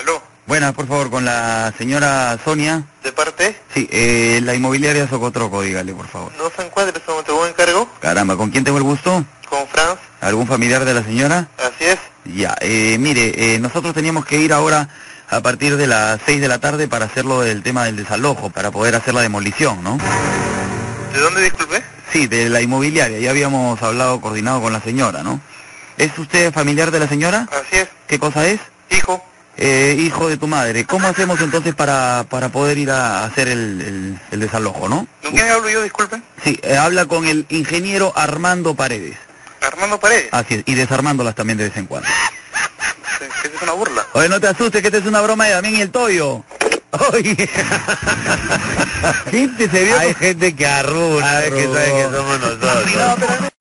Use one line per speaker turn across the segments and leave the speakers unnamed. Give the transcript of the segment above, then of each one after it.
Aló,
Buenas, por favor, con la señora Sonia.
¿de parte?
Sí, eh, la inmobiliaria Socotroco, dígale, por favor.
No se encuentra en este momento, buen encargo?
Caramba, ¿con quién tengo el gusto?
Con Franz,
¿Algún familiar de la señora?
así es.
Ya, eh, mire, eh, nosotros teníamos que ir ahora a partir de las 6 de la tarde para hacerlo del tema del desalojo, para poder hacer la demolición, ¿no?
¿De dónde disculpe?
Sí, de la inmobiliaria, ya habíamos hablado, coordinado con la señora, ¿no? ¿Es usted familiar de la señora?
Así es,
¿Qué cosa es?
hijo.
Eh, hijo de tu madre, ¿cómo hacemos entonces para, para poder ir a hacer el, el- el desalojo, no?
¿Con quién hablo yo, disculpe?
Sí, eh, habla con el ingeniero Armando Paredes.
Armando Paredes.
Así es, y desarmándolas también de vez en cuando.
Eh, que Esa es una burla.
Oye, no te asustes, que esta es una broma de Damián y el Toyo. Oye. Gente, se vio.
Hay gente que arruga,
Sabes que-
que
sabes
sabe
que
que somos nosotros.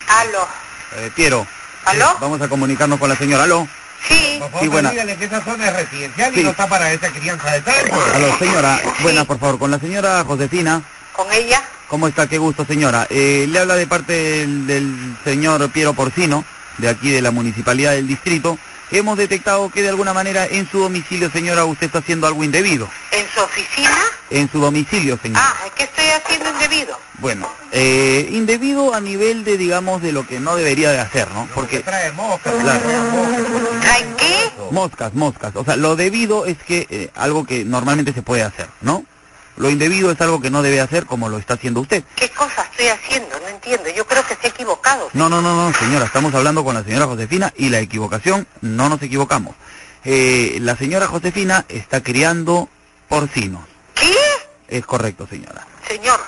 Aló.
Eh, Piero.
¿Aló?
eh, vamos a comunicarnos con la señora. ¿Aló?
Sí.
Sí, buena.
dígale que esa zona es residencial
Sí.
está para esa crianza de tal.
Aló, señora. Buenas, por favor, con la señora Josefina.
¿Con ella?
¿Cómo está? Qué gusto, señora. Eh, le habla de parte del, del señor Piero Porcino, de aquí de la Municipalidad del Distrito. Hemos detectado que de alguna manera en su domicilio, señora, usted está haciendo algo indebido.
¿En su oficina?
En su domicilio, señora.
Ah, es que estoy haciendo indebido.
Bueno, eh, indebido a nivel de, digamos, de lo que no debería de hacer, ¿no? Porque,
trae moscas,
Claro.
trae moscas.
¿Traen qué?
moscas, moscas. O sea, lo debido es que eh, algo que normalmente se puede hacer, ¿no? Lo indebido es algo que no debe hacer como lo está haciendo usted.
¿Qué cosa estoy haciendo? No entiendo. Yo creo que se ha equivocado.
No, no, no, no, señora, estamos hablando con la señora Josefina y la equivocación, no nos equivocamos. Eh, la señora Josefina está criando porcinos.
¿Qué?
Es correcto, señora.
Señor,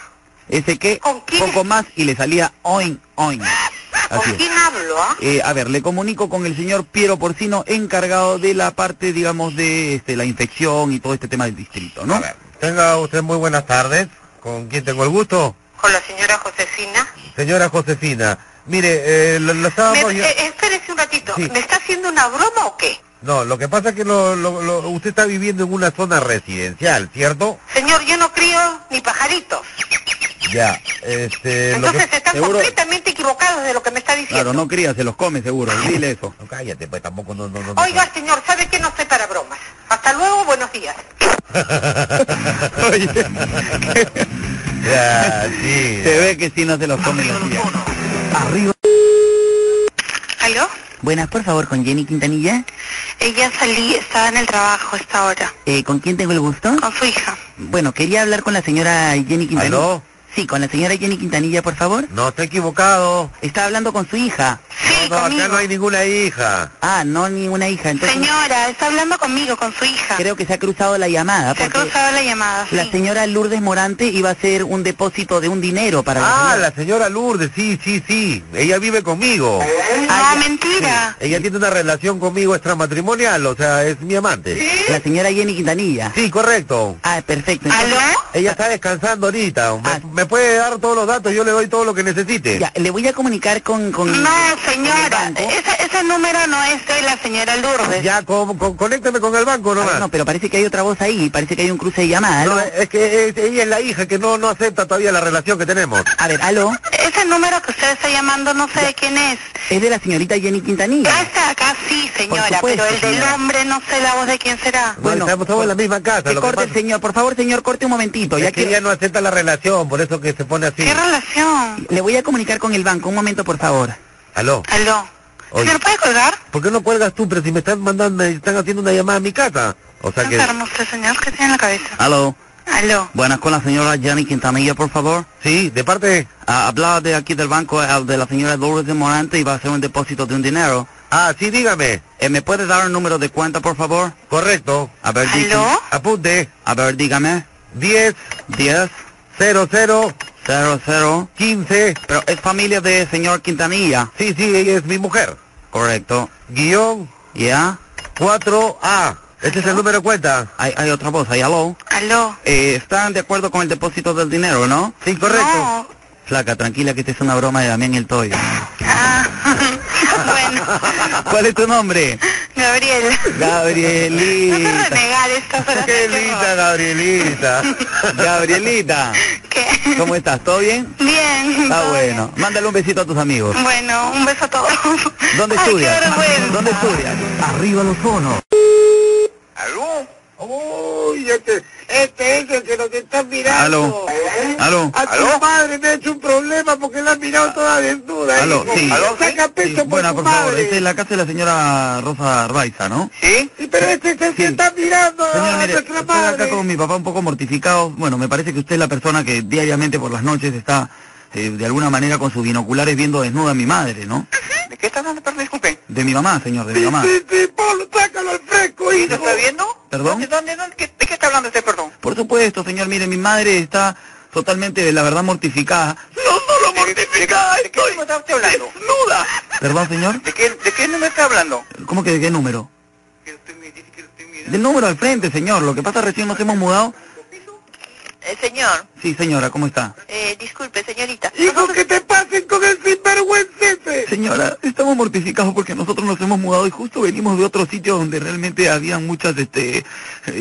Ese que
¿Con qué?
poco más y le salía oin, oin.
¿con
Así es.
quién hablo, ah?
Eh, a ver, le comunico con el señor Piero Porcino, encargado de la parte, digamos, de este, la infección y todo este tema del distrito, ¿no?
A ver, Tenga usted muy buenas tardes. ¿Con quién tengo el gusto?
¿Con la señora Josefina?
Señora Josefina. Mire, eh, lo, lo
Me-
estábamos... ya-
eh, espérese un ratito.
Sí.
¿Me está haciendo una broma o qué?
No, lo que pasa es que lo- lo- lo- usted está viviendo en una zona residencial, ¿cierto?
Señor, yo no crío ni pajaritos.
Ya,
Eh,
este... lo que-
Entonces están
seguro-
completamente equivocados de lo que me está diciendo.
Claro, no cría, se los come seguro, dile eso.
No, cállate, pues tampoco no... no, no- no-
Oiga, señor, ¿sabe que no estoy para bromas? Hasta luego, buenos días.
Oye,
Ya, sí.
se ve que sí no se los come. la tía. Arriba.
¿Aló?
Buenas, por favor, con Jenny Quintanilla.
Ella salí, estaba en el trabajo a esta hora,
Eh, ¿Con quién tengo el gusto?
con su hija.
Bueno, quería hablar con la señora Jenny Quintanilla.
¿Aló?
Sí, con la señora Jenny Quintanilla, por favor.
No, está equivocado.
Está hablando con su hija.
Sí,
No, no, acá
conmigo.
no hay ninguna hija.
Ah, no, ni una hija. Entonces,
Señora, está hablando conmigo, con su hija.
creo que se ha cruzado la llamada.
Se ha
porque-
cruzado la llamada, sí.
La señora Lourdes Morante iba a hacer un depósito de un dinero para
Ah,
la
la señora Lourdes, sí, sí, sí. Ella vive conmigo.
Ah,
No, mentira.
Ella tiene una relación conmigo extramatrimonial, o sea, es mi amante.
señora, la señora Jenny Quintanilla.
Sí, correcto.
Ah, perfecto.
¿Aló?
entonces-
Ella está descansando ahorita. Me,
Ah.
me puede dar todos los datos, yo le doy todo lo que necesite.
Ya, le voy a comunicar con... con
No,
¿Con
señora,
el banco?
esa- ese número no es de la señora Lourdes.
Ya, con, con- conéctame con el banco
Ah,
nomás.
no, pero parece que hay otra voz ahí, parece que hay un cruce de llamadas.
No,
¿Aló?
es que es- ella es la hija que no, no acepta todavía la relación que tenemos.
A ver, aló,
Ese número que usted está llamando no sé de quién es.
es de la señorita Jenny
Ya
Quintanilla.
está acá, sí, señora,
supuesto,
pero el del
señora.
hombre no sé la voz de quién será.
Bueno,
Bueno, estamos todos en la misma casa.
Que
lo que
corte el
pasa
señor, por favor, señor, corte un momentito.
es
Ya
que
que
ella no acepta la relación, por eso que se pone así.
¿Qué relación?
Le voy a comunicar con el banco, un momento, por favor.
Aló.
Aló.
Oye.
¿Se lo puede colgar?
¿Por qué no cuelgas tú? Pero si me están mandando, me están haciendo una llamada a mi casa. O sea que...
Enfermo usted, señor, que tiene en la cabeza.
Aló,
Aló.
buenas con la señora Jenny Quintanilla, por favor.
Sí, de parte...
Ah, hablaba de aquí del banco ah, de la señora Lourdes de Morante y va a hacer un depósito de un dinero.
Ah, sí, dígame.
Eh, ¿Me puede dar un número de cuenta, por favor?
Correcto.
A ver, dice-
¿Aló?
Apunte.
a ver dígame.
10
10,
00
0, 0.
15.
Pero es familia de señor Quintanilla.
Sí, sí, ella es mi mujer.
Correcto.
Guión
¿Ya?
4A. Este es el número de cuenta.
Hay, hay otra voz, hay aló.
Aló.
Eh, ¿Están de acuerdo con el depósito del dinero, no?
Sí, correcto.
No.
Flaca, tranquila que esta es una broma de Damián el Toyo.
Ah, bueno,
¿Cuál es tu nombre?
Gabriela. No se
Gabrielita.
renegar estas horas.
Qué linda, Gabrielita.
Gabrielita.
¿Qué?
¿Cómo estás? ¿Todo bien?
Bien.
Está
todo
bueno. Mándale un besito a tus amigos.
bien. Bueno, un beso a todos.
¿Dónde
Ay,
estudias?
Qué vergüenza.
¿Dónde estudias? Arriba los sonos.
¿Aló?
Uy, este, este es el que nos está mirando.
Aló. Aló.
A tu
Aló.
madre me ha hecho un problema porque la ha mirado toda desnuda.
Aló,
hijo.
sí.
Aló, sí.
Saca
Sí,
pecho por
buena,
tu
por favor.
madre.
Esta es la casa de la señora Rosa Arbaiza, ¿no?
¿Sí?
Sí, pero este es el que
Sí.
está mirando
Ah,
Señora,
a
mire,
nuestra
estoy
madre.
acá con mi papá un poco mortificado. Bueno, me parece que usted es la persona que diariamente por las noches está, eh, de alguna manera, con sus binoculares viendo desnuda a mi madre, ¿no?
¿De qué está hablando? Perdón, disculpen.
De mi mamá, señor, de mi
Sí,
mamá.
sí, sí, Pablo, sácalo al fresco,
¿Lo
hijo.
está viendo?
¿Perdón?
¿De dónde, dónde, qué- ¿De qué está hablando usted, perdón?
Por supuesto, señor, mire, mi madre está totalmente, la verdad, mortificada.
No solo
¿De, de- de-
mortificada,
de qué
estoy
número está usted hablando?
desnuda.
¿Perdón, señor?
¿De qué, ¿De qué número está hablando?
¿Cómo que de qué número?
Usted me dice que estoy mirando.
Del número al frente, señor. Lo que pasa recién nos hemos mudado.
Eh, señor, eh,
Sí, señora, ¿cómo está?
disculpe, señorita.
Hijo, que te pasen con el sinvergüenza ese.
Señora, estamos mortificados porque nosotros nos hemos mudado y justo venimos de otro sitio donde realmente habían muchas este, eh,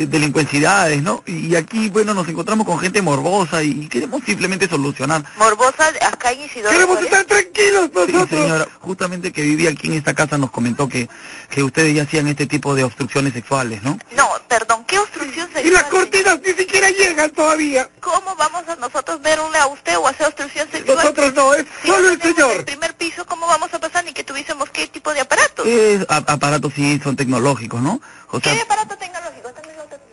delincuencias, ¿no? Y aquí, bueno, nos encontramos con gente morbosa y queremos simplemente solucionar.
Morbosa, acá en Isidoro.
Queremos estar tranquilos
Sí,
nosotros.
señora, justamente que vivía aquí en esta casa nos comentó que, que ustedes ya hacían este tipo de obstrucciones sexuales, ¿no?
No, perdón, ¿qué obstrucción
y
sexual?
las cortinas ni siquiera llegan todavía.
¿Cómo vamos a nosotros verle a usted o hacer obstrucción sexual?
Nosotros no, es
Si
solo
no
el
tenemos El
señor.
primer piso, ¿cómo vamos a pasar ni que tuviésemos qué tipo de aparatos?
Es a- Eh, aparatos sí son tecnológicos, ¿no? O sea,
¿Qué aparato tecnológico? También lo tengo.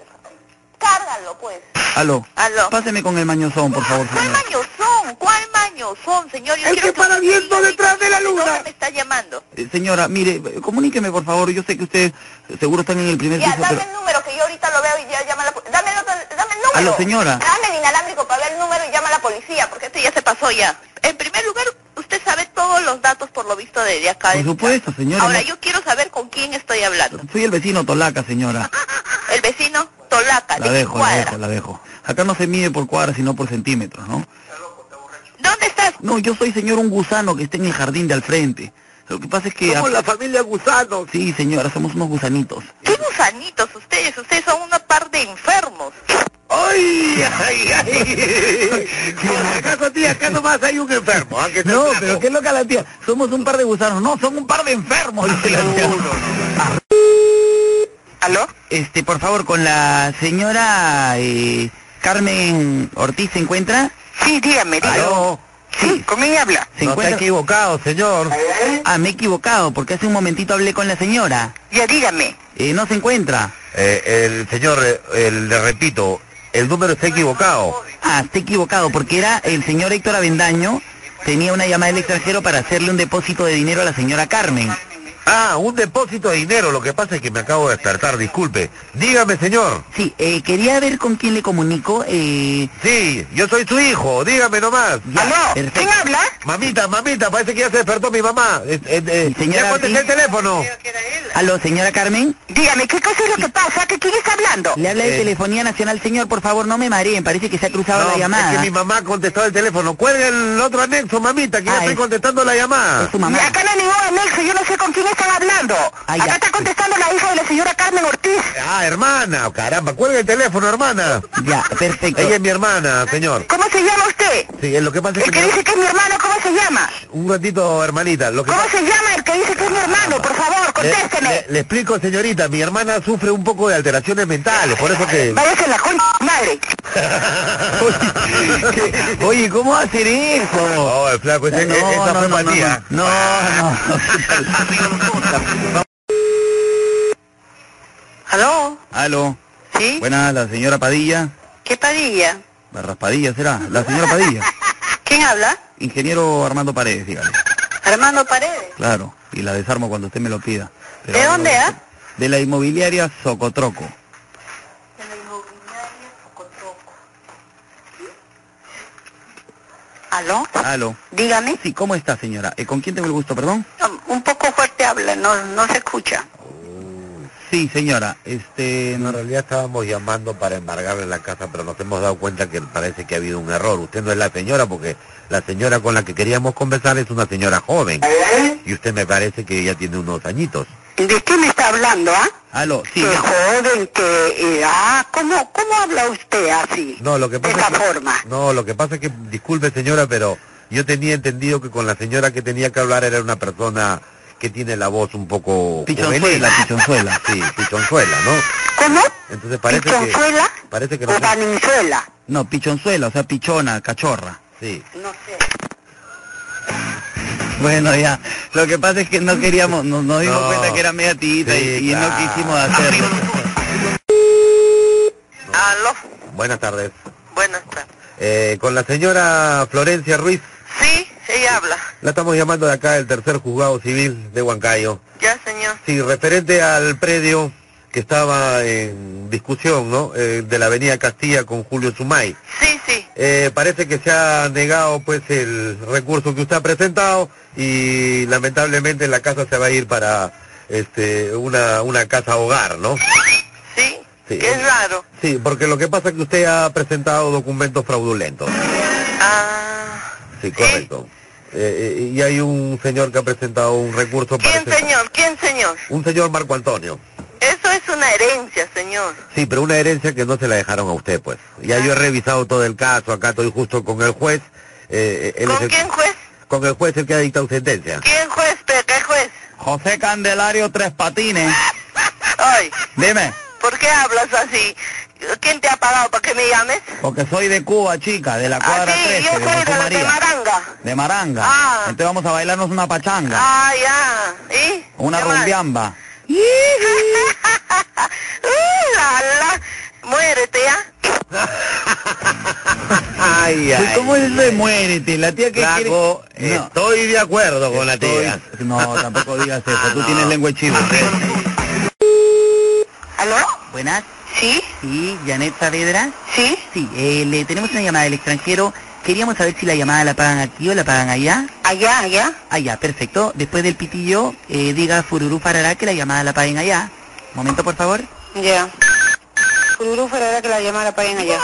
Cárgalo, pues.
aló,
Aló.
páseme con el mañozón, por favor,
¿Cuál
señora.
mañozón? ¿Cuál mañozón, señor? Yo
El
quiero
que para
usted
viendo
diga
detrás de la
de dónde
luna.
me está llamando?
Eh, Señora, mire, eh, comuníqueme por favor, yo sé que ustedes eh, seguro están en el primer
Ya,
piso,
dame
pero...
el número, que yo ahorita lo veo y ya llama la policía. Dame el, otro, dame el número.
Aló, señora.
Dame el inalámbrico para ver el número y llama a la policía, porque esto ya se pasó ya. En primer lugar, usted sabe todos los datos por lo visto de, de acá.
Por
de-
supuesto, señora,
Ahora,
no-
yo quiero saber con quién estoy hablando.
Soy el vecino Tolaca, señora.
El vecino Tolaca,
La
de
dejo, la
cuadra.
dejo, la dejo. Acá no se mide por cuadras, sino por centímetros, ¿no?
¿Dónde estás?
No, yo soy señor un gusano que está en el jardín de al frente. Lo que pasa es que...
Somos la familia Gusano.
Sí, señora, somos unos gusanitos.
¿Qué gusanitos ustedes? Ustedes son una par de enfermos.
¡Ay, ay, ay! Por si acaso, tía, acá nomás hay un enfermo, aunque sea
No,
flaco.
pero qué loca la tía. Somos un par de gusanos. No, son un par de enfermos. dice la tía.
¿Aló?
Este, por favor, con la señora eh, Carmen Ortiz, ¿se encuentra?
Sí, dígame, dígame.
Aló.
Sí, ¿con quién habla?
¿Se
No está
encuentra?
equivocado, señor.
Ah, me he equivocado, porque hace un momentito hablé con la señora.
Ya, dígame.
Eh, no se encuentra.
Eh, el señor, eh, el- le repito, el número está equivocado.
Ah, está equivocado, porque era el señor Héctor Avendaño, tenía una llamada del extranjero para hacerle un depósito de dinero a la señora Carmen.
Ah, un depósito de dinero. Lo que pasa es que me acabo de despertar, disculpe. Dígame, señor.
Sí, eh, quería ver con quién le comunico. Eh,
Sí, yo soy su hijo. Dígame nomás.
Ya,
¿Aló?
perfecto.
¿Quién habla?
Mamita, mamita, parece que ya se despertó mi mamá. Eh, eh, eh,
Señora,
ya contesté
sí.
el teléfono.
aló, señora Carmen.
Dígame, ¿qué cosa es lo que pasa? ¿Que quién está hablando?
Le habla de
Eh.
Telefonía Nacional. Señor, por favor, no me mareen, parece que se ha cruzado
No,
la llamada.
Es que mi mamá contestó el teléfono. Cuelga el otro anexo, mamita, que
Ah,
yo estoy
es-
contestando la llamada.
Es su mamá.
Y Acá no hay ningún anexo, yo no sé con quién están hablando.
Ah, ya.
acá está contestando la hija de la señora Carmen Ortiz.
Ah, hermana, caramba, cuelga el teléfono, hermana.
Ya, perfecto.
Ella es mi hermana, señor.
¿Cómo se llama usted?
Sí, es lo que pasa es
El
que...
que
mi-
dice que es mi hermano, ¿cómo se llama?
Un ratito, hermanita, lo que
¿Cómo
pasa...
se llama el que dice que es mi hermano? Por favor,
Le,
contésteme.
le- le explico, señorita, mi hermana sufre un poco de alteraciones mentales, por eso que...
Váyase la con madre.
Oye, ¿cómo va a hacer eso?
Oh, el flaco,
Pues
ese,
no,
esa
no,
fue
no, no,
empatía.
no,
¿ah?
no, no.
¿Aló?
Aló,
¿Sí?
buenas, la señora Padilla,
¿Qué padilla?
Barras Padilla será, la señora Padilla,
¿Quién habla?
ingeniero Armando Paredes, dígale,
Armando Paredes.
claro, y la desarmo cuando usted me lo pida.
¿De
ahora
dónde,
no-
ah?
De la inmobiliaria Socotroco.
De la inmobiliaria Focotroco. ah? ¿Aló?
Aló,
Dígame.
sí, ¿cómo está señora? Eh, ¿Con quién tengo el gusto, perdón?
Un poco fuerte habla, no, no se escucha.
Sí, señora, este,
En realidad estábamos llamando para embargarle la casa, pero nos hemos dado cuenta que parece que ha habido un error. Usted no es la señora, porque la señora con la que queríamos conversar es una señora joven.
¿Eh?
Y usted me parece que ya tiene unos añitos.
¿De quién está hablando, ah?
aló, sí,
Qué joven, que... eh, ah, ¿cómo, ¿cómo habla usted así?
No, lo que
De
pasa
esa
es que,
forma.
No, lo que pasa es que, disculpe señora, pero yo tenía entendido que con la señora que tenía que hablar era una persona que tiene la voz un poco
Pichonzuela,
juvenil.
pichonzuela.
Sí, pichonzuela, ¿no?
¿Cómo?
Entonces parece que
¿Pichonzuela?
parece que
¿O
no
Valenzuela?
No, pichonzuela, o sea, pichona, cachorra.
sí.
No sé.
Bueno, ya. Lo que pasa es que no queríamos, nos, nos dimos
No.
cuenta que era media tita
Sí,
y, y
claro.
no quisimos hacerlo.
Aló,
Buenas tardes.
buenas tardes.
Eh, con la señora Florencia Ruiz,
Sí, ella habla.
la estamos llamando de acá del tercer juzgado civil de Huancayo.
Ya, señor.
Sí, referente al predio que estaba en discusión, ¿no? Eh, de la Avenida Castilla con Julio Sumay.
Sí, sí.
Eh, parece que se ha negado pues el recurso que usted ha presentado y lamentablemente la casa se va a ir para este una, una casa hogar, ¿no?
Sí,
Sí. eh,
que es raro.
Sí, porque lo que pasa es que usted ha presentado documentos fraudulentos.
Ah,
Sí, correcto. Eh, eh, y hay un señor que ha presentado un recurso
¿Quién,
parece-
señor? ¿Quién, señor?
Un señor Marco Antonio.
Eso es una herencia, señor.
Sí, pero una herencia que no se la dejaron a usted, pues. Ya
Ah.
yo he revisado todo el caso, acá estoy justo con el juez. eh, él es
¿Con
el-
quién juez?
Con el juez el que ha dictado sentencia.
¿Quién juez? pero ¿Qué juez?
José Candelario Tres Patines.
Ay,
Dime,
¿por qué hablas así? ¿Quién te ha pagado para que me llames?
porque soy de Cuba, chica, de la
Ah,
cuadra
sí,
13,
yo
de
soy
José
de la de
María.
Maranga.
De Maranga.
Ah.
Entonces vamos a bailarnos una pachanga.
Ah, ya. ¿Y?
Una
¿Qué más?
rumbiamba.
Uh, la, la. Muérete ¿ah? ya.
Ay,
Uy, ¿Cómo es eso de muérete? La tía que
Flaco, eh,
quiere... No,
estoy de acuerdo con la tía. Ah,
estoy- No, tampoco digas eso. Tú
No.
tienes lengua de chivo.
¿eh?
¿Aló?
Buenas.
¿Sí?
Sí, Janet Saavedra.
¿Sí?
Sí, eh, le tenemos una llamada del extranjero. Queríamos saber si la llamada la pagan aquí o la pagan allá.
¿Allá, allá?
Allá, perfecto. Después del pitillo, eh, diga Fururú Farará que la llamada la paguen allá. Momento, por favor.
Ya. Cururú fuera que la llamara para allá.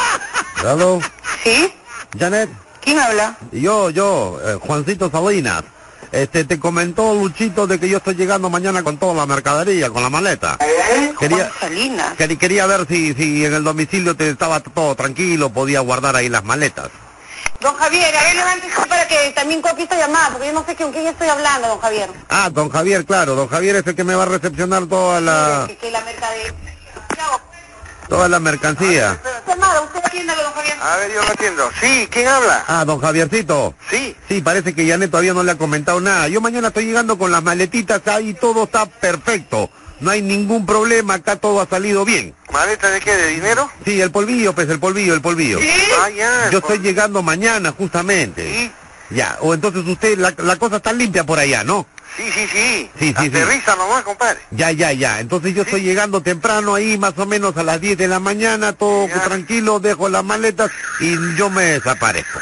Hello,
¿Sí?
Janet.
¿Quién habla?
Yo, yo, eh, Juancito Salinas. Este, te comentó Luchito de que yo estoy llegando mañana con toda la mercadería, con la maleta. Quería-
Juan Salinas.
Quer- Quería ver si, si en el domicilio te estaba todo tranquilo, podía guardar ahí las maletas.
Don Javier, a ver, levántese para que también copie esta llamada, porque yo no sé con quién estoy hablando, don Javier.
Ah, don Javier, claro, don Javier es el que me va a recepcionar toda la,
Eh, Que, que la mercadería...
toda la mercancía.
Llamada, usted atiéndalo, don Javier.
A ver, yo no entiendo. Sí, ¿quién habla?
Ah, don Javiercito.
Sí.
Sí, parece que Janet todavía no le ha comentado nada. Yo mañana estoy llegando con las maletitas, ahí todo está perfecto. No hay ningún problema, acá todo ha salido bien.
¿Maleta de qué? ¿De dinero?
Sí, el polvillo, pues el polvillo, el polvillo.
Ah, ya.
Yo
por-
estoy llegando mañana, justamente.
Sí,
Ya, o entonces usted, la, la cosa está limpia por allá, ¿no?
sí, sí. Sí,
Sí, sí, sí.
Aterriza nomás, compadre.
Ya, ya, ya. Entonces yo estoy llegando temprano ahí, más o menos a las 10 de la mañana, todo
Ya.
tranquilo, dejo las maletas y yo me desaparezco.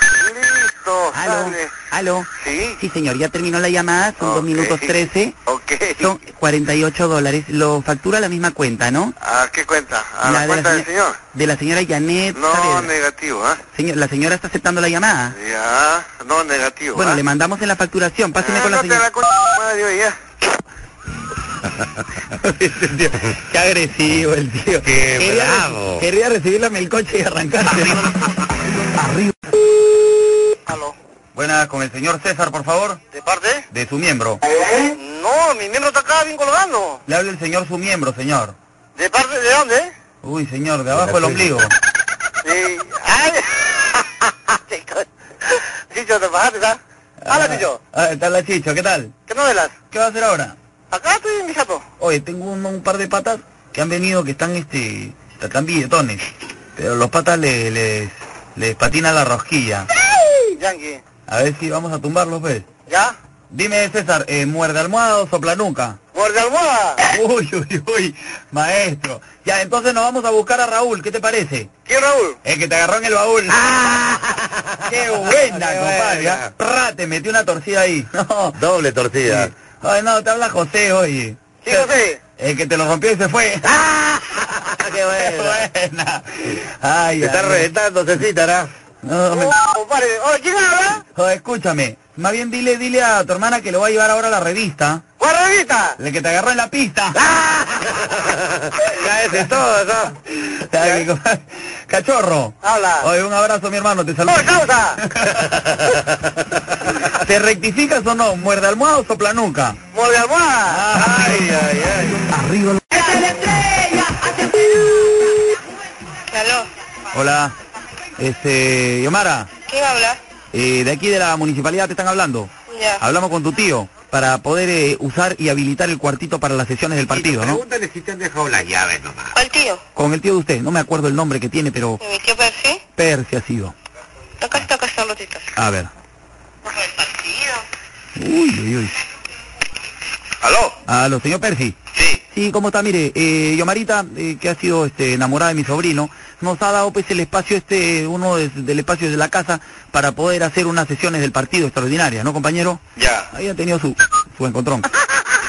Listo,
Aló,
sale.
aló.
Sí.
Sí, señor, ya terminó la llamada. Son dos
Ok.
minutos 13.
Ok.
Son 48 dólares. Lo factura la misma cuenta, ¿no?
¿A qué cuenta? ¿A la,
de
cuenta del
señor-
señor?
De la señora Janet
No,
Saavedra.
negativo, ¿ah?
Señor, la señora está aceptando la llamada.
Ya, no, negativo.
Bueno,
¿ah?
le mandamos en la facturación. Páseme
Ah,
con la
no te
señora.
la con- madre, oye, ya.
Qué agresivo el tío.
Qué
quería,
bravo.
quería recibirla en el coche y arrancarse. Arriba.
Aló.
Buenas, con el señor César, por favor,
¿De parte?
de su miembro.
¿Eh? No, mi miembro está acá bien colgando.
Le habla el señor su miembro, señor.
¿De parte de dónde?
Uy, señor, de abajo el ombligo.
Sí. ¡Ay! Chicho, te bajaste, ¿sabes? Hola, Chicho.
Ah, está la chicho, ¿qué tal?
¿Qué novelas?
¿Qué va a hacer ahora?
Acá estoy, mi chato.
Oye, tengo un, un par de patas que han venido que están, este, están billetones. Pero los patas le- les, les patina la rosquilla.
Yankee.
A ver si vamos a tumbarlos, ¿ves?
¿Ya?
Dime, César, eh, ¿muerde almohada o sopla nuca?
¡Muerde almohada!
Uy, uy, uy, maestro. Ya, entonces nos vamos a buscar a Raúl, ¿qué te parece?
¿Quién, Raúl? Ah.
El que te agarró en el baúl. ¡Qué buena,
Qué
compadre!
buena.
¿ah? ¡Pra! Te metió una torcida ahí. No,
Doble torcida.
Ay, no, te habla José, oye.
Sí, José.
El que te lo rompió y se fue.
¡Qué
Ah, ¡Qué buena! Ay,
Te está
ay.
reventando, Cecítara.
No, me-
Oh, compadre. Oye, ¿quién habla?
Oh, escúchame, más bien dile, dile a tu hermana que lo va a llevar ahora a la revista.
¡Guarrevita!
El que te agarró en la pista.
Ya Ah. ese es todo, ¿no?
Está bien, compadre. Cachorro.
Habla.
Oh,
Oye, un abrazo, mi hermano, te saludo.
¡Por causa!
¿Te rectificas o no? ¿Muerde almohada o sopla nuca?
¡Mueve almohada! ¡Ay, ay, ay!
Arriba.
¡Esa es la estrella! hacia-
Aló,
Hola. Este, Yomara,
¿quién habla?
eh, de aquí de la municipalidad te están hablando.
Ya.
Ah.
Hablamos con tu tío para poder eh, usar y habilitar el cuartito para las sesiones del partido, ¿no?
Pregúntale si te han dejado las llaves nomás.
¿Cuál tío?
Con el tío de usted, no me acuerdo el nombre que tiene, pero
¿Mi tío Percy?
Percy ha sido.
Acá está, acá está, Lotito.
A ver.
Por el partido.
Uy, uy, uy.
¿Aló?
Aló, señor Percy.
Sí.
Sí, ¿cómo está? Mire, eh, Yomarita, eh, que ha sido este, enamorada de mi sobrino, nos ha dado pues el espacio este, uno de- del espacio de la casa para poder hacer unas sesiones del partido extraordinarias, ¿no, compañero?
Ya.
Ahí ha tenido su, su encontrón.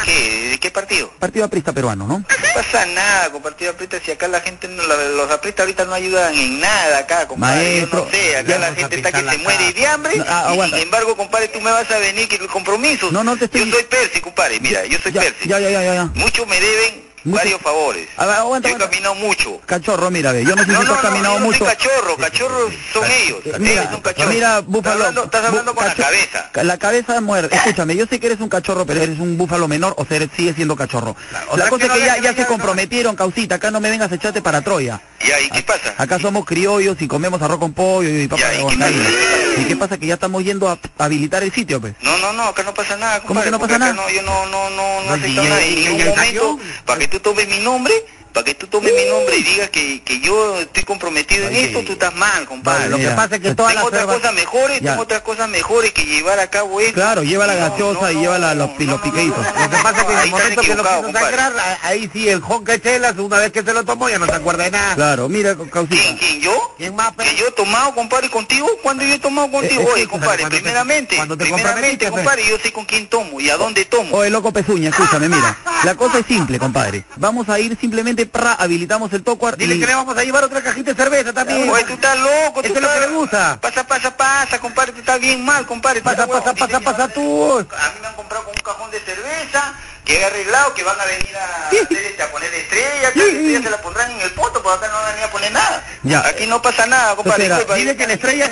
¿Qué? ¿De qué partido?
Partido aprista peruano, ¿no?
No pasa nada con partido aprieta si acá la gente, no, la- los aprietas ahorita no ayudan en nada acá, compadre.
Maestro,
yo no sé,
ya
acá la
vamos a
gente está que
pisar
se
la
muere
casa.
de hambre.
No, ah,
y
aguanta.
sin embargo, compadre, tú me vas a venir que los compromisos.
No, no te estoy-
Yo soy Percy, compadre. Mira, yo soy
ya,
Percy.
ya, ya, ya, ya, ya.
Muchos me deben
Mucho-
varios favores.
A ver, aguanta,
yo he
aguanta.
caminado mucho.
Cachorro, mira, ve, yo no sé si
No,
tú
no,
has
no,
caminado
yo no soy
mucho.
cachorro, cachorros son ellos.
Eh,
Ellos son cachorros.
mira,
Estás
búfalo.
hablando- Estás
bu-
hablando con la
cacho-
cabeza.
ca- La cabeza muerde. Escúchame, yo sé que eres un cachorro, pero eres un búfalo menor o sea, eres- sigues siendo cachorro.
Claro, o
La
sea,
cosa
que
es que
no
ya,
le-
ya
no
se
le-
comprometieron, causita. Acá no me vengas a echarte para Troya.
Ya, ¿y qué pasa?
Acá somos criollos y comemos arroz con pollo y papá
Ya, ¿y
de
qué
bondadilla.
pasa?
¿Y qué pasa? Que ya estamos yendo a habilitar el sitio, pues.
No, no, no, acá no pasa nada,
¿Cómo que
compadre.
no
porque
pasa
acá
nada?
No, yo no, no, no, no
No,
acepto
DJ,
nada. En
DJ,
ningún
ya
momento,
nació.
para que tú tomes mi nombre, para que tú tomes mi nombre y digas que, que yo estoy comprometido en
Oye.
esto, tú estás mal, compadre.
Vale,
Lo que
mira.
pasa es que
tengo
todas las
otras
cervas-
cosas mejores,
Ya.
tengo otras cosas mejores que llevar a cabo esto.
Claro, lleva la gaseosa y lleva la- los- los piqueitos.
Lo que pasa es que en
ahí
el momento
estás
que lo
equivocado,
quiso
compadre.
sangrar, a- ahí sí, el jonca chelas, una vez que se lo tomó, ya no se acuerda de nada.
Claro, mira,
¿Quién,
causita.
quién, yo?
¿Quién más, pe?
Que yo he tomado, compadre, contigo, cuando yo he tomado contigo,
Eh,
oye,
escúchame,
compadre,
cuando te-
primeramente,
cuando te comprometiste, pues.
primeramente,
fe.
compadre, yo sé con quién tomo y a dónde tomo.
Oye, loco Pezuña, escúchame, mira. La cosa es simple, compadre. Vamos a ir simplemente, pra, habilitamos el tocuar
Dile
y...
que le vamos a llevar otra cajita de cerveza también.
Oye, tú estás loco, tú
Eso es lo que
estás-
le gusta.
Pasa, pasa, pasa, compadre, tú estás bien mal, compadre. tú
Pasa,
estás
pasa,
huevón.
pasa,
Dicen que
pasa
van a-
tú.
A mí me han comprado con un cajón de cerveza, que he arreglado, que van a venir a, hacer este, a poner estrellas, que las estrellas se las pondrán en el poto, porque acá no van a venir a poner nada.
Ya.
Aquí no pasa nada, compadre.
Entonces,
disculpa.
Dile que la estrella...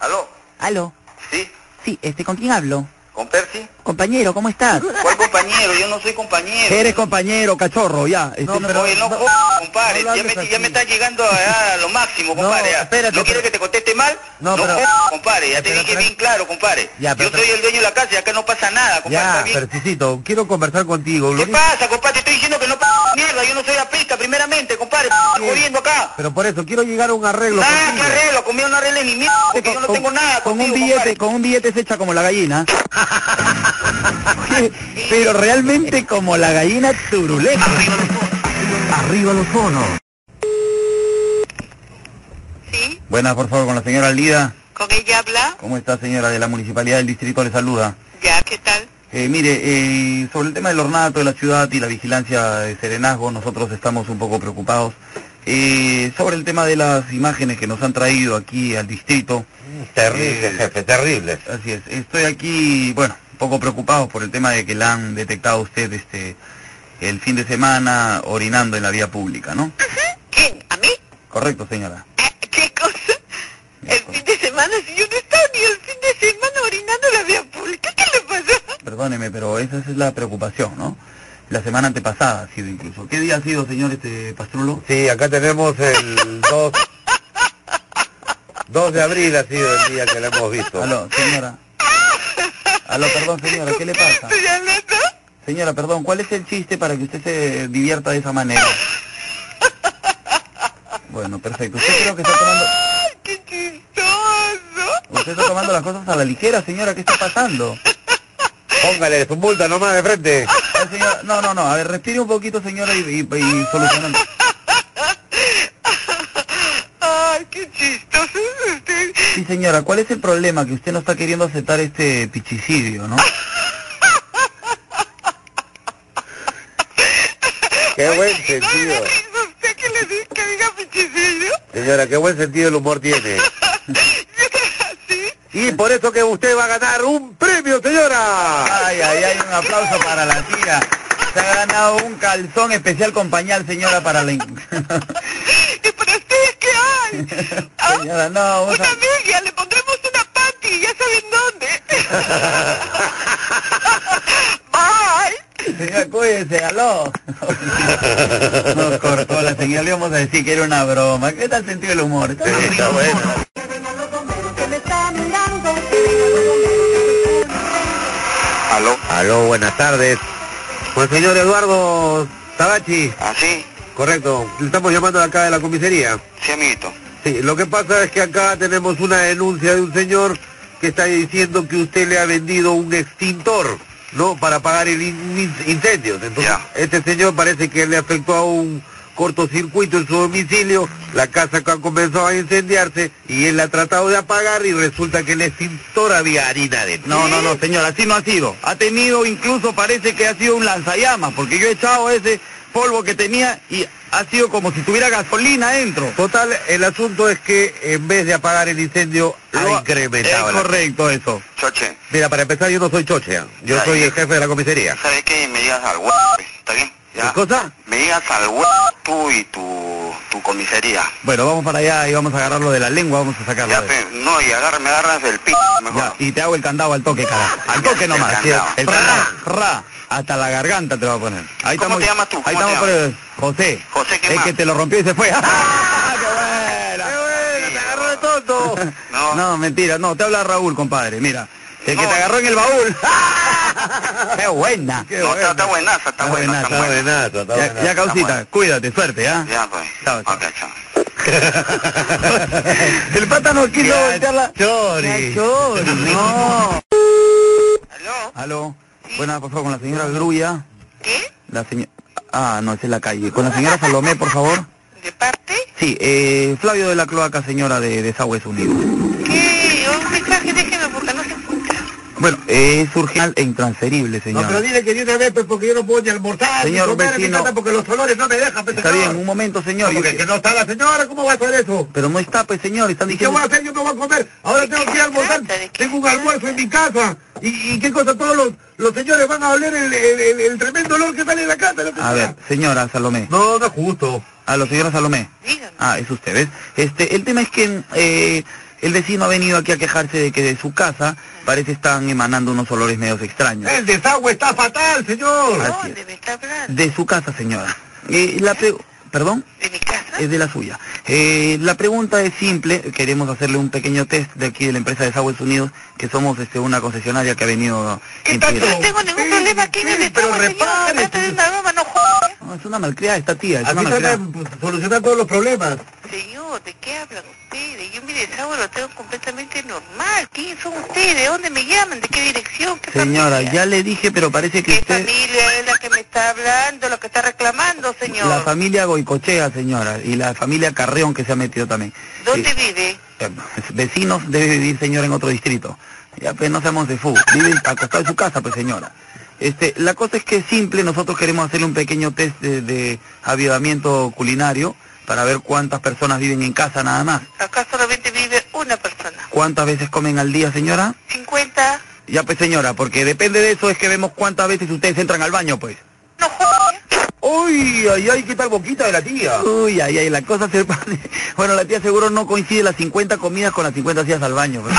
Aló,
Aló,
sí,
sí, este, ¿con quién hablo?
con Percy.
Compañero, ¿cómo estás?
¿Cuál compañero? Yo no soy compañero.
Eres compañero, cachorro, ya. Este,
No,
no-
pero-
Oye, no,
no-
jodas, compadre,
no lo
ya, me,
hables
ya me
así.
está llegando a, a lo máximo,
No,
compadre. ya. No,
espérate, pero-
quiero que te conteste mal,
No,
no,
pero-
jodas, compadre, ya te
Pero,
dije
pero-
bien claro, compadre.
Ya, pero-
Yo soy el dueño de la casa y acá no pasa nada, compadre.
Ya,
está bien.
Percisito, quiero conversar contigo. lo
¿Qué
único-
pasa, compadre? Te estoy diciendo que no pasa mierda, yo no soy apista, primeramente, compadre, estoy jodiendo acá.
Pero por eso, quiero llegar a un arreglo
Nada, que
contigo.
arreglo, conmigo no arregle ni mierda, porque yo no tengo nada
con
contigo,
un billete,
compadre.
con un billete se echa como la gallina. Pero realmente como la gallina turuleca. Arriba los conos.
¿Sí?
Buenas, por favor, con la señora Lida.
¿Con ella habla?
¿Cómo está, señora de la Municipalidad del Distrito? Le saluda.
Ya, ¿qué tal?
Eh, mire, eh, sobre el tema del ornato de la ciudad y la vigilancia de Serenazgo, nosotros estamos un poco preocupados. Eh, sobre el tema de las imágenes que nos han traído aquí al distrito,
Mm, Terrible,
Eh,
jefe, terrible.
Así es. Estoy aquí, bueno, un poco preocupado por el tema de que la han detectado a usted este el fin de semana orinando en la vía pública, ¿no?
¿Quién? ¿A mí?
Correcto, señora.
Ah, ¿Qué cosa? El fin de semana, si yo no estaba ni el fin de semana orinando la vía pública, ¿qué le pasa?
Perdóneme, pero esa es la preocupación, ¿no? La semana antepasada ha sido incluso. ¿Qué día ha sido, señor este Pastrulo?
Sí, acá tenemos el 2... 2 de abril ha sido el día que lo hemos visto.
Aló, señora. Aló, perdón, señora, ¿qué le pasa?
Estoy hablando.
Señora, perdón, ¿cuál es el chiste para que usted se divierta de esa manera? Bueno, perfecto. Usted creo que está tomando,
¡Ay, qué chistoso!
usted está tomando las cosas a la ligera, señora, ¿qué está pasando?
Póngale su multa nomás de frente.
No, señora, no, no, no, a ver, respire un poquito, señora, y, y, y solucionamos.
¡Ay, qué chistoso es usted!
Sí, señora, ¿cuál es el problema? Que usted no está queriendo aceptar este pichicidio, ¿no?
Qué buen
¿Sabe la
sentido.
risa usted que le diga que diga pichisillo?
Señora, qué buen sentido el humor tiene.
¿Sí?
Y por eso que usted va a ganar un premio, señora.
Ay, ay, ay, un aplauso para la tía. Se ha ganado un calzón especial con pañal, señora, para la... in-
¿Y para ustedes qué hay? ¿Ah?
señora, no, vamos a-
Una media, le pondremos una pata. en dónde. Bye.
Señora, cuídese, aló. Nos cortó la señora, le íbamos a decir que era una broma. ¿Qué tal sentido el humor? Está
Sí, está bueno.
Aló.
Aló, buenas tardes. Con el señor Eduardo Tabachi.
¿Ah, sí?
Correcto, le estamos llamando de acá de la comisaría.
Sí, amiguito.
Sí, lo que pasa es que acá tenemos una denuncia de un señor que está diciendo que usted le ha vendido un extintor, ¿no? Para apagar el in- in- incendio. Entonces,
Ya.
este señor parece que le afectó a un cortocircuito en su domicilio, la casa que ha comenzado a incendiarse y él la ha tratado de apagar y resulta que el extintor había harina dentro.
No, no, no, señor, así no ha sido. Ha tenido, incluso parece que ha sido un lanzallamas, porque yo he echado ese polvo que tenía y ha sido como si tuviera gasolina dentro.
Total, el asunto es que en vez de apagar el incendio, ha
Lo-
incrementado.
Es
la-
correcto eso.
Choche,
Mira, para empezar, yo no soy chochea, yo
Ay.
soy el jefe de la comisaría.
¿sabes qué? Me digas al huevo, pues, ¿está bien?
¿Qué cosa?
Me digas al huevo tú y tu, tu comisaría.
Bueno, vamos para allá y vamos a agarrarlo de la lengua, vamos a sacarlo.
Ya,
de-
pe, no, y agarra, me agarras del p...
Ya,
mejor.
y te hago el candado al toque, carajo. Al toque nomás.
El candado.
sí, El candado. Ra. Hasta la garganta te lo va a poner. Ahí
¿Cómo
estamos,
te llamas tú?
Ahí
¿Cómo
estamos
te
por el- José.
José, ¿qué
es
más?
que te lo rompió y se fue. ¡Ah, ¡Qué buena!
te agarró de tonto. No.
No, mentira. No, te habla Raúl, compadre. Mira. El que
No.
te agarró en el baúl. ¡Ah! ¡Qué buena!
No, está, está buenaza, está
Está
buena,
buenaza,
está
está
buena.
Buenazo, está
Ya,
buenazo.
ya, causita,
buena.
cuídate, suerte, ¿ah?
Ya, pues.
Chao, chao.
Ok, chao.
el pata no quiso
Ya,
voltearla.
Chori.
Ya, Chori, no.
¿Aló?
Aló. Buenas, por favor, con la señora Grulla.
¿Qué?
La señora... Ah, no, esa es la calle. Con la señora Salomé, por favor.
¿De parte?
Sí, eh, Flavio de la Cloaca, señora de Desagües Unidos.
¿Qué? Un mensaje, déjeme porque no se escucha.
Bueno, eh, es urgente e intransferible,
No, pero
señora.
dile que de una vez, pues, porque yo no puedo ni almorzar,
Señor
ni comer, ni
vecino.
nada, porque los olores no me dejan, pues,
Está
señor.
bien, un momento, señor.
No, porque
Yo-
que no está la señora, ¿cómo va a hacer eso?
Pero no está, pues, señor, están
¿Y qué
diciendo...
voy a hacer? Yo no voy a comer, ahora tengo que ir a almorzar,
trata? ¿De qué
tengo un almuerzo en mi casa. ¿Y, y qué cosa? Todos los, los señores van a oler el, el- el- el tremendo olor que sale de la casa. ¿no?
A ver, señora Salomé.
No, no es justo.
A la señora Salomé.
Dígame.
Ah, es usted, ¿ves? Este, el tema es que eh, el vecino ha venido aquí a quejarse de que de su casa parece están emanando unos olores medios extraños.
El desagüe está fatal, señor.
Así es.
¿Dónde me está hablando?
De su casa, señora. Eh, la pre- ¿Perdón?
¿De mi casa?
Es de la suya. Eh, la pregunta es simple. Queremos hacerle un pequeño test de aquí de la empresa de Sagües Unidos, que somos este, una concesionaria que ha venido...
¿Qué
integrada.
tanto?
No tengo ningún
Sí,
problema aquí en
sí,
el
pero
estado, señor.
repare,
Trata
pues.
de una broma, no jodas.
No, es una malcriada esta tía. Es
Así
una malcriada.
tratan de solucionar todos los problemas.
Señor, ¿de qué hablan ustedes? Yo mi desagüe lo tengo completamente normal. ¿Quién son ustedes? ¿De dónde me llaman? ¿De qué dirección? ¿Qué
Señora,
familia?
ya le dije, pero parece que
¿Qué
usted...
familia es la que me está hablando, la que está reclamando, señor?
La familia Goicochea, señora, y la familia Carreón que se ha metido también.
¿Dónde
Eh,
vive?
eh, vecinos debe vivir, señora, en otro distrito. Ya, pues no seamos de fu. Vive acostado en su casa, pues, señora. Este, la cosa es que es simple, nosotros queremos hacerle un pequeño test de, de avivamiento culinario para ver cuántas personas viven en casa nada más.
Acá solamente vive una persona.
¿Cuántas veces comen al día, señora?
50.
Ya, pues, señora, porque depende de eso es que vemos cuántas veces ustedes entran al baño, pues.
No jodas.
Uy, ay, ay, qué tal boquita de la tía.
Uy, ay, ay, la cosa se pone. Bueno, la tía seguro no coincide las 50 comidas con las 50 sillas al baño. pues.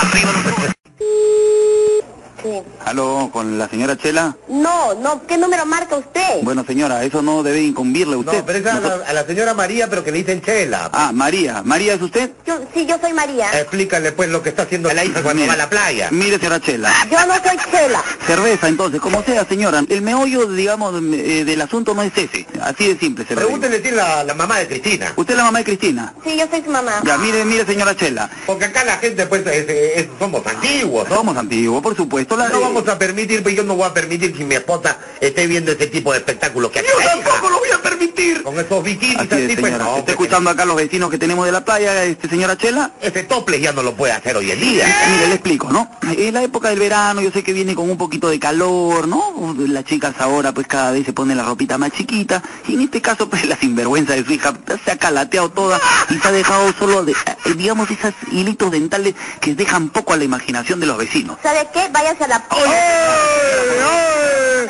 Sí.
Aló, con la señora Chela.
No, no, ¿qué número marca usted?
Bueno, señora, eso no debe incumbirle a usted.
No, pero es a la, a la señora María, pero que le dicen chela. pues.
Ah, María. ¿María es usted?
Yo, sí, yo soy María.
Explícale pues lo que está haciendo la hija cuando
Mire.
va a la playa.
Mire, señora Chela.
Yo no soy Chela.
Cerveza, entonces, como sea, señora. El meollo, digamos, eh, del asunto no es ese. Así de simple, se lo digo.
Pregúntele si es la, la mamá de Cristina.
Usted es la mamá de Cristina.
Sí, yo soy su mamá.
Ya, mire, mire, señora Chela.
Porque acá la gente pues es- es- somos antiguos, ¿no?
Somos antiguos, por supuesto. La
No vamos a permitir, pues yo no voy a permitir que mi esposa esté viendo ese tipo de espectáculos que
Yo
hace la hija.
tampoco lo voy a permitir.
Con esos bikinis
Así es,
pues,
señora.
no,
¿Está
pues,
escuchando acá los vecinos que tenemos de la playa, este, señora Chela?
Ese tople ya no lo puede hacer hoy en día.
Mire, le explico, ¿no? Es la época del verano, yo sé que viene con un poquito de calor, ¿no? Las chicas ahora pues cada vez se ponen la ropita más chiquita y en este caso pues la sinvergüenza de su hija se ha calateado toda y se ha dejado solo, de, eh, digamos, esas hilitos dentales que dejan poco a la imaginación de los vecinos.
¿Sabe qué? Váyase a la...
¡Ay, ay!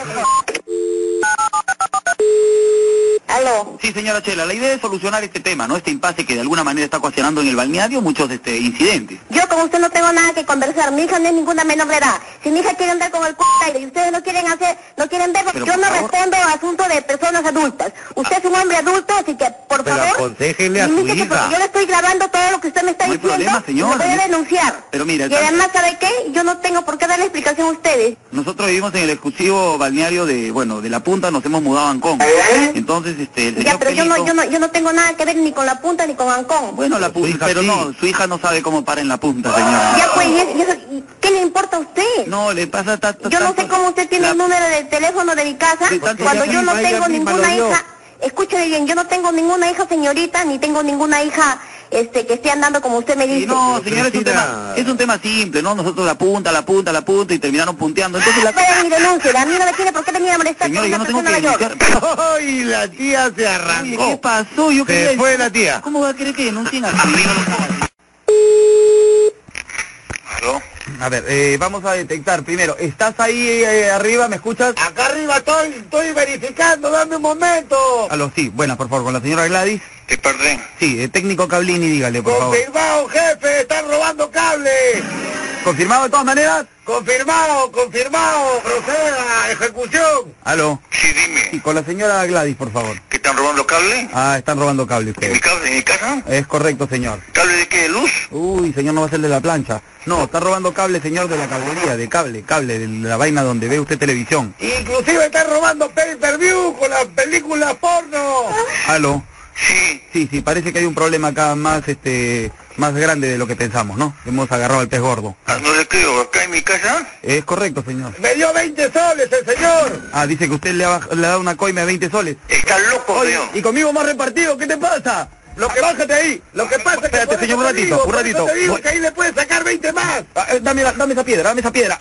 A
Aló.
Sí, señora Chela, la idea es solucionar este tema, ¿no? Este impasse que de alguna manera está ocasionando en el balneario muchos este, incidentes.
Yo con usted no tengo nada que conversar. Mi hija no es ninguna menor de edad. Si mi hija quiere andar con el c... y ustedes no quieren hacer, no quieren ver,
Pero,
yo
por
no
favor.
respondo a asuntos de personas adultas. Usted es un hombre adulto, así que, por
Pero
favor...
aconséjele a su
limítese,
hija.
Porque yo le estoy grabando todo lo que usted me está
No hay
diciendo.
problema, señora.
y lo voy a denunciar.
Pero mira,
Y además, ¿sabe qué? Yo no tengo por qué darle explicación a ustedes.
Nosotros vivimos en el exclusivo balneario de, bueno, de La Punta, nos hemos mudado a Ancón. Entonces, este, el
¿Eh? Ya,
señor
pero yo no,
Pellico-
yo, no, yo no tengo nada que ver ni con la punta ni con Ancón.
Bueno, la
Su
punta,
hija
pero
sí.
no, su hija no sabe cómo para en La Punta, señora.
Ya, pues, y eso- y eso- y ¿qué le importa a usted?
No, le pasa ta- ta-
Yo no
tanto-
sé cómo usted tiene
la-
el número de teléfono de mi casa
Sí, tanto
cuando
ya
yo no
misma, ella
tengo
misma lo
ninguna
dio.
hija. Escúcheme bien, yo no tengo ninguna hija señorita ni tengo ninguna hija este que esté andando como usted me
Sí,
dice.
no, señora, es un,
Cristina.
tema, es un tema simple, ¿no? Nosotros la punta, la punta, la punta y terminaron punteando. Entonces la...
Para mi denuncia, a mí no me tiene por qué venir a molestar
Señora,
con
yo
una
no tengo
persona
que
mayor.
denunciar...
¡Ay, la tía se
Oye,
arrancó!
¿Qué pasó? Yo quería
se
decir-
fue la tía.
¿Cómo va a querer que denuncien a su hijo?
A ver, eh, vamos a detectar primero. ¿Estás ahí eh, arriba? ¿Me escuchas?
Acá arriba estoy, estoy verificando, dame un momento.
Aló, sí. Buena, por favor, con la señora Gladys.
Te perdí.
Sí, eh, técnico Cablini, dígale, por favor.
Confirmado, jefe, están robando cable.
¿Confirmado de todas maneras?
Confirmado, confirmado, proceda, ejecución.
Aló.
Sí, dime,
Sí, con la señora Gladys, por favor.
¿que están robando cable?
Ah, están robando cable
¿En mi
ustedes.
casa? ¿En mi casa?
Es correcto, señor.
¿Cable de qué? ¿De luz?
Uy, señor, no va a ser de la plancha. No, está robando cable, señor, de la cablería, de cable, cable, de la vaina donde ve usted televisión.
Inclusive están robando pay-per-view con las películas porno.
Aló.
Sí,
Sí, sí, parece que hay un problema acá más, este, más grande de lo que pensamos, ¿no? Hemos agarrado al pez gordo.
ah, no le creo, acá en mi casa.
Es correcto, señor.
Me dio 20 soles el señor.
Ah, dice que usted le ha, baj- le ha dado una coima de 20 soles.
Está loco, Oye,
Y conmigo más repartido, ¿qué te pasa? Lo que bájate ahí.
Lo que pasa es que...
Ah, Espérate,
por
señor, un
eso te
ratito,
digo,
un
por eso
ratito.
Te digo
Voy-
que ahí le puedes sacar 20 más.
Ah, eh, dame, la- dame esa piedra, dame esa piedra.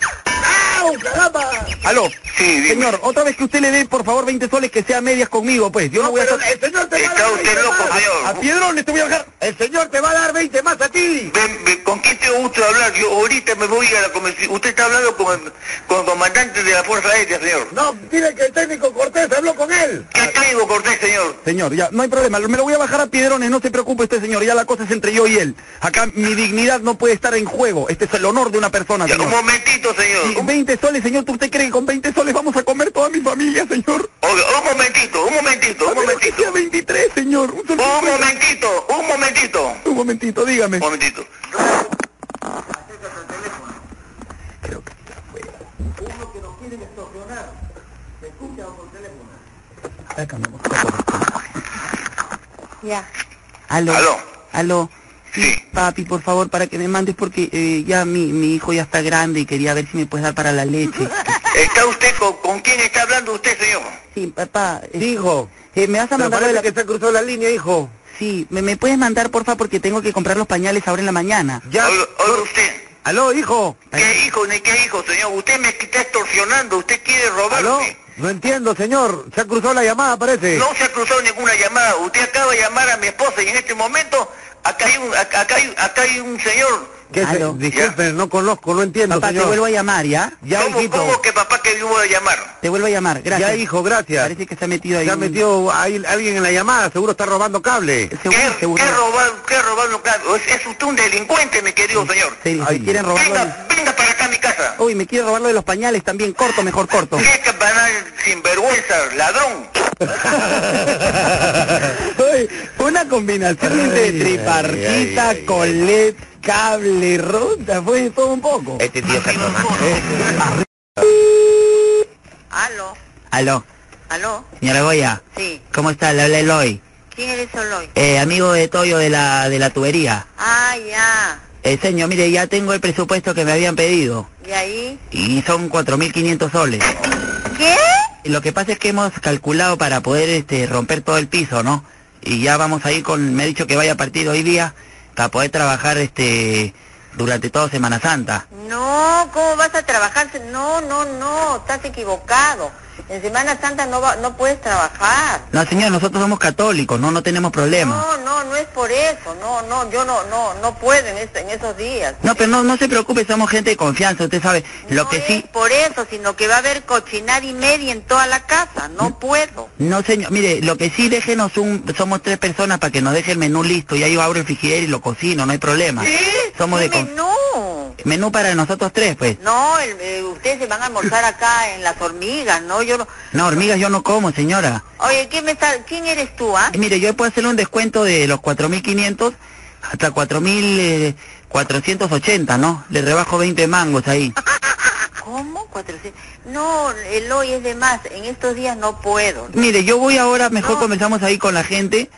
¡Au, caramba!
Aló.
Sí, dime.
Señor, otra vez que usted le dé, por favor, 20 soles que sea medias conmigo, pues. Yo no, voy a
pero eh,
hacer-
el señor te va a
Está
dar
usted
20
loco,
más.
señor.
A piedrones te voy a bajar.
El señor te va a dar 20 más a ti.
Ven, ven, ¿Con quién tengo gusto de hablar? Yo ahorita me voy a la comisión. Usted está hablando con el, con el comandante de la Fuerza Aérea, señor.
No, dile que el técnico Cortés habló con él.
¿Qué traigo, Cortés, señor?
Señor, ya, no hay problema, me lo voy a bajar a piedrones, no se preocupe usted, señor, ya la cosa es entre yo y él. Acá mi dignidad no puede estar en juego, este es el honor de una persona,
Ya, un
señor.
momentito, señor.
Y 20 soles, señor, ¿tú- ¿usted cree que con 20 soles vamos a comer toda mi familia, señor?
Oiga, un momentito, un momentito,
A
un
menos que
momentito.
sea 23, señor. Un, sol-
Un momentito, un momentito.
un momentito, dígame.
Un momentito.
Ya.
Aló.
Aló.
Aló.
Sí.
Papi, por favor, para que me mandes porque eh, ya mi, mi hijo ya está grande y quería ver si me puedes dar para la leche.
¿Está usted con, con quién está hablando usted, señor?
Sí, papá. eh,
Hijo,
eh, ¿Me vas a
pero
mandar lo de
parece
la...
que se cruzó la línea, hijo.
Sí, ¿me, me puedes mandar, porfa, porque tengo que comprar los pañales ahora en la mañana.
Ya.
Oiga, oiga usted.
Aló, hijo.
¿Qué hijo ni qué hijo, señor? Usted me está extorsionando, usted quiere robarme.
Aló. No entiendo, señor. Se ha cruzado la llamada, parece.
No se ha cruzado ninguna llamada. Usted acaba de llamar a mi esposa y en este momento acá hay un, acá acá hay, acá hay un señor.
¿Qué se-
Aló.
Disculpe, no conozco, no entiendo,
Papá, te
señor.
vuelvo a llamar, ¿ya?
Ya,
¿Cómo,
hijito.
cómo que papá que yo voy a llamar?
Te vuelvo a llamar, gracias.
Ya, hijo, gracias.
Parece que se ha metido ahí.
Se ha
un-
metido ahí alguien en la llamada, seguro está robando cable.
Seguro,
¿Qué,
seguro.
qué robar, qué robar los cargos? Es, es usted un delincuente, mi
Mm.
querido señor.
Serio,
Ay,
me quieren robar lo de-
Venga, venga para acá a mi casa.
Uy, me quieren robar lo de los pañales también. Corto, mejor corto.
Qué capanal sinvergüenza, ladrón.
Uy, Una combinación entre triparquita,
ay, ay, ay.
colet, cable, ronda, fue de todo un poco.
Este tío está
Aló,
Aló,
aló,
señora Goya,
sí.
¿cómo está? Le habla Eloy,
¿Quién eres Oloy?
eh, amigo de Toyo de la, de la tubería.
Ah, ya.
Eh, señor, mire, ya tengo el presupuesto que me habían pedido
¿Y ahí?
y son 4.500 soles.
¿Qué?
Lo que pasa es que hemos calculado para poder este, romper todo el piso, ¿no? Y ya vamos a ir con, me ha dicho que vaya a partir hoy día para poder trabajar este durante toda Semana Santa.
No, ¿cómo vas a trabajar? No, no, no, estás equivocado.
En Semana Santa no, va- no puedes trabajar.
No, señor, nosotros somos católicos, no, no tenemos problemas.
No, no, no es por eso. No, no, yo no, no, no puedo en, es- en esos días.
No, pero no, no se preocupe, somos gente de confianza, usted sabe. Lo
no
que
es
sí...
por eso, sino que va a haber cochinada y media en toda la casa.
Mm.
No puedo.
No, señor, mire, lo que sí déjenos un... Somos tres personas para que nos deje el menú listo. Ya yo abro el frigider y lo cocino, no hay problema. Somos de... con-
menú?
Menú para nosotros tres, pues.
No, el- eh, ustedes se van a almorzar acá en las hormigas, ¿no? Yo no...
No, hormigas yo no como, señora.
Oye, ¿quién, me está... ¿quién eres tú, ah?
Eh, Mire, yo puedo hacerle un descuento de los 4.500 hasta 4.480, ¿no? Le rebajo 20 mangos ahí.
¿Cómo? 400. No, el hoy es de más. En estos días no puedo.
Mire, yo voy ahora, mejor
No.
comenzamos ahí con la gente.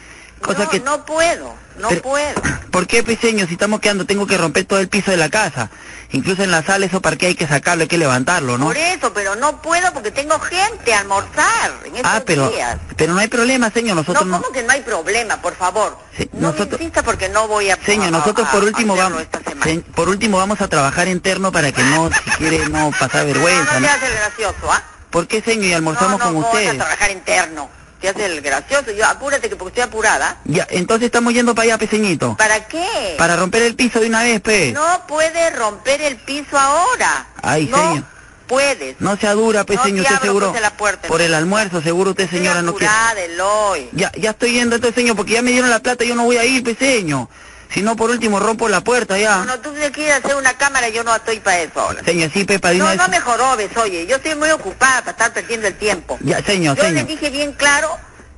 Cosa
no,
que...
no puedo, no
Pero-
puedo.
¿Por qué, peseño? Si estamos quedando, tengo que romper todo el piso de la casa. Incluso en la sala, eso parque hay que sacarlo, hay que levantarlo, ¿no?
Por eso, pero no puedo porque tengo gente a almorzar en estos
Ah, pero,
días.
pero no hay problema, señor. Nosotros
no,
no.
como que no hay problema, por favor.
Sí,
no
nosotros-
me insista porque no voy a... Ah,
Señor,
a-
nosotros
a-
por
a
último
hacerlo
vamos,
esta semana.
se- por último vamos a trabajar interno para que no, si quiere, no pasar vergüenza.
No, no
¿no?
te haces el gracioso, ¿ah?
¿Por qué, señor? Y almorzamos
no, no,
con
vamos a
ustedes.
trabajar interno. Te haces el gracioso. Yo, apúrate que porque estoy apurada.
Ya, entonces estamos yendo para allá, peseñito.
¿Para qué?
Para romper el piso de una vez, pe.
No puede romper el piso ahora.
Ay,
no
señor.
puedes.
No sea dura, peseño,
te
usted
abro,
seguro.
pues, la puerta,
por
no.
el almuerzo, seguro usted, señora, no quiere.
apurada, Eloy.
Ya, ya estoy yendo entonces, señor, porque ya me dieron la plata, yo no voy a ir, peseño. Si no, por último, rompo la puerta ya.
Cuando tú te quieres hacer una cámara, yo no estoy para eso ahora.
Señor, sí, Pepa, de una
No,
vez-
no me jorobes, oye. Yo estoy muy ocupada para estar perdiendo el tiempo.
Ya, señor,
yo le
señor.
dije bien claro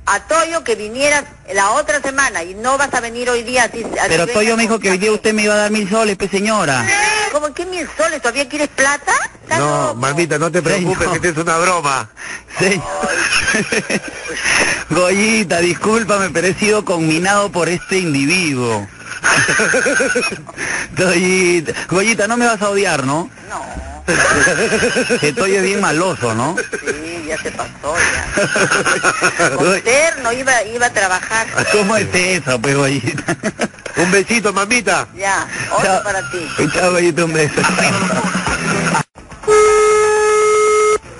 a Toyo que vinieras la otra semana y no vas a venir hoy día. Así, así
Pero
vengas
Toyo me dijo
con-
que hoy día usted me iba a dar mil soles, pe, señora.
¿Cómo que mil soles? ¿Todavía quieres plata? ¿Estás
No,
loco?
mamita, no te preocupes,
Señor.
que te es una broma.
Sí. Goyita, discúlpame, pero he sido conminado por este individuo. Goyita, Goyita, no me vas a odiar, ¿no?
No,
Que Toyo es bien maloso, ¿no?
sí, ya se pasó ya. Con terno iba, iba a trabajar.
¿Cómo es eso, pues, Goyita?
Un besito, mamita.
Ya, otro
Chao.
para ti.
Chao, Goyita, un beso.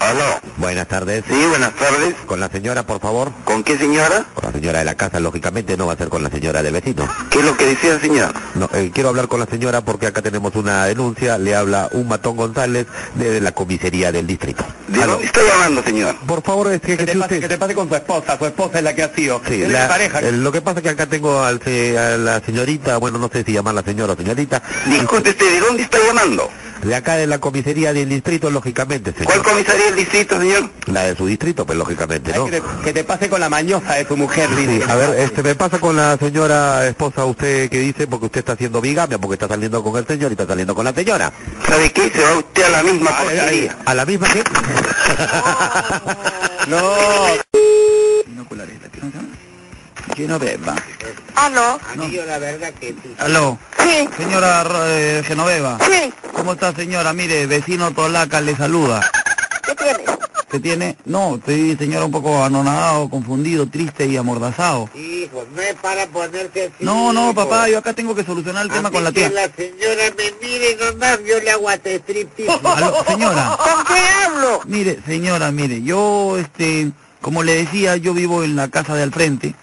Aló. Buenas tardes.
Sí, buenas tardes.
Con la señora, por favor.
¿Con qué señora?
Con la señora de la casa, lógicamente, no va a ser con la señora de vecino.
¿Qué es lo que decía señora?
No, eh, quiero hablar con la señora porque acá tenemos una denuncia. Le habla un matón González desde la comisaría del distrito.
¿De
Aló.
dónde estoy hablando, señor?
Por favor, es que, que usted-
con su esposa, su esposa es la que ha sido.
Sí, la- eh, lo que pasa es que acá tengo al se- a la señorita, bueno, no sé si llamarla señora o señorita,
Disculpe usted, ¿de dónde estoy llamando?
de acá de la comisaría del distrito, lógicamente,
¿Cuál
señor.
comisaría del distrito, señor?
La de su distrito, pues lógicamente, ¿no?
te pase con la mañosa de tu mujer,
Sí, a ver, este, me pasa con la señora esposa, usted que dice, porque usted está haciendo bigamia, porque está saliendo con el señor y está saliendo con la señora.
¿Sabe qué? Se va usted a la misma
A,
porquería.
a- a la misma que...
No. Binoculares, la tiene, ¿no? Quiero Beba.
¿Aló?
Aló,
Sí,
señora Ro- eh, Genoveva.
sí.
¿Cómo está, señora? Mire, vecino Tolaca le saluda.
¿Qué tienes?
¿Qué tiene? No, estoy, señora, un poco anonadado, confundido, triste y amordazado.
Hijo, no es para ponerte así.
No, no,
hijo.
papá, yo acá tengo que solucionar el tema
A
con
mí
la
que
tía.
la señora me mire nomás, yo le hago hasta striptease.
Aló, señora.
¿Con qué hablo?
Mire, señora, mire, yo, este, como le decía, yo vivo en la casa de al frente,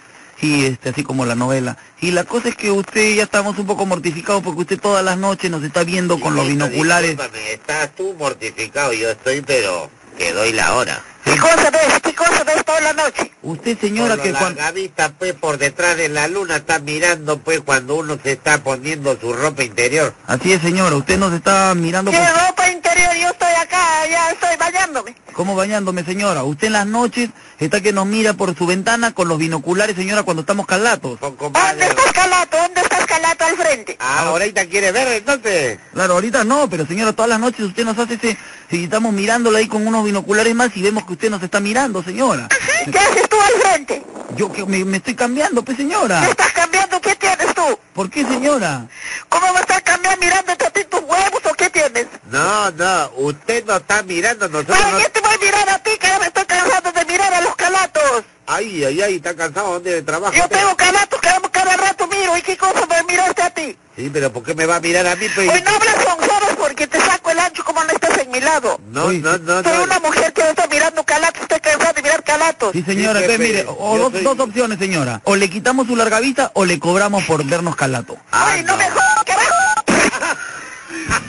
y este, así como la novela. Y la cosa es que usted ya estamos un poco mortificados porque usted todas las noches nos está viendo con los
Hijo,
binoculares.
discúlpame, Estás tú mortificado, yo estoy, pero te doy la hora.
¿Qué cosa ves? ¿Qué cosa ves toda la noche?
Usted, señora,
Por lo
que cuando...
larga vista, pues, por detrás de la luna está mirando, pues, cuando uno se está poniendo su ropa interior.
Así es, señora, usted nos está mirando
¿Qué
con-
ropa interior? Yo estoy acá, ya estoy bañándome.
como bañándome, señora. Usted en las noches está que nos mira por su ventana con los binoculares, señora, cuando estamos calatos.
Poco más
¿Dónde
de...
está Escalato? ¿Dónde está Escalato al frente?
Ah, ahorita quiere ver, entonces.
Claro, ahorita no, pero señora, todas las noches usted nos hace ese... Si estamos mirándola ahí con unos binoculares más y vemos que usted nos está mirando, señora.
¿Qué haces tú al frente?
Yo que me, me estoy cambiando, pues
¿Qué
señora.
estás cambiando? ¿Qué tienes tú?
¿Por qué señora?
¿Cómo vas a cambiar mirándote a ti tus huevos o qué tienes?
No, no, usted no está mirando, nosotros
¿Para
no...
qué te voy este a mirar a ti que ya me estoy cansando de mirar a los calatos?
Ay, ay, ay, está cansado, ¿dónde trabaja?
Yo
usted?
tengo calatos que cada rato miro y qué cosa me miraste a ti.
Sí, pero ¿por qué me va a mirar a mí? Pues?
Hoy no hablas con porque te saco el ancho como no estás en mi lado.
No,
Oye,
no, no,
Soy
no.
una mujer que está mirando calatos, estoy cansada de mirar calatos.
Sí, señora,
Sí,
entonces
jefe,
mire, o
yo
dos,
soy-
dos opciones, señora. O le quitamos su larga vista o le cobramos por vernos calato.
Ah,
¡Ay, no,
no.
me jodas, carajo!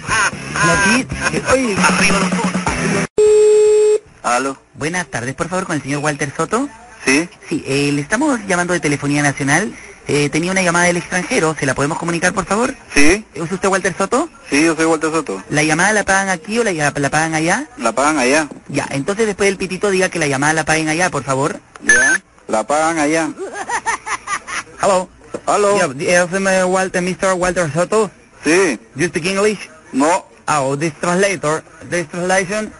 Ah.
La ti-
eh,
Oye,
¿Aló?
Buenas tardes, por favor, con el señor Walter Soto.
¿Sí?
Sí, eh, le estamos llamando de Telefonía Nacional. Eh, tenía una llamada del extranjero, ¿se la podemos comunicar, por favor?
¿Sí?
¿Es usted Walter Soto?
Sí, yo soy Walter Soto.
¿La llamada la pagan aquí o la, la pagan allá?
¿La pagan allá?
Ya, entonces después del pitito diga que la llamada la paguen allá, por favor.
¿Ya? ¿La pagan allá?
hello.
¿Aló?
Yeah, the- uh, I'm, uh, Walter, Mr. Walter Soto.
¿Sí?
You speak English?
¿No?
Oh, this translator, this translation,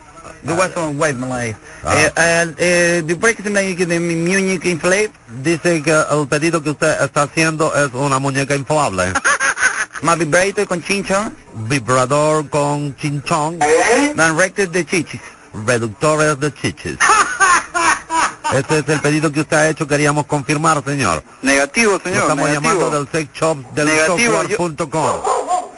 the
Ah.
was on white Malay. Eh, eh, eh, the break is like the Munich inflate.
Dice que el pedido que usted está haciendo es una muñeca inflable.
My vibrator con chinchón.
Vibrador con chinchón,
Man rected de chichis.
reductores de chichis. Este es el pedido que usted ha hecho, queríamos confirmar, señor.
Negativo,
Lo
señor.
estamos
negativo.
llamando del sex shop del
Negativo,
software.com.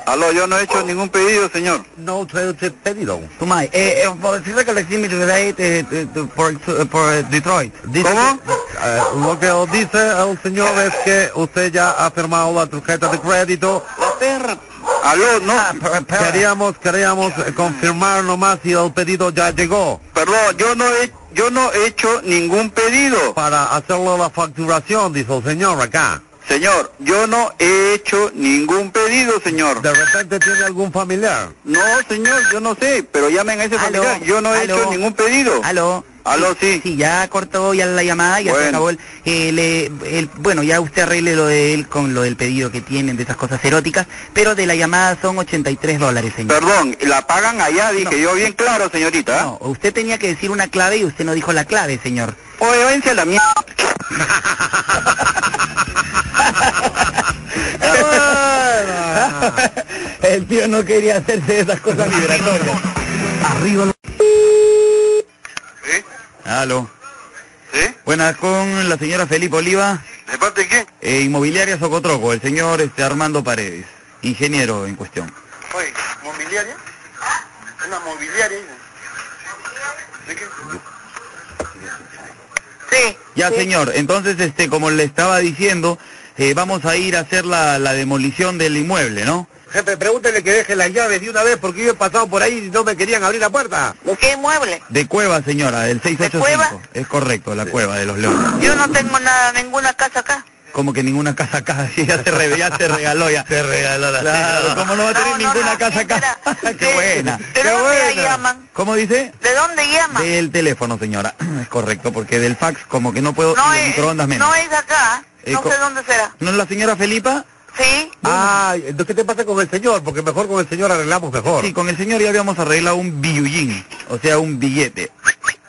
Aló, yo no he hecho ningún pedido, señor.
No usted usted pedido.
Tumay, eh, eh, for the collection relate eh, to- to- for, to- for Detroit.
Dice que- eh, lo que os dice el señor es que usted ya ha firmado la tarjeta de crédito.
Aló, no.
Queríamos, queríamos eh, confirmar nomás si el pedido ya llegó
Perdón, yo no he, yo no he hecho ningún pedido.
para hacerlo la facturación, dice el señor acá.
Señor, yo no he hecho ningún pedido, señor.
De repente tiene algún familiar.
No, señor, yo no sé, pero llamen a ese
Aló,
familiar. Yo no he
aló.
hecho ningún pedido.
¿Aló?
Aló, sí.
Sí, ya cortó ya la llamada, ya
Bueno.
se acabó el, el, eh, el- Bueno, ya usted arregle lo de él con lo del pedido que tienen, de esas cosas eróticas, pero de la llamada son 83 dólares, señor.
Perdón, la pagan allá, dije yo bien claro, señorita. ¿eh?
No, usted tenía que decir una clave y usted no dijo la clave, señor.
Oye, váyanse a la mierda.
El tío no quería hacerse esas cosas vibratorias. Arriba.
¿Eh?
Aló.
¿Eh?
Buenas, con la señora Felipe Oliva,
¿De parte de quién?
eh, inmobiliaria Socotroco, el señor este, Armando Paredes, ingeniero en cuestión.
Oye, ¿mobiliaria? Una mobiliaria. ¿De qué?
Sí.
Ya, señor, entonces, este, como le estaba diciendo, eh, vamos a ir a hacer la, la demolición del inmueble, ¿no?
Jefe, pregúntele que deje las llaves de una vez porque yo he pasado por ahí y no me querían abrir la puerta.
¿De qué mueble?
De cueva, señora, del 685.
cueva?
Es correcto, la cueva de los leones.
Yo no tengo nada, ninguna casa acá.
Como que ninguna casa acá, sí, ya se, re- ya se regaló ya. Se regaló la Claro, como no va a tener
No, no,
ninguna
no,
casa
¿quién
acá.
será?
Qué
Sí.
buena.
¿De
qué
dónde
buena.
llaman?
¿Cómo dice?
¿De dónde llama?
Del teléfono, señora. Es correcto, porque del fax como que no puedo...
no,
y del
es,
microondas menos.
no es acá.
Eh,
no
co-
sé dónde será.
¿No es la señora Felipa?
¿Sí?
Ah, entonces, ¿qué te pasa con el señor? Porque mejor con el señor arreglamos mejor.
Sí, con el señor ya habíamos arreglado un billullín, o sea, un billete,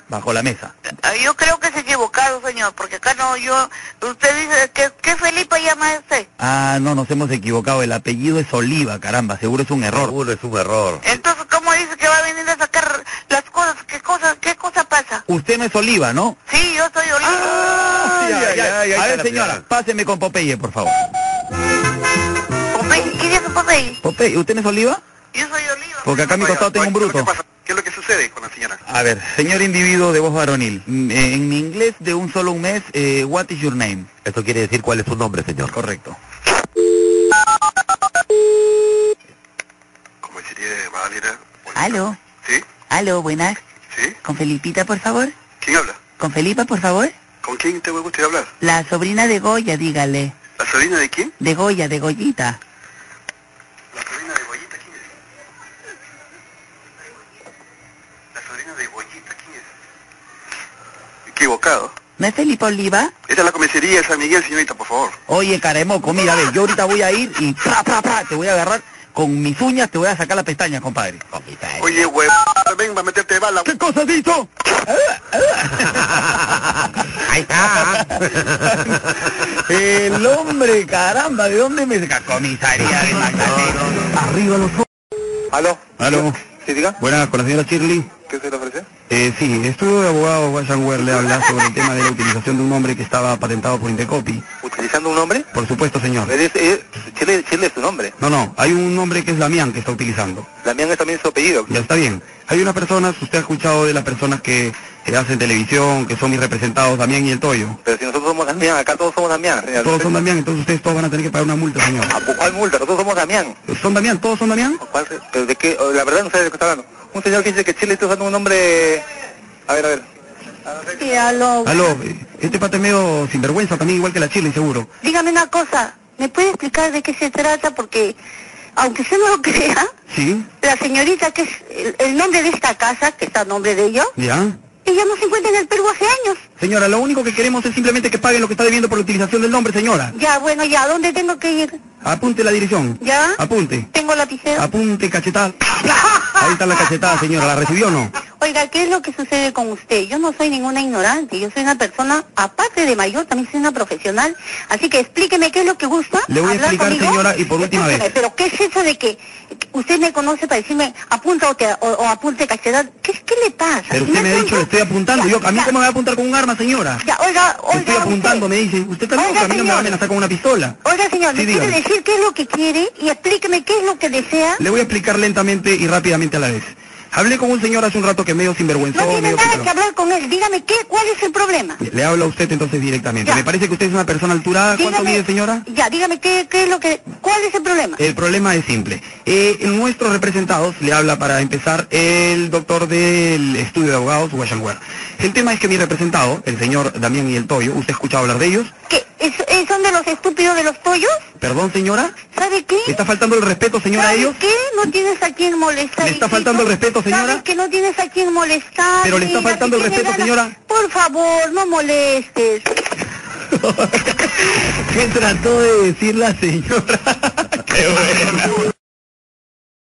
bajo la mesa.
Ah, Yo creo que se equivocado, señor, porque acá no, yo... Usted dice, ¿qué, qué Felipe llama este?
Ah, no, nos hemos equivocado, el apellido es Oliva, caramba, seguro es un error.
Seguro es un error.
Entonces, ¿cómo dice que va a venir a sacar las cosas? ¿Qué cosa, qué cosa pasa?
Usted no es Oliva, ¿no?
Sí, yo soy Olivia.
Ay,
ya,
ay,
ya,
ay.
ya,
A
ahí
ver,
está la
señora,
primera.
páseme con Popeye, por favor.
Popeye, ¿Quién es Popeye?
Popeye, ¿usted no es Oliva?
Yo soy Oliva.
Porque acá a mi
Oiga,
costado tengo un
oiga, ¿qué
bruto.
pasa? ¿Qué es lo que sucede con la señora?
A ver, señor individuo de voz varonil, mm, eh, en mi inglés de un solo un mes, eh, what is your name?
Esto quiere decir cuál es su nombre, señor.
Correcto.
Como sería de Valera.
Aló,
¿Sí?
aló, buenas.
¿Sí?
¿Con Felipita, por favor?
¿Quién habla?
¿Con Felipa, por favor?
¿Con quién te gusta hablar?
La sobrina de Goya, dígale.
¿La sobrina de quién?
De Goya, de Goyita.
¿La sobrina de Boyita quién es? ¿La sobrina de Boyita quién es? Equivocado.
¿No es Felipa Oliva?
Esa es la comisaría de San Miguel, señorita, por favor.
Oye, caremoco, mira, ve, yo ahorita voy a ir y pra, pra, pra, te voy a agarrar con mis uñas, te voy a sacar la pestaña, compadre.
Oye, huevo, ven, va a meterte de bala.
¿Qué cosa has dicho?
Ahí está.
El hombre, caramba, ¿de dónde me saca comisaría de Magdalena? Arriba los ojos.
Aló.
Aló.
¿Sí, diga?
Buenas, con la señora Shirley.
¿Qué se le ofrece?
Eh, sí, estudio de abogado Wayan Ware le habla sobre el tema de la utilización de un nombre que estaba patentado por Indecopy.
¿Utilizando un nombre?
Por supuesto, señor.
Eres, eres- Chile, Chile es su nombre.
No, no, hay un nombre que es Damián que está utilizando.
Damián es también su apellido.
Ya está bien. Hay unas personas, usted ha escuchado de las personas que eh, hacen televisión, que son mis representados, Damián y el Toyo.
Pero si nosotros somos Damián, acá todos somos Damián. señor.
Todos son Damián, entonces ustedes todos van a tener que pagar una multa, señor.
Ah, pues, ¿Cuál multa? Nosotros somos Damián.
¿Son Damián? ¿Todos son Damián?
¿Cuál se- pero de qué? Oh, La verdad no sé de lo que está hablando. Un señor que dice que Chile está usando un nombre... eh, A ver, a ver.
Sí, aló.
Aló, eh, este pata es medio sinvergüenza también, igual que la Chile, seguro.
Dígame una cosa, ¿me puede explicar de qué se trata? Porque, aunque usted no lo crea,
¿Sí?
la señorita que es el, el nombre de esta casa, que está a nombre de ellos,
¿Ya?
ella no se encuentra en el Perú hace años.
Señora, lo único que queremos es simplemente que paguen lo que está debiendo por la utilización del nombre, señora.
Ya, bueno, ya, ¿a dónde tengo que ir?
Apunte la dirección.
¿Ya?
Apunte.
¿Tengo lapicero?
Apunte, cachetada. Ahí está la cachetada, señora. ¿La recibió o no?
Oiga, ¿qué es lo que sucede con usted? Yo no soy ninguna ignorante, yo soy una persona, aparte de mayor, también soy una profesional. Así que explíqueme qué es lo que gusta.
Le voy a
hablar
explicar,
conmigo.
señora, y por última vez.
Escúcheme, Pero ¿qué es eso de que usted me conoce para decirme apunta o, te- o- o apunte cachedad? ¿Qué, ¿Qué le pasa?
Pero usted me ha dicho, le estoy apuntando. Yo, ¿A mí cómo me va a apuntar con un arma, señora?
Ya, oiga,
Le
oiga.
estoy apuntando, me
usted.
dice. Usted está
Oiga,
loca, a mí no me va a
señor.
amenazar con una pistola.
Oiga, señor,
Sí,
¿me quiere
dígame.
decir qué es lo que quiere y explíqueme qué es lo que desea?
Le voy a explicar lentamente y rápidamente a la vez. Hablé con un señor hace un rato que medio sinvergüenza.
No tiene nada que hablar con él, dígame qué, cuál es el problema.
Le hablo a usted entonces directamente.
Ya.
Me parece que usted es una persona alturada. ¿Cuánto
Dígame-
mide, señora?
Ya, dígame qué, qué es lo que, cuál es el problema.
El problema es simple. Eh, nuestros representados, le habla para empezar el doctor del estudio de abogados, Washington. El tema es que mi representado, el señor Damián y el Toyo, ¿usted ha escuchado hablar de ellos?
¿Qué? ¿Es- eh, ¿Son de los estúpidos de los pollos?
Perdón, señora.
¿Sabe qué?
¿Le está faltando el respeto, señora, a
¿Sabe
ellos?
qué? No tienes a quien molestar.
¿Le está
hijito.
faltando el respeto, señora?
¿Sabe que no tienes a quien molestar?
Pero le está
Mira,
faltando
si
el
tiene
respeto,
ganas-
señora.
Por favor, no molestes.
¿Qué trató de decir la señora? ¡Qué bueno!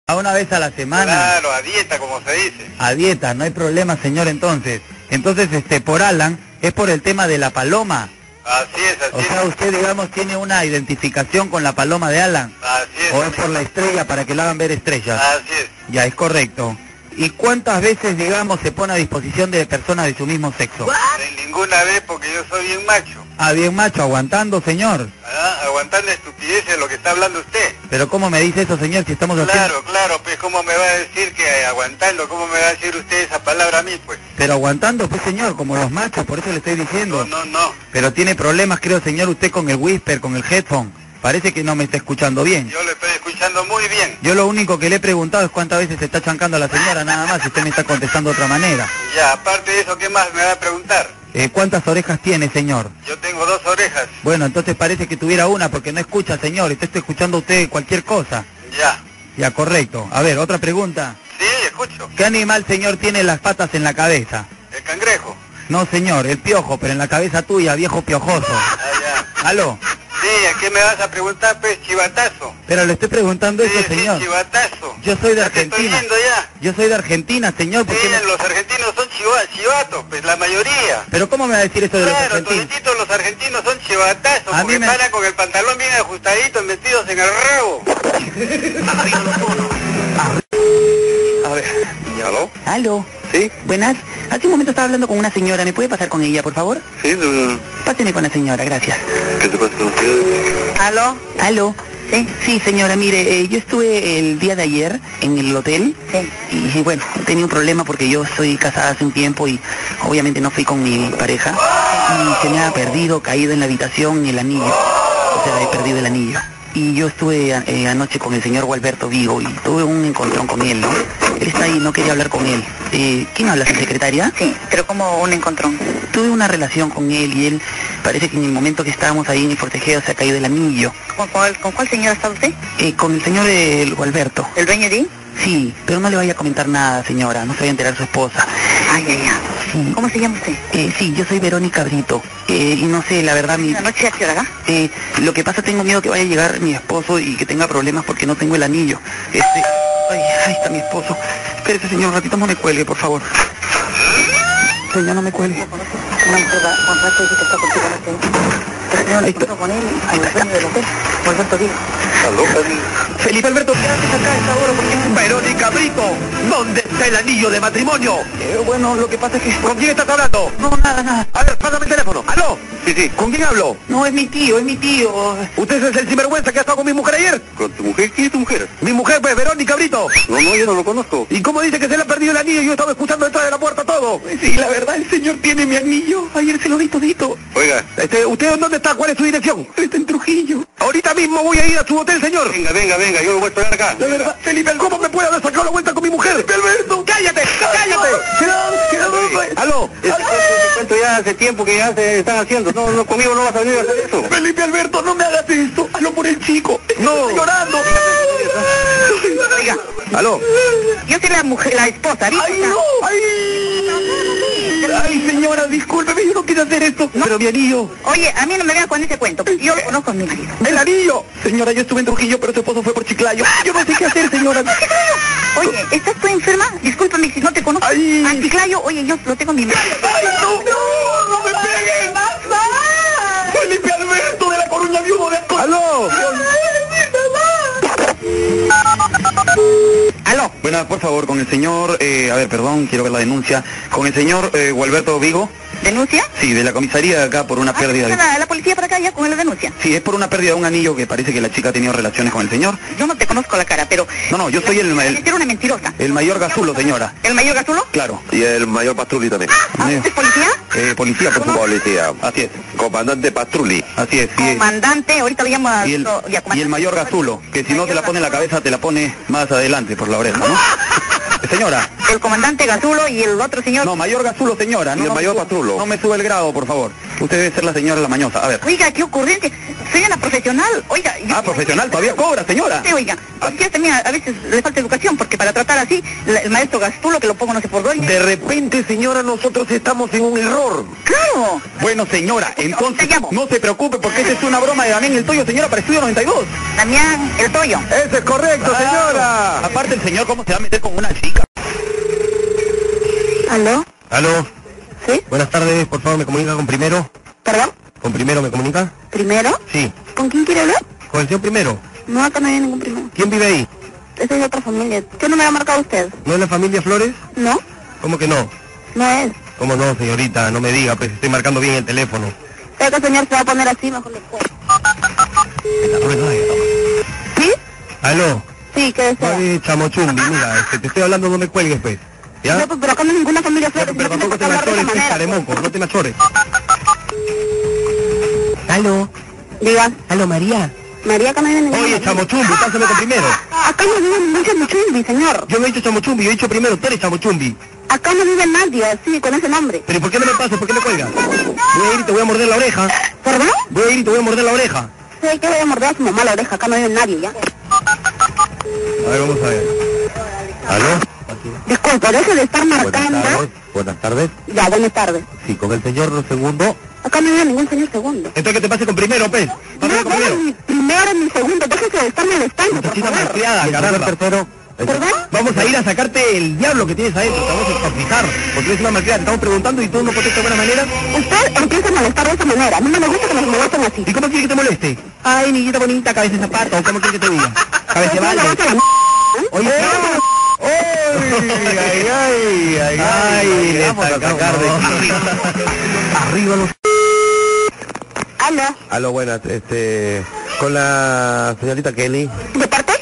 A una vez a la semana,
Claro, a dieta, como se dice.
a dieta, no hay problema, señor, entonces. Entonces, este, por Alan, es por el tema de la paloma.
Así es, así
O sea,
es.
usted, digamos, tiene una identificación con la paloma de Alan.
Así es.
O es por la estrella, para que la hagan ver estrellas.
Así es.
Ya, es correcto. ¿Y cuántas veces, digamos, se pone a disposición de personas de su mismo sexo?
De ninguna vez porque yo soy bien macho.
Ah, bien macho, aguantando, señor.
¿ah? Aguantando estupideces de lo que está hablando usted.
Pero ¿cómo me dice eso, señor, si estamos haciendo...
Claro, claro, pues ¿cómo me va a decir que eh, aguantando? ¿Cómo me va a decir usted esa palabra a mí, pues?
Pero aguantando, pues, señor, como los machos, por eso le estoy
No,
diciendo.
no, no.
Pero tiene problemas, creo, señor, usted con el whisper, con el headphone. Parece que no me está escuchando bien.
Yo lo estoy escuchando muy bien.
Yo lo único que le he preguntado es cuántas veces se está chancando a la señora, nada más, y usted me está contestando de otra manera.
Ya, aparte de eso, ¿qué más me va a preguntar?
Eh, ¿Cuántas orejas tiene, señor?
Yo tengo dos orejas.
Bueno, entonces parece que tuviera una porque no escucha, señor. Está está escuchando usted cualquier cosa.
Ya.
Ya, correcto. A ver, otra pregunta.
Sí, escucho.
¿Qué animal, señor, tiene las patas en la cabeza?
El cangrejo.
No, señor, el piojo, pero en la cabeza tuya, viejo piojoso.
Ah, ya.
Aló,
Sí, ¿a qué me vas a preguntar, pues, chivatazo?
pero le estoy preguntando
Sí,
eso,
sí,
señor.
chivatazo.
Yo soy de
Ya te estoy
Argentina.
viendo ya.
Yo soy de Argentina, señor, ¿por
Sí,
qué no-
los argentinos son chiva- chivatos, pues, la mayoría.
Pero ¿cómo me va a decir eso de los
Claro,
argentinos?
todititos los argentinos son chivatazos,
A mí
porque
me-
paran con el pantalón bien ajustadito, metidos en el rabo. A ver, ¿aló?
Aló.
Sí,
Buenas. Hace un momento estaba hablando con una señora. ¿Me puede pasar con ella, por favor?
sí,
Páseme con la señora, gracias.
¿qué te pasa con ustedes?
¿Aló?
Aló. Eh,
Sí.
Sí, señora, mire, eh, yo estuve el día de ayer en el hotel
Sí.
y bueno, tenía un problema porque yo soy casada hace un tiempo y obviamente no fui con mi pareja y se me ha perdido, caído en la habitación el anillo, o sea, he perdido el anillo. Y yo estuve a- eh, anoche con el señor Gualberto Vigo y tuve un encontrón con él, ¿no? Él está ahí, no quería hablar con él. Eh, ¿Quién habla, su secretaria?
Sí, pero como un encontrón.
Tuve una relación con él y él parece que en el momento que estábamos ahí en el forcejeo se ha caído el anillo.
¿Con cuál, con cuál señora está usted?
Eh, con el señor eh, Gualberto.
¿El dueño de?
Sí, pero no le vaya a comentar nada, señora. No se vaya a enterar su esposa.
Ay, ay, ay. ¿Cómo se llama usted?
Eh, sí, yo soy Verónica Brito. Eh, y no sé, la verdad, mi,
¿La noche a qué hora?
eh, lo que pasa tengo miedo que vaya a llegar mi esposo y que tenga problemas porque no tengo el anillo. Este, ay, ahí está mi esposo. Espérese, señor, un ratito no me cuelgue, por favor. Señor, no me cuelgue.
No, perdón, Juan Rato dice que está contigo, no sé. Pero no
Ahí
lo
está.
encontró con él, al dueño del hotel, Alberto Díaz.
¿Aló?
Felipe Alberto, ¿qué haces acá a esta hora? ¿Por qué?
Verónica Brito, ¿dónde está el anillo de matrimonio?
Eh, bueno, lo que pasa es que...
¿Con quién estás hablando?
No, nada, nada.
A ver, pásame el teléfono. ¿Aló? Sí, sí. ¿Con quién hablo?
No, es mi tío, es mi tío.
¿Usted es el sinvergüenza que ha estado con mi mujer ayer?
¿Con tu mujer? ¿Quién es tu mujer?
Mi mujer, pues, Verónica Brito.
No, no, yo no lo conozco.
¿Y cómo dice que se le ha perdido el anillo? Yo estaba escuchando detrás de la puerta todo.
Pues Sí, la verdad, el señor tiene mi anillo. Ayer se lo di todito.
Oiga,
Este, ¿Usted dónde está? ¿Cuál es su dirección?
Está en Trujillo.
Ahorita mismo voy a ir a su hotel, señor.
venga, venga, venga, yo lo voy a esperar acá.
De verdad, Felipe, ¿cómo me puede haber sacado la vuelta con mi mujer?
Alberto.
¡Cállate! ¡Cállate! ¡Aló!
Ese cuento, ese cuento ya hace tiempo que ya se están haciendo. No, no, conmigo no vas a venir a hacer eso.
Felipe Alberto, no me hagas esto. Hazlo por el chico.
¡No!
Llorando.
¡Aló!
Yo soy la mujer, la esposa, ¿viste?
¡Ay, no! ¡Ay! ¡Ay, señora, discúlpeme, yo no quise hacer esto! ¡Pero mi anillo!
Oye, a mí no me veas con ese cuento. Yo lo conozco a mi marido.
¡El anillo! Señora, yo estuve en Trujillo, pero su esposo fue por Chiclayo.
Ah,
Yo no sé qué hacer, señora.
Oye, ¿estás tú enferma? Ah, Discúlpame si no te conozco. Ah,
Ay.
Anticlayo, oye, yo lo tengo en mi mano.
¡Ay, no! ¡No, no me peguen! ¡Felipe Alberto de la Coruña Viudo de Alcor-
¡Aló!
¡Aló! Buenas, por favor, con el señor... eh, a ver, perdón, quiero ver la denuncia. Con el señor eh, Gualberto Vigo.
¿Denuncia?
Sí, de la comisaría de acá por una
Ah,
pérdida de...
la, la policía para acá ya con la denuncia.
Sí, es por una pérdida de un anillo que parece que la chica ha tenido relaciones con el señor.
Yo no te conozco la cara, pero...
No, no, yo soy el- el-
Era una mentirosa.
el mayor Gazulo, señora.
¿El mayor Gazulo?
Claro.
Y el mayor Pastrulli también.
¿Ah,
Mío.
¿usted es policía?
Eh, policía, por favor.
Policía.
Así es,
Comandante Pastrulli.
así es. sí es.
Comandante, ahorita le llamo a...
Y el,
no, ya,
y
comandante.
el mayor Gazulo, que si no te la pone en la cabeza, te la pone más adelante por la oreja, ¿no? señora,
El comandante Gazulo y el otro señor...
no, mayor Gazulo, señora. No,
Y el
no me
mayor
suba-
Pastrulo.
No me sube el grado, por favor. Usted debe ser la señora la mañosa. A ver.
Oiga, qué ocurrencia. Soy una profesional. Oiga... yo-
Ah, profesional, todavía cobra, señora.
Sí, oiga, porque también a- a veces le falta educación, porque para tratar así, la- el maestro Gastulo, que lo pongo no sé por dónde.
De repente, señora, nosotros estamos en un error.
¡Claro!
Bueno, señora, entonces
Te llamo.
no se preocupe porque esta es una broma de Damián El Toyo, señora, para Estudio 92.
Damián, el toyo.
¡Eso es correcto, señora!
Aparte, el señor, ¿cómo se va a meter con una chica?
¿Aló?
Aló,
¿Sí?
buenas tardes, por favor, ¿me comunica con primero?
¿Perdón?
¿Con primero me comunica?
¿Primero?
Sí.
¿Con quién quiere hablar?
¿Con el señor primero?
No, acá no hay ningún primero.
¿Quién vive ahí?
Esa es otra familia. ¿Qué número ha marcado usted?
¿No es la familia Flores?
¿No?
¿Cómo que no?
No es.
¿Cómo no, señorita? No me diga, pues estoy marcando bien el teléfono.
Creo que el señor se va a poner así, mejor le cuento. ¿Sí?
Aló,
Sí, ¿qué desea?
soy Chamochumbi, mira, este, te estoy hablando, no me cuelgues, pues. ¿Ya?
No, pues, pero acá no hay ninguna familia
Ya,
flores. no
pero tampoco te
tiene por qué hablar
machores,
de
pues,
esa manera.
caremoco, no te machores.
Aló,
Diga,
aló María.
María, acá no hay ninguna.
Oye, Chamochumbi, pásame con primero.
Acá no vive mucho muchumbi, señor.
Yo no he dicho Chamochumbi, yo he dicho primero, tú eres Chamochumbi.
Acá no vive nadie así, con ese nombre.
Pero ¿y ¿por qué no me pasas? ¿Por qué me cuelgas? Voy a ir y te voy a morder la oreja.
¿Perdón?
Voy a ir y te voy a morder la oreja.
Sí, que voy a morder a su mamá la oreja, acá no vive nadie, ¿ya?
A ver, vamos a ver. ¿Aló?
Disculpa, deje de estar marcando.
Buenas tardes. Buenas tardes.
Ya, buenas tardes.
Sí, con el señor segundo.
Acá no vive ningún señor segundo.
Entonces que te pase con primero, pues. pez. Pásame
No,
con
bueno,
primero.
ni primero ni segundo, déjese de estar molestando, por
Muchachita
favor.
malcriada, caramba. tercero.
¿Perdón?
Vamos a ir a sacarte el diablo que tienes adentro, te vamos a exorcizar, porque eres una malcriada, te estamos preguntando y tú no contestas de buena manera.
Usted empieza a molestar de esa manera. A mí no me gusta que nos molesten así.
¿Y cómo quieres que te moleste? Ay, niñita bonita, cabeza de zapato, ¿cómo quieres que te diga?
Pero
Cabeza de
tú le
balde.
vas a la m- ¿eh?
Oye, ay, ay, ay, ay,
Ay, le
vamos a
sacaron,
sacar de Arriba los...
Aló,
Aló, buenas, este... Con la señorita Kelly.
¿de parte?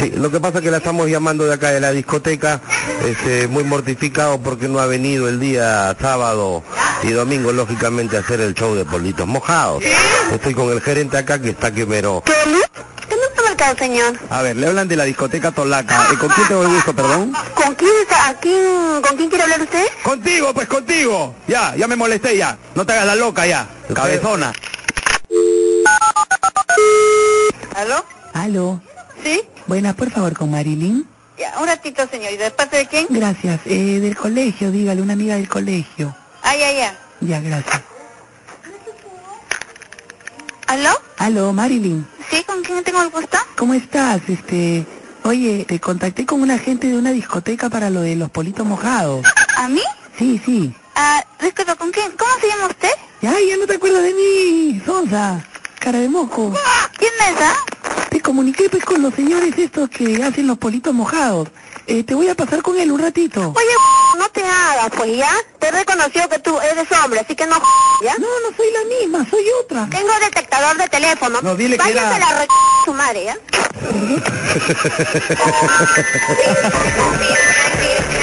Sí, lo que pasa es que la estamos llamando de acá de la discoteca, este, muy mortificado porque no ha venido el día sábado y domingo, lógicamente, a hacer el show de Politos Mojados. Estoy con el gerente acá que está quemero.
¿Kelly? ¿Qué no está marcado, señor?
A ver, le hablan de la discoteca Tolaca. Eh, ¿Con quién tengo el gusto, perdón?
¿Con quién está, a quién, con quién quiere hablar usted?
Contigo, pues contigo. Ya, ya me molesté Este ya. No te hagas la loca ya. Cabezona.
¿Aló?
Aló.
¿Sí?
Buenas, por favor, con Marilyn.
Ya, un ratito, señorita. ¿De parte de quién?
Gracias. Eh, del colegio, dígale, una amiga del colegio.
Ay, ay, ay.
Ya, gracias.
¿Aló?
Aló, Marilyn.
¿Sí? ¿Con quién tengo el gusto?
¿Cómo estás? Este, oye, te contacté con una gente de una discoteca para lo de los politos mojados.
¿A mí?
Sí, sí.
Ah, disculpa, ¿con quién? ¿Cómo se llama usted?
Ya, ya no te acuerdas de mí, Sonsa. Cara de moco.
¿Quién es, ah?
Te
comuniqué pues con los señores estos que hacen los politos mojados.
Este
Eh, te voy a pasar con él un ratito.
Oye, no te hagas, pues ya. Te he reconocido que tú eres hombre, así que no, ¿ya?
No, no soy la misma, soy otra.
Tengo detectador de teléfono.
No, dile que
Váyase
era-
la re... su madre, ¿eh? ¿ya?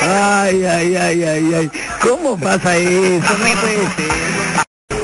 Ay, ay, ay, ay, ay. ¿Cómo pasa eso? No puede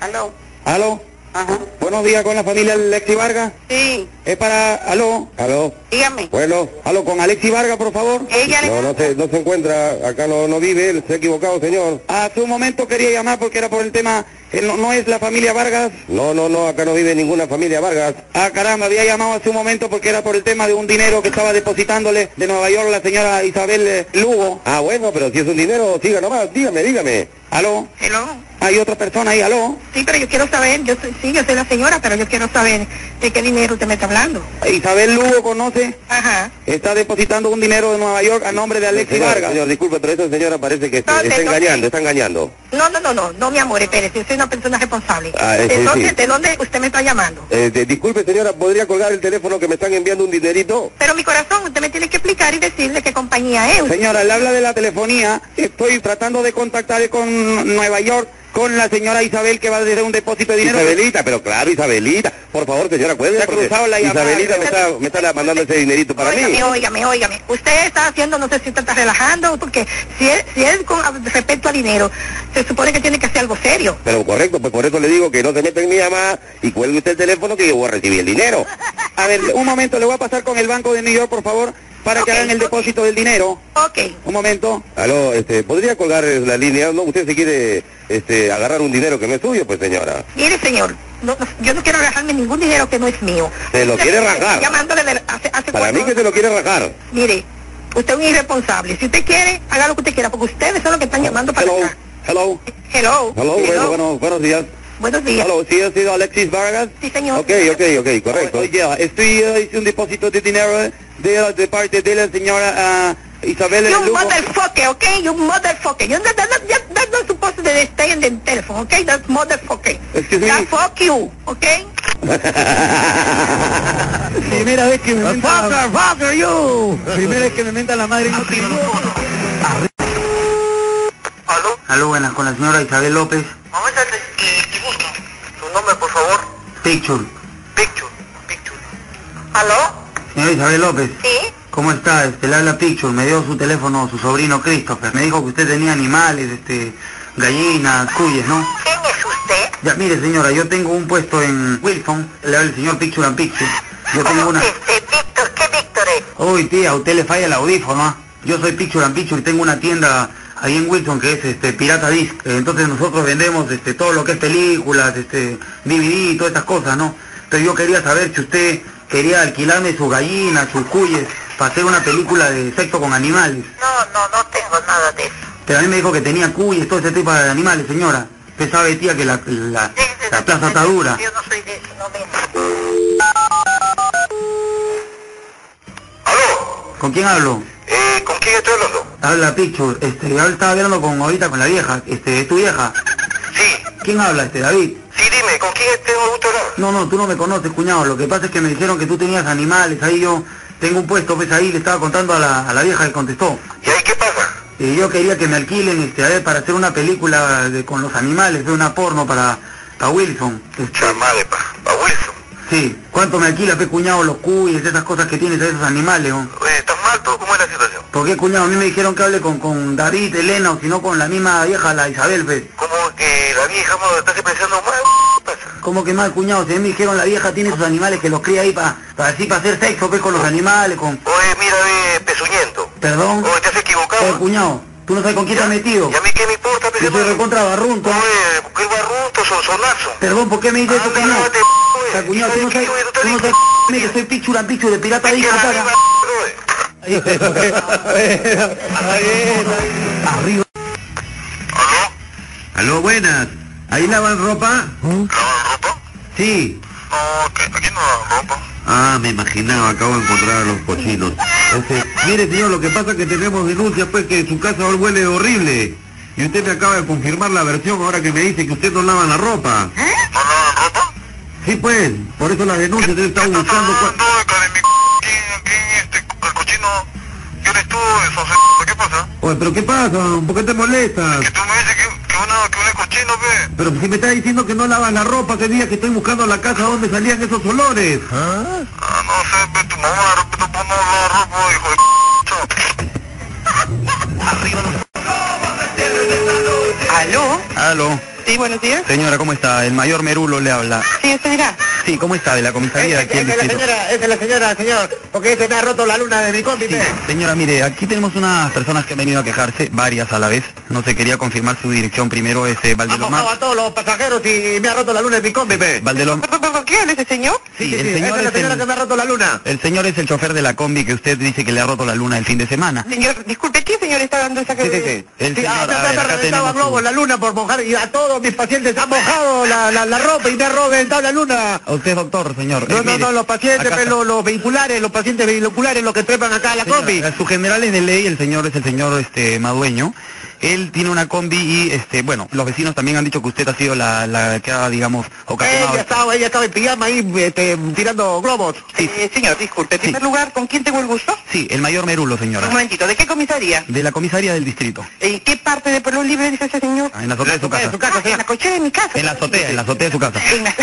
Aló.
¿Aló?
Ajá.
Buenos días con la familia Alexi Vargas.
Sí,
Es para... ¿Aló? ¿Aló?
dígame.
Bueno, aló, con Alexi Vargas, por favor.
Ella le...
No, no se, no se encuentra, acá no, no vive, él se ha equivocado, señor.
Hace un momento quería llamar porque era por el tema... eh, No, no es la familia Vargas.
No, no, no, acá no vive ninguna familia Vargas.
Ah, caramba, había llamado hace un momento porque era por el tema de un dinero que estaba depositándole de Nueva York la señora Isabel eh, Lugo.
Ah, bueno, pero si es un dinero, siga nomás, dígame, dígame.
¿Aló?
Hello.
Hay otra persona ahí, ¿aló?
Sí, pero yo quiero saber, yo soy, sí, yo soy la señora, pero yo quiero saber de qué dinero usted me está hablando.
Isabel Lugo conoce,
Ajá.
está depositando un dinero de Nueva York a nombre de Alexi
Señor,
Vargas.
señor, disculpe, pero esa señora parece que
No,
está, está
señor.
engañando, está engañando.
No, no, no, no, no, mi amor, espérese, yo soy una persona responsable.
Ah, eh, sí,
Entonces,
sí.
¿de dónde usted me está llamando?
Eh, de- disculpe, señora, ¿podría colgar el teléfono que me están enviando un dinerito?
Pero mi corazón, usted me tiene que explicar y decirle qué compañía es.
Señora, le habla de la telefonía. Estoy tratando de contactar con Nueva York con la señora Isabel que va a hacer un depósito de dinero.
Isabelita, Ah, pero claro, Isabelita. Por favor, señora, cuelgue.
Se ha
porque
cruzado la llamada.
Isabelita me está, me está mandando ese dinerito para mí.
Óigame, óigame, óigame. Usted está haciendo, no sé si usted está relajando, porque si es, si es con respecto a dinero, se supone que tiene que hacer algo serio.
Pero correcto, pues por eso le digo que no se meta en mi llamada y cuelgue usted el teléfono que yo voy a recibir el dinero.
A ver, un momento, le voy a pasar con el Banco de New York, por favor, para que
Ok,
hagan el
ok.
depósito del dinero.
Ok.
Un momento.
Aló, este, ¿podría colgar la línea? ¿No? Usted se quiere este, agarrar un dinero que no es suyo, pues señora.
Mire, señor, no- no- yo no quiero rajarme ningún dinero que no es mío.
Se lo
Usted
quiere
me-
rajar.
Llamándole de- hace, hace
Para
cuatro-
mí que se lo quiere rajar.
Mire, usted es un irresponsable. Si usted quiere, haga lo que usted quiera, porque ustedes son los que están llamando para
Hello,
acá.
hello,
Hello.
hello, bueno, bueno, buenos días.
Buenos días.
Hello, ¿sí ha sido Alexis Vargas?
Sí, señor.
Ok, ok, ok, correcto.
Oye, estoy eh, hice un depósito de dinero eh, de, de parte de la señora ah, Isabel
You
Lugo.
motherfucker, okay? You motherfucker. You, that, that, that, that's not supposed to stay in the telephone, okay? That's motherfucker.
Excuse me.
That fuck you, okay?
Primera vez que me mentan la madre. Primera vez que me mentan la madre.
¿Aló?
Aló, buenas, con la señora Isabel López,
Mamita, te, te, te busco. Tu nombre, por favor.
Picture.
Picture. Picture.
¿Aló?
Señora Isabel López,
Sí.
¿cómo está? Este, le habla Picture, me dio su teléfono su sobrino Christopher. Me dijo que usted tenía animales, este, gallinas, cuyes, ¿no?
¿Quién es usted?
Ya, mire señora, yo tengo un puesto en Wilson, le habla el señor Picture and Picture. Yo tengo una...
Eh, Víctor, ¿qué Víctor es?
Uy, tía, a usted le falla el audífono. ¿ah? Yo soy Picture and Picture y tengo una tienda ahí en Wilson que es este Pirata Disc. Eh, Entonces nosotros vendemos este todo lo que es películas, este DVD y todas esas cosas, ¿no? Entonces yo quería saber si usted quería alquilarme sus gallinas, sus cuyes, para hacer una película de sexo con animales.
No, no, no tengo nada de eso.
Pero a mí me dijo que tenía cuyes, todo ese tipo de animales, señora. Usted sabe, tía, que la, la, la plaza está dura.
Yo no soy de eso, no me...
¿Aló?
¿Con quién hablo?
Eh, ¿Con quién estoy hablando?
Habla Picture. Este, yo estaba hablando con ahorita con la vieja. Este, ¿es tu vieja?
Sí.
¿Quién habla este, David?
Sí, dime, ¿con quién tengo gusto hablar?
No, no, tú no me conoces, cuñado. Lo que pasa es que me dijeron que tú tenías animales. Ahí yo tengo un puesto, pues ahí le estaba contando a la, a la vieja que contestó.
¿Y ahí qué pasa?
Y yo quería que me alquilen, este, a ver, para hacer una película de- con los animales, de una porno para, para Wilson. Este,
Cha madre, pa, pa Wilson.
sí, ¿cuánto me alquila, pe cuñado, los cuyes, esas cosas que tienes a esos animales? oh? ¿no?
Oye, ¿Estás mal tú? ¿Cómo es la situación?
Porque, cuñado, a mí me dijeron que hable con, con David, Elena, o si no con la misma vieja, la Isabel, pues.
Como que la vieja me estás pensando mal? ¿Qué pasa?
¿Cómo que mal, cuñado? Si a mí me dijeron la vieja tiene sus animales que los cría ahí para, para así, para hacer sexo, pues, con los animales, con...
Oye, mira, ve, pezuñento.
Perdón.
Oye, ¿te has
Oye,
equivocado?
cuñado, tú no sabes con quién te has metido.
¿Y a mí qué me importa,
Yo soy
pensando?
recontra barrunto.
Oye, qué barruto, son sonazo.
Perdón, ¿por qué me dices
Ah,
eso,
me
cuñado?
lávate,
O sea,
güey.
cuñado, tú no sabes,
Oye, tú
tú no
estás-
sabes que soy pichura, pichu de pirata
¿Qué
disco,
la
cara.
misma, güey?
Arriba.
¿Aló?
Aló, buenas. ¿Ahí lavan ropa?
¿Lavan ropa?
Sí.
No, que aquí no lavan ropa.
Ah, me imaginaba, acabo de encontrar a los cochinos. Este, mire, señor, lo que pasa es que tenemos denuncias, pues, que su casa ahora huele horrible. Y
¿Eh?
usted me acaba de confirmar la versión ahora que me dice que usted no lava la ropa.
¿No lavan ropa?
Sí, pues, por eso la denuncia, ustedes estaban buscando...
Ah.
cua- Oye, pero ¿qué pasa? ¿Por qué te molestas? Pero si me estás diciendo que no lavas la ropa ese día que estoy buscando la casa donde salían esos olores. ¿Ah?
¿Aló?
Aló.
Sí, buenos días.
Señora, ¿cómo está? El mayor Merulo le habla.
Sí, usted dirá.
Sí, ¿cómo está? De la comisaría de aquí del
Esa es la
distrito.
señora, esa es la señora, señor, porque este me ha roto la luna de mi compi. pe.
Señora, mire, aquí tenemos unas personas que han venido a quejarse, varias a la vez. No se quería confirmar su dirección primero, es eh,
Ha
Valdelomar.
mojado a todos los pasajeros y me ha roto la luna de mi compi. pe.
Valdelom-
¿Por, por, por qué habla ese señor?
Sí,
Sí,
el
esa
señor
es la
es
señora que
el...
me ha roto la luna.
el señor es el chofer de la combi que usted dice que le ha roto la luna el fin de semana.
Señor, disculpe, ¿qué señor está dando esa
Sí, sí, sí.
El
Sí,
señor,
a
a
acá
ver,
me
acá
reventaba
tenemos
globo
un-
la luna por mojar y a todos mis pacientes han mojado la, la, la ropa y me ha reventado la luna.
A usted, doctor, señor.
No,
Eh,
no,
mire,
no, los pacientes,
acá
pe, los, los vehiculares, los pacientes vehiculares, los que trepan acá a la
Señora,
combi.
Su general es de ley, el señor es el señor este Madueño. Él tiene una combi y este, bueno, los vecinos también han dicho que usted ha sido la, la que ha, digamos,
Ah,
ocasionado.
Ella estaba, ella estaba en pijama ahí este, tirando globos.
Eh, señor, disculpe. En primer lugar, ¿con quién tengo el gusto?
Sí, el mayor Merulo,
Un
señora.
momentito, ¿de qué comisaría?
De la comisaría del distrito.
¿En qué parte de Perú Libre dice ese señor?
Ah, En la azotea de su
azotea de
casa.
su casa,
Ah, en la cochera de mi casa.
En la azotea, en la azotea de su casa.
En la-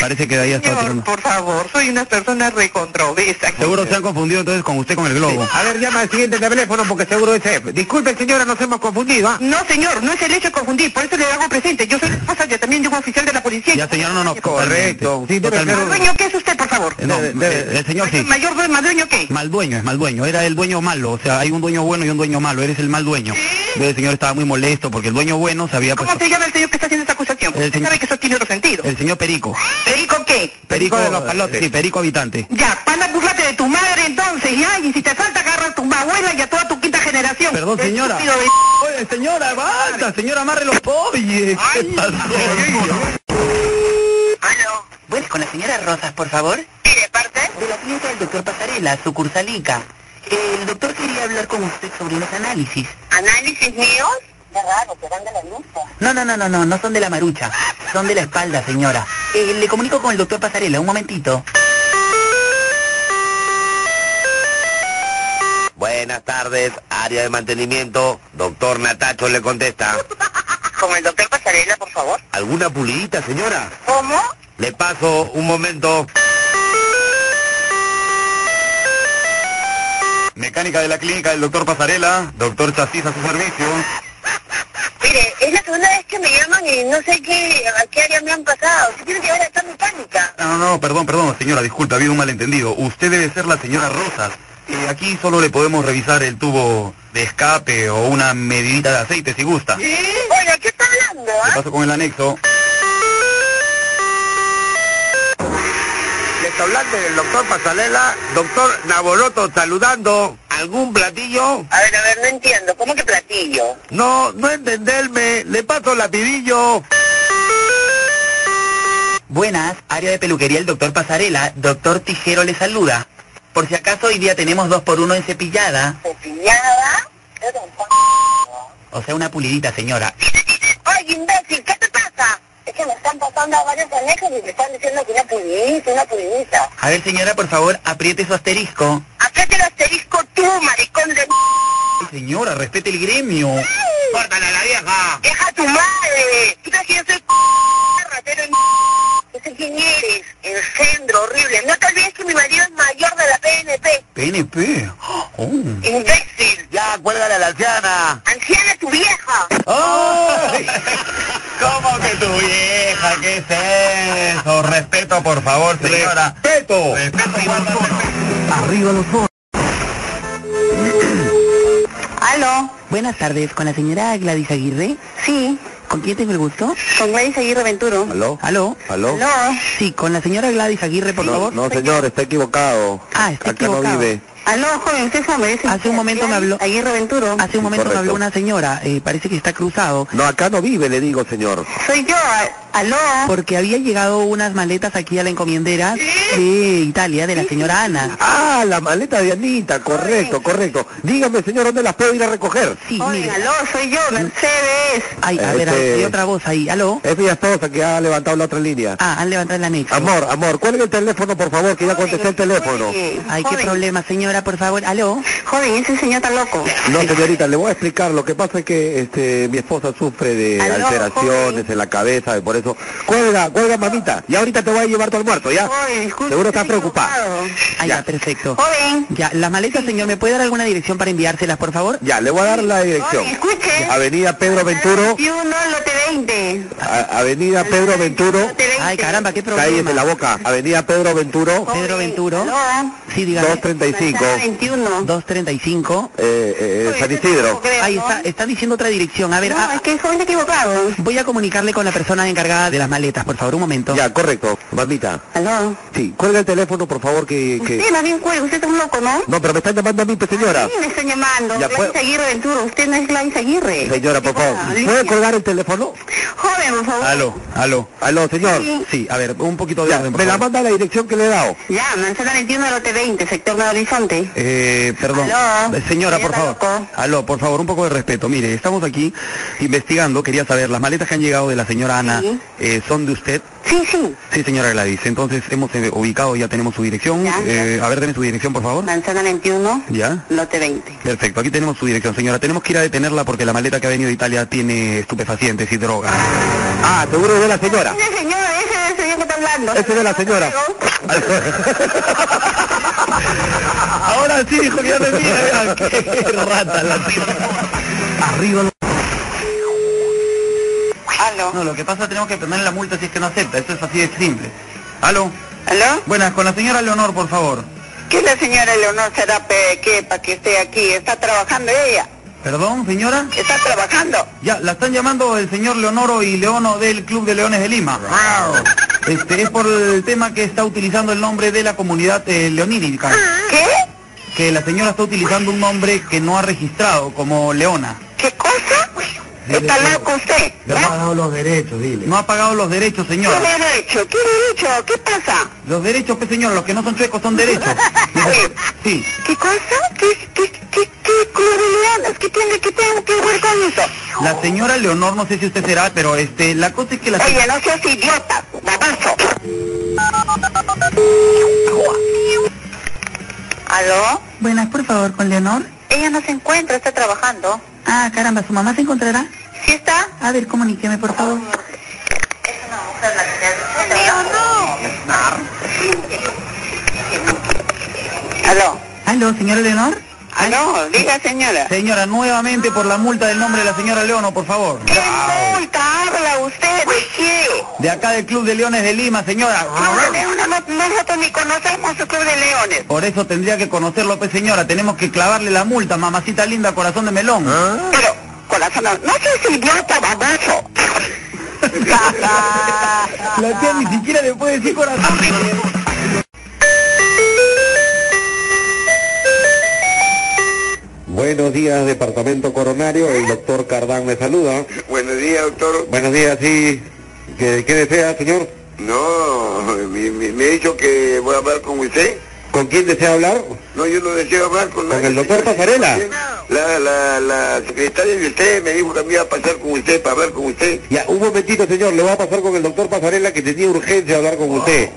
Parece que de ahí ha estado
Señor,
tirando.
por favor, soy una persona recontroversa.
Seguro se han confundido entonces con usted con el globo.
A ver, llama al siguiente teléfono porque seguro es él. Disculpe, señora, nos hemos confundido, ¿ah?
No, señor, no es el hecho de confundir, por eso le hago presente. Yo soy esposa ya también de un oficial de la policía.
Ya, señor, no, no.
Correcto.
totalmente,
Sí, debe
totalmente.
ser-
¿Dueño qué es usted, por favor?
No,
Debe- debe-
eh, el señor sí.
¿Mayor dueño, más dueño qué?
Mal dueño, es mal dueño. Era el dueño malo. O sea, hay un dueño bueno y un dueño malo. Eres el mal dueño. El señor estaba muy molesto porque el dueño bueno se había
¿Cómo
puesto...
se llama el señor que está haciendo esta acusación?
El
Usted
señor-
sabe que eso tiene otro sentido.
El señor Perico.
¿Perico qué?
¿Ah? Perico eh,
de los palotes.
Sí, Perico habitante.
Ya, pana, burlate de tu madre entonces, ya, y si te falta agarra a tu abuela y a toda tu quinta generación.
Perdón, señora.
Estúpido de-
Oye, señora, basta, señora, amarre los pollos. ¿Qué pasó?
Bueno, con la señora Rosas, por favor.
Sí, de parte?
De la clínica del doctor Pasarela, sucursal Ica. El doctor quería hablar con usted sobre unos análisis.
¿Análisis míos? Qué raro, serán de la lucha.
No, no, no, no, no, no son de la marucha. Son de la espalda, señora. Eh, le comunico con el doctor Pasarela, un momentito.
Buenas tardes, área de mantenimiento. Doctor Natacho le contesta.
Como el doctor Pasarela, por favor.
¿Alguna pulidita, señora?
¿Cómo?
Le paso un momento.
Mecánica de la clínica del doctor Pasarela, doctor Chasis a su servicio.
Mire, es la segunda vez que me llaman y no sé qué, a qué área me han pasado. Se tiene que ver acá mecánica.
No, no, no, perdón, perdón, señora, disculpa, ha habido un malentendido. Usted debe ser la señora Rosas. Eh, aquí solo le podemos revisar el tubo de escape o una medidita de aceite si gusta. Le
Oiga, ¿qué está hablando, ah?
paso con el anexo.
Restaurante del doctor Pasalela, doctor Naboloto saludando. ¿Algún platillo?
A ver, a ver, no entiendo. ¿Cómo que platillo?
No, no entenderme. Le paso lapidillo.
Buenas, área de peluquería el doctor Pasarela, doctor Tijero le saluda. Por si acaso hoy día tenemos dos por uno en cepillada,
¿Cepillada? Creo que un p-
o sea una pulidita señora.
Oye, imbécil, ¿qué te pasa? Es que me están pasando a varios anejos y me están diciendo que una pulidita, una pulidita.
A ver señora, por favor, apriete su asterisco.
Acá el asterisco tú, maricón de...
Ay, Señora, respete el gremio.
¡Córtale a la vieja!
¡Deja a tu madre! ¿Tú crees que yo soy p***, ratero en... No sé quién eres, engendro horrible. No te olvides que mi marido es mayor de la PNP,
PNP. Oh.
imbécil.
¡Ya, cuélgale a la anciana!
Anciana tu vieja.
¿Cómo que tu vieja? ¿Qué es eso? Respeto, por favor, señora.
¡Peto!
Respeto, guarda, respeto.
Arriba los ojos.
Aló,
Buenas tardes, con la señora Gladys Aguirre.
sí,
¿Con quién tengo el gusto?
con Gladys Aguirre Venturo.
¿Aló?
¿Aló?
¿Aló?
Aló,
Sí, con la señora Gladys Aguirre, por favor.
no, señor, está equivocado.
Ah, está
Acá no
equivocado.
vive.
aló, Ah, joven, usted es hombre. es el-
Hace un momento me habló-
Aguirre Venturo.
Hace un momento me
Correcto.
habló una señora, eh, parece que está cruzado.
No, acá no vive, le digo, señor.
Soy yo, a- ¿Aló?
Porque había llegado unas maletas aquí a la encomendera de Italia, de la señora Ana.
Ah, la maleta de Anita, correcto, correcto. Dígame, señor, ¿dónde las puedo ir a recoger?
Sí,
Oye,
mira.
aló, soy yo, Mercedes.
Ay, a ver,
Este-
hay otra voz ahí. ¿Aló?
Es mi esposa que ha levantado la otra línea.
Ah, han levantado la anexa.
Amor, amor, cuelga el teléfono, por favor, que ya contesté el teléfono.
Oye,
Ay, qué
joven,
problema, señora, por favor. ¿Aló?
Joven, ese señor está loco.
No, señorita, le voy a explicar. Lo que pasa es que este, mi esposa sufre de
Aló,
alteraciones
joven.
en la cabeza, y por eso... Cuelga, cuelga, mamita. Y ahorita te voy a llevar tu almuerzo, ¿ya?
Oh,
Oye, disculpe,
Seguro estás
estoy
preocupada.
preocupado.
Ay, Ah, ya, perfecto.
Joven.
Ya, las maletas, señor, ¿me puede dar alguna dirección para enviárselas, por favor?
Ya, le voy a dar la dirección.
Oye, escuche.
Avenida Pedro Venturo,
21, lote 20.
a- Avenida Pedro Venturo,
Lote 20.
Ay, caramba, qué
cállese la
problema.
boca, Avenida Pedro Venturo,
Joven,
Pedro Venturo.
aló.
Sí, dígame.
235,
Manzana
eh,
21.
¿235?
eh,
Oye,
San
ese
Isidro.
tampoco creo,
Ahí
¿no?
está, está diciendo otra dirección. A ver,
No,
ah,
es que el joven está equivocado.
voy a comunicarle con la persona encargada de las maletas, por favor, un momento.
Ya, correcto, mamita.
Aló.
Sí, cuelga el teléfono, por favor, que... que-
Usted más bien cuelga, usted es un loco, ¿no?
No, pero me están llamando a mí, pues, señora.
Sí, me están llamando.
Ya,
Gladys
pues.
Aguirre Ventura, usted no es Gladys Aguirre.
Señora, por favor,
Ah,
¿puede
Alicia.
colgar el teléfono?
Joven, por favor.
Aló, aló.
Aló, señor.
Sí, a ver, un poquito de
Ya,
orden, por
me la
favor.
manda la dirección que le he dado.
Ya, Manzana 21, lote 20, sector Nuevo Horizonte.
Eh, perdón.
Aló.
Eh, Señora, por
Señora
favor.
Loco.
Aló, por favor, un poco de respeto. Mire, estamos aquí investigando, quería saber, las maletas que han llegado de la señora Ana,
Sí.
eh, ¿son de usted?
Sí, sí.
Sí, señora Gladys. Entonces, hemos eh, ubicado, ya tenemos su dirección.
Ya,
Eh, a ver, denme su dirección, por favor.
Manzana 21,
Ya.
lote 20.
Perfecto, aquí tenemos su dirección, señora. Tenemos que ir a detenerla porque la maleta que ha venido de Italia tiene estupefacientes y drogas.
Ah, seguro es de la señora.
Ese señor, ese señor que está hablando.
Ese de la señora.
Ahora sí, hijo, que ya me mira. Qué rata la Arriba.
Aló.
No, lo que pasa tenemos que poner la multa si es que no acepta. Eso es así de simple. Aló.
¿Aló?
Buenas, con la señora Leonor, por favor.
¿Qué la señora Leonor será pe- que para que esté aquí? ¿Está trabajando ella?
Perdón, señora.
¿Está trabajando?
Ya, la están llamando el señor Leonoro y Leono del Club de Leones de Lima. Este, es por el tema que está utilizando el nombre de la comunidad eh, leonírica.
¿Qué?
Que la señora está utilizando un nombre que no ha registrado como Leona.
¿Qué cosa?
Dile,
¿Está
dile.
loco usted? ¿eh?
dado los derechos, dile.
No ha pagado los derechos,
¿Qué
señora.
derecho? ¿Qué derecho? ¿Qué pasa?
Los derechos, pues señora, los que no son chuecos son derechos. Sí.
¿Qué cosa? ¿Qué, qué, qué, qué curiosidades? ¿Qué tiene, qué tiene que ver con eso?
La señora Leonor, no sé si usted será, pero este, la cosa es que la
Oye, no seas idiota, babazo. ¿Aló?
Buenas, por favor, con Leonor.
Ella no se encuentra, está trabajando.
Ah, caramba, ¿su mamá se encontrará?
¿Sí está?
A ver, comuníqueme, por favor.
Es una mujer la que no! Aló.
¿Aló, señora Leonor?
Aló, diga señora.
señora nuevamente por la multa del nombre de la señora Leono, por favor.
¿Qué multa habla usted de qué?
De acá del Club de Leones de Lima, señora.
Club de Leones, no- Nosotros ni conocemos su club de leones.
Por eso tendría que conocerlo, pues señora, tenemos que clavarle la multa, mamacita linda, corazón de melón.
¿Ah?
Pero, corazón, no, no seas idiota, babazo.
La tía ni siquiera le puede decir corazón.
Buenos días, Departamento Coronario. El doctor Cardán me saluda.
Buenos días, doctor.
Buenos días, sí. ¿Qué, qué desea, señor?
No, me, me- me he dicho que voy a hablar con usted.
¿Con quién desea hablar?
No, yo no deseo hablar con
¿Con
nadie,
el doctor
señor.
Pasarela?
La, la, la secretaria de usted me dijo que me iba a pasar con usted para hablar con usted.
Ya, un momentito, señor. Le voy a pasar con el doctor Pasarela que tenía urgencia hablar con usted.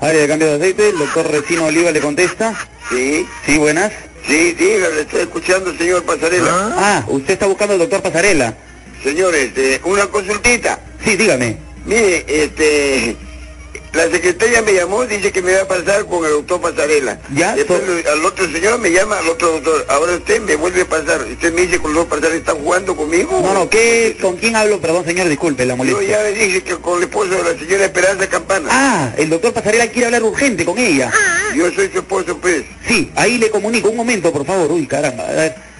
Área de cambio de aceite, el doctor Recino Oliva le contesta.
Sí,
Sí, buenas.
sí, dígale, le estoy escuchando, señor Pasarela.
Ah, usted está buscando al doctor Pasarela.
Señor, este, una consultita.
Sí, dígame.
Mire, este, la secretaria me llamó, dice que me va a pasar con el doctor Pasarela.
Ya,
Después
so-
lo- al otro señor me llama al otro doctor. Ahora usted me vuelve a pasar. Usted me dice que el doctor Pasarela está jugando conmigo.
No, no, ¿qué, ¿con quién hablo? Perdón, señor, disculpe la
Yo
molestia.
ya le dije que con el esposo de la señora Esperanza Campana.
Ah, el doctor Pasarela quiere hablar urgente con ella.
Yo soy su esposo, pues.
Sí, ahí le comunico. Un momento, por favor. Uy, caramba. a ver.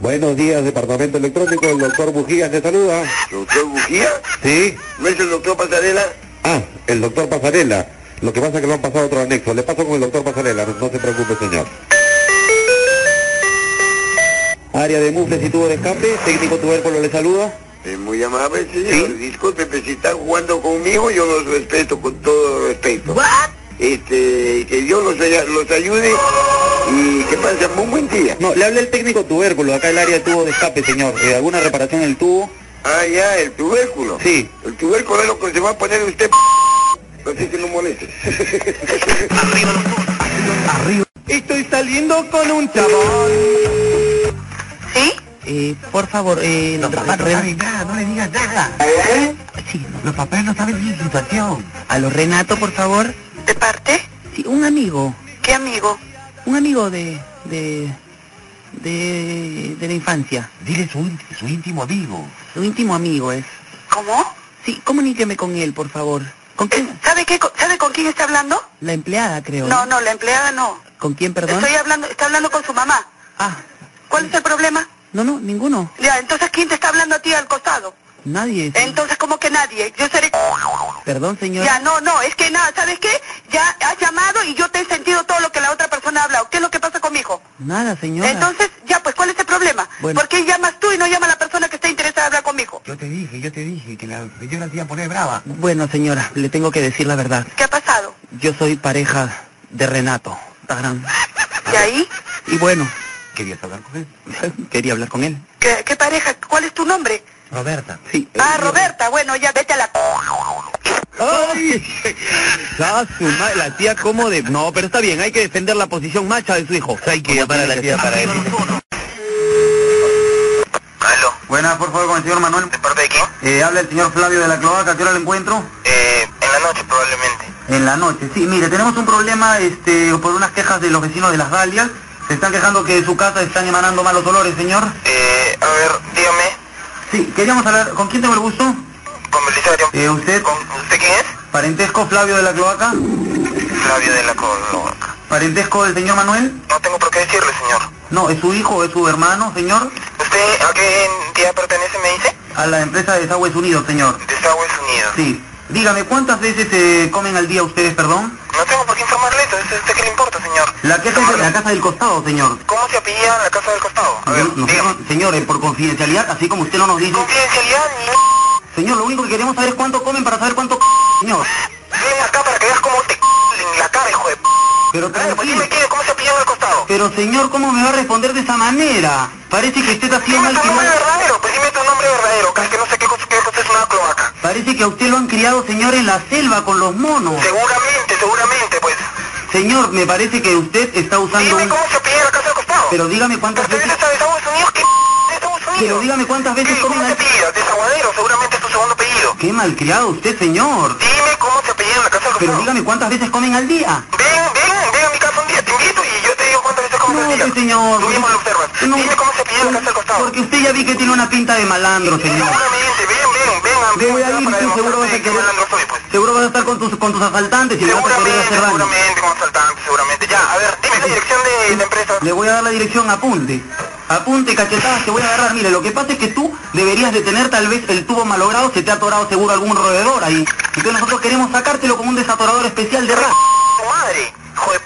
Buenos días, Departamento Electrónico. El doctor Bujías te saluda.
¿Doctor Bujía?
Sí.
¿No es el doctor Pasarela?
Ah, el doctor Pasarela. Lo que pasa es que lo han pasado a otro anexo. Le paso con el doctor Pasarela. No se preocupe, señor.
Área de mufles y tubo de escape, técnico tubérculo le saluda.
Es muy amable, señor. Disculpe, pero si está jugando conmigo, yo los respeto con todo respeto. Este, que Dios los, haya- los ayude y que pasen un buen día.
No, le habla el técnico tubérculo, acá el área de tubo de escape, señor. Eh, ¿Alguna reparación en el tubo?
Ah, ya, el tubérculo.
Sí.
El tubérculo es lo que se va a poner usted. Así que no moleste.
Estoy saliendo con un chabón.
¿Sí?
Eh, por favor, eh,
Los papás no saben nada, no le digas nada.
¿Eh?
sí,
Los papás no saben mi situación.
a los Renato, por favor.
¿De parte?
Sí, un amigo,
¿Qué amigo?
un amigo de, de, de, de la infancia,
Dile su, ínt- su íntimo amigo.
su íntimo amigo es.
¿Cómo? Eh,
Sí, comuníqueme con él, por favor. ¿Con quién?
¿Sabe qué? co- ¿Sabe con quién está hablando?
La empleada, creo. ¿eh?
No, no, la empleada no.
¿Con quién, perdón?
Estoy hablando, está hablando con su mamá.
Ah,
¿Cuál es el problema?
no, no, ninguno.
Ya, entonces ¿quién te está hablando a ti al costado?
Nadie. sí.
Entonces, ¿cómo que nadie? Yo seré...
Perdón, señor.
Ya, no, no, es que nada, ¿sabes qué? Ya has llamado y yo te he sentido todo lo que la otra persona ha hablado. ¿Qué es lo que pasa conmigo?
Nada, señora.
Entonces, ya, pues, ¿cuál es el problema?
Bueno.
¿Por qué llamas tú y no llama la persona que está interesada en hablar conmigo?
Yo te dije, yo te dije que la señora te iba a poner brava.
Bueno, señora, le tengo que decir la verdad.
¿Qué ha pasado?
Yo soy pareja de Renato. Tarán.
¿Y ahí?
Y bueno,
¿Querías hablar con él?
quería hablar con él.
¿Qué, qué pareja? ¿Cuál es tu nombre?
Roberta.
Sí.
Eh,
Ah, Roberta, bueno, ya vete a la...
¡Ay! Ah, su ma- la tía como de... No, pero está bien, hay que defender la posición macha de su hijo. Hay que llamar a la tía para eso.
Aló,
Buenas, por favor, con el señor Manuel.
¿de parte de quién?
Eh, habla el señor Flavio de la Cloaca, ¿a qué hora lo encuentro?
Eh, en la noche probablemente.
En la noche, sí. Mire, tenemos un problema este, por unas quejas de los vecinos de Las Galias. Se están quejando que de su casa están emanando malos olores, señor.
Eh, a ver, dígame,
Sí, queríamos hablar... ¿Con quién tengo el gusto?
con Belisario.
Eh, ¿usted?
¿Con- ¿Usted quién es?
¿Parentesco Flavio de la Cloaca?
Flavio de la Coloca.
¿Parentesco del señor Manuel?
No tengo por qué decirle, señor.
No, es su hijo, es su hermano, señor.
¿Usted a qué entidad pertenece, me dice?
A la empresa de Desagües Unidos, señor.
Desagües Unidos.
Sí. Dígame, ¿cuántas veces eh, comen al día ustedes, perdón?
No tengo por qué informarle eso, ¿a usted qué le importa, señor?
La queja es de la casa del costado, señor.
¿Cómo se apellida la casa del costado? A ver,
Nosotros-
dígame.
señores, por confidencialidad, así como usted no nos dice...
Confidencialidad ni...
Señor, lo único que queremos saber es cuánto comen para saber cuánto... c- Señor,
Ven acá para que veas cómo te... en la cara, hijo de... p***.
pero
A ver, pues
tranquilo.
dime quién, ¿cómo se apellida al costado?
Pero señor, ¿cómo me va a responder de esa manera? Parece que usted ha sido
Dime
mal
tu nombre
criado.
verdadero, pues dime tu nombre verdadero, que es que no sé qué cosa, qué cosa es una cloaca.
Parece que a usted lo han criado, señor, en la selva con los monos.
Seguramente, seguramente, pues.
Señor, me parece que usted está usando
Dime
un...
cómo se apellida la casa del costado.
Pero dígame
Pero
cuántas
te
veces...
vienes a Estados Unidos, ¿qué p- de Estados Unidos?
Pero dígame cuántas veces
Sí,
comen
¿Cómo se
al...
apellida? Desaguadero, seguramente es tu segundo apellido.
Qué malcriado usted, señor.
Dime cómo se apellida la casa del
Pero
costado.
dígame cuántas veces comen al día.
Ven, ven, ven a mi casa un día, te invito y yo te digo cuántas veces comes
No,
al día.
pues, señor.
Tú mismo lo observas.
No.
Dime cómo se apellida la casa del costado.
Porque usted ya vi que tiene una pinta de malandro, señor.
Seguramente, ven, ven, ven a
Yo voy a
acá
ir,
para
tú seguro vas a
demostrarte que
querer-
malandro soy, pues.
Seguro vas a estar con tus, con tus asaltantes y le vas a querer
Seguramente,
hacer daño.
seguramente, como asaltante, seguramente. Ya, a ver, dime la dirección de la empresa.
Le voy a dar la dirección, apunte. Apunte, cachetadas, te voy a agarrar. Mire, lo que pasa es que tú deberías de tener tal vez el tubo malogrado, se te ha atorado seguro algún roedor ahí. Entonces nosotros queremos sacártelo con un desatorador especial de ras.
Tu madre, hijo de p...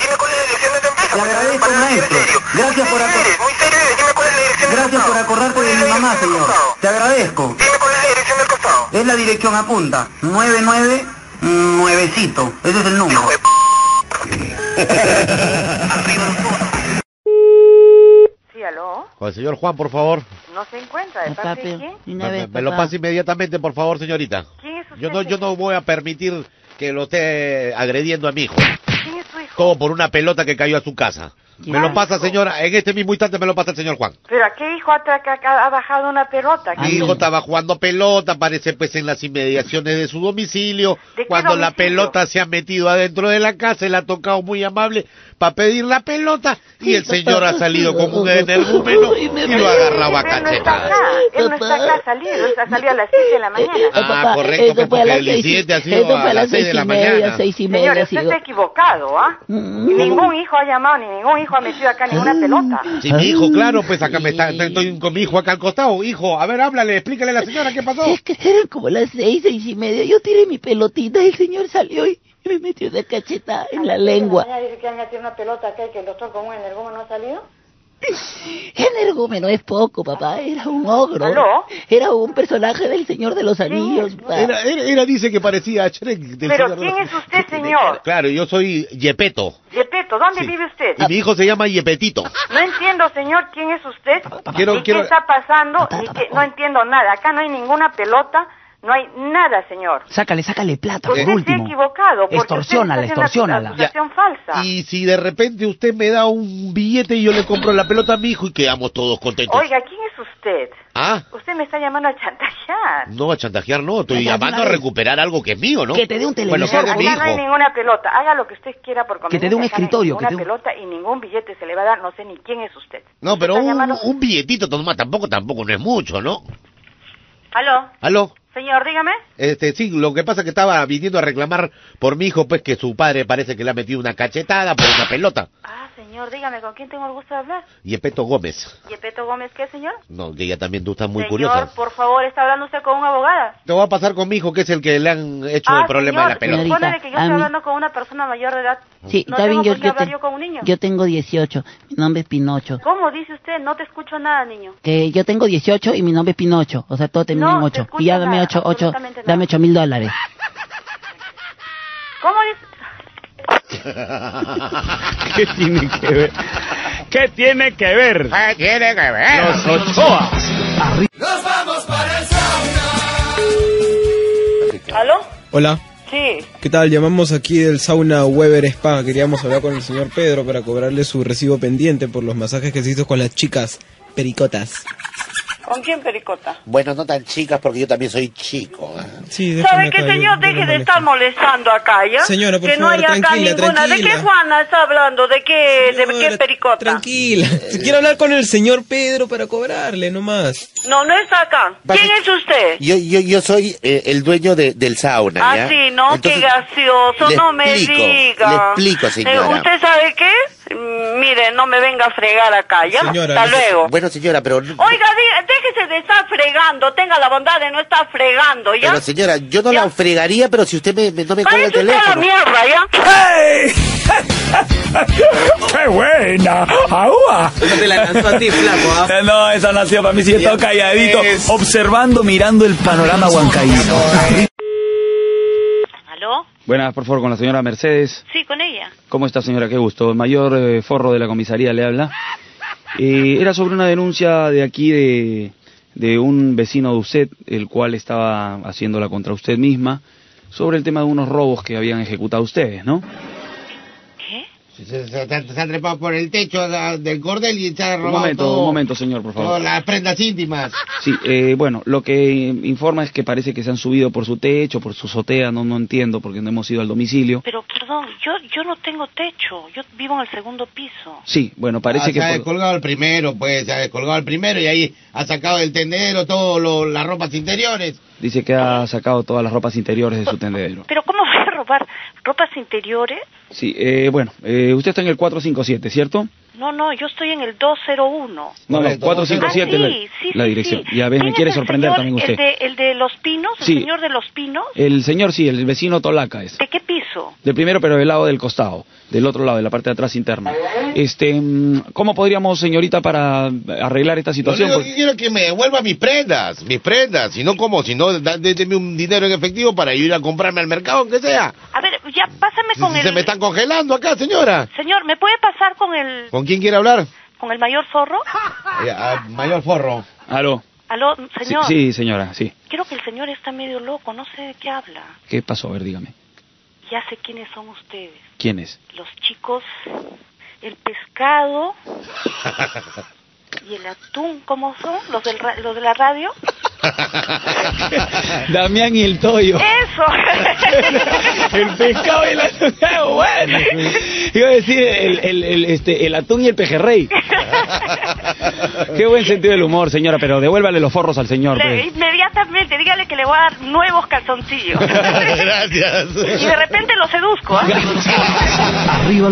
Dime cuál es la dirección de tu empresa.
Le
pues,
agradezco,
para ser
maestro.
serio.
Gracias
Muy
por
serio
acor-
eres, Muy serio eres. Dime cuál es la dirección del
Gracias por
costado.
acordarte de
¿Cuál es
mi
la
mamá,
dirección del
señor.
costado?
Te agradezco.
Dime cuál es la dirección del costado.
Es la dirección, apunta. 99 nuevecito. Ese es el número.
Hijo de p...
Sí, aló.
Con el señor Juan, por favor.
No se encuentra. ¿De parte de quién?
Me, me- me lo pase inmediatamente, por favor, señorita.
¿Quién es usted?
Yo no, yo no voy a permitir que lo esté agrediendo a mi hijo.
¿Quién es su hijo?
Todo por una pelota que cayó a su casa. Me lo pasa, señora. En este mismo instante me lo pasa el señor Juan.
¿Pero a qué hijo ha, tra- ha- ha bajado una pelota?
Mi hijo estaba jugando pelota, parece pues en las inmediaciones de su domicilio.
¿De qué
Cuando la
domicilio?
pelota se ha metido adentro de la casa, él ha tocado muy amable para pedir la pelota y el señor ha salido como un energúmeno y lo ha agarrado a
Él no está acá,
cachetadas.
él no está acá, ha salido, ha salido a las 7 de la mañana.
Ah, correcto, pues, porque el 17 ha sido a las 6 de la mañana.
Señores, usted está equivocado, ¿ah? Y Ningún hijo ha llamado, ni ningún hijo ha metido acá ninguna pelota.
Sí, mi hijo, claro, pues acá me está, estoy con mi hijo acá al costado. Hijo, a ver, háblale, explícale a la señora qué pasó.
Es que eran como las seis, seis y media. Yo tiré mi pelotita y el señor salió y me metió una cacheta en la lengua.
Dice que han metido una pelota acá y que el doctor con un energúmeno no ha salido.
Energúmeno es poco, papá. Era un ogro.
¿Aló?
Era un personaje del Señor de los Anillos. papá.
Era, era- era, dice que parecía a Shrek. del
Pero
Señor de los-
¿quién es usted, señor?
Claro, yo soy Yepeto.
Yepeto, ¿dónde vive usted?
Y mi hijo se llama Yepetito.
No entiendo, señor, quién es usted,
Quiero-
ni
quiero-
qué está pasando, ni qué- no entiendo nada. Acá no hay ninguna pelota, no hay nada, señor.
Sácale, sácale plata,
Usted
por
se ha
último.
equivocado. Porque
Extorsiónala,
usted está haciendo
extorsiónala.
Una acusación falsa.
Y si de repente usted me da un billete y yo le compro la pelota a mi hijo y quedamos todos contentos.
Oiga, ¿quién es usted?
Ah,
Usted me está llamando a chantajear.
no, a chantajear no, estoy
Acá,
llamando a
una vez.
recuperar algo que es mío, ¿no?
Que te dé un
Bueno, que
Acá
es de mi
no hay
hijo.
ninguna pelota. Haga lo que usted quiera por
Que te dé un
conveniencia. Acá no hay
escritorio, que
Ninguna
te dé un-
pelota y ningún billete se le va a dar. No sé ni quién es usted.
No, pero un, un billetito nomás tampoco, tampoco no es mucho, ¿no?
Aló,
¿Aló?
señor, dígame.
Este, sí, lo que pasa es que estaba viniendo a reclamar por mi hijo, pues que su padre parece que le ha metido una cachetada por una pelota.
Ah, señor, dígame, ¿con quién tengo el gusto de hablar?
Yepeto Gómez.
¿Yepeto Gómez qué, señor?
No, que ella también tú estás muy
señor,
curiosa.
por favor, ¿está hablando usted con una abogada?
Te voy a pasar con mi hijo, que es el que le han hecho
Ah,
el problema
señor,
de la pelota.
supone que yo
a
estoy
mí-
hablando con una persona mayor de edad.
Sí,
no
está
tengo
bien, yo,
por qué
yo
hablar
te-
yo con un niño.
yo tengo 18. Mi nombre es Pinocho.
¿Cómo dice usted? No te escucho nada, niño.
Que yo tengo 18 y mi nombre es Pinocho. O sea, todo termina
No,
en
te
8.
escucho
Y ya dame
nada,
8, 8,
absolutamente nada.
dame 8 mil dólares.
¿Cómo dice?
¿Qué tiene que ver? ¿Qué tiene que ver? ¿Qué tiene que ver? Los Ochoa.
Nos vamos para el sauna.
¿Aló?
Hola,
Sí.
¿qué tal? Llamamos aquí del sauna Weber Spa. Queríamos hablar con el señor Pedro para cobrarle su recibo pendiente por los masajes que se hizo con las chicas pericotas.
¿Con quién, Pericota?
Bueno, no tan chicas porque yo también soy chico. ¿eh?
Sí,
¿Sabe qué, señor? Deje de estar molestando acá, ¿ya?
Señora, por
que no
favor,
hay acá
tranquila,
ninguna. ¿De qué
tranquila.
Juana está hablando? ¿De qué, de qué Pericota?
Tranquila, quiero hablar con el señor Pedro para cobrarle nomás.
No, no está acá. ¿Quién es usted?
Yo, yo, yo soy eh, el dueño de- del sauna, ¿ya?
Ah, sí, no,
Entonces,
qué gracioso,
le
no me
explico,
diga. Eh,
le explico, señora.
¿Usted sabe qué? Mm, Mire, no me venga a fregar acá, ¿ya? Hasta
no-
luego.
Bueno, señora, pero...
Oiga, dí- déjese de estar fregando, tenga la bondad de no estar fregando, ¿ya?
Pero señora, yo no la fregaría, pero si usted me, me- no me coge el
Váyase usted a la
teléfono.
mierda, ¿ya?
¡Qué buena! ¡Agua!
te la lanzó a ti, flaco, ¿ah?
Eh, No, esa no ha sido para mí, si he estado calladito, observando, mirando el panorama huancaíno.
¿Aló?
Buenas, por favor, con la señora Mercedes.
Sí, con ella.
¿Cómo está, señora? Qué gusto. El mayor eh, forro de la comisaría le habla. Eh, era sobre una denuncia de aquí de, de un vecino de usted, el cual estaba haciéndola contra usted misma, sobre el tema de unos robos que habían ejecutado ustedes, ¿no?
Se, se- se ha trepado por el techo la- del cordel y se ha
Un
robado
momento,
todo-
un momento, señor, por favor.
todas las prendas íntimas.
Sí, eh, bueno, lo que informa es que parece que se han subido por su techo, por su azotea, no, no entiendo porque no hemos ido al domicilio.
Pero perdón, yo yo no tengo techo, yo vivo en el segundo piso.
Sí, bueno, parece
Ah,
que...
Se ha
por-
descolgado el primero, pues, se ha descolgado el primero y ahí ha sacado del tendero todas las ropas interiores.
Dice que ha sacado todas las ropas interiores de su tendedero.
Pero ¿cómo voy a robar ropas interiores?
Sí, eh, bueno, eh, usted está en el 457, ¿cierto?
No, no, yo estoy en el 201.
No, no,
Correcto.
457
Ah,
la,
sí, sí,
la
sí,
dirección.
sí.
Ya ves, me
¿Quién
quiere
es el
sorprender
señor,
también
El
usted.
de, el de los pinos, el
Sí.
señor de los pinos.
El señor, sí, el vecino Tolaca es.
¿De qué piso?
Del primero, pero del lado del costado, del otro lado, de la parte de atrás interna. Este, mm, ¿cómo podríamos, señorita, para arreglar esta
Lo
situación? pues-
único
Porque-
que quiero es que me devuelva mis prendas, mis prendas. Si no, ¿cómo? Si no, da- dé- déme un dinero en efectivo para yo ir a comprarme al mercado, aunque sea.
A ver, ya pásame
Si-
con
si
el
Se me están congelando acá, señora.
Señor, ¿me puede pasar con el
¿Con quién quiere hablar?
con el mayor zorro?
Eh, a- mayor forro.
Aló.
Aló,
Sí,
señor.
sí, señora, sí.
Creo que el señor está medio loco, no sé de qué habla.
¿Qué pasó? A ver, dígame.
Ya sé quiénes son ustedes,
¿Quién es?
los chicos, el pescado y el atún, ¿cómo son? Los del ra- los de la radio.
Damián y el Toyo.
Eso.
el pescado y el atún. ¡Qué bueno! Iba a decir el, el, el, este, el atún y el pejerrey. Qué buen sentido del humor, señora, pero devuélvale los forros al señor.
Le-
pues.
inmediatamente, dígale que le voy a dar nuevos calzoncillos.
Gracias.
Y de repente lo seduzco, ¿ah?
Arriba.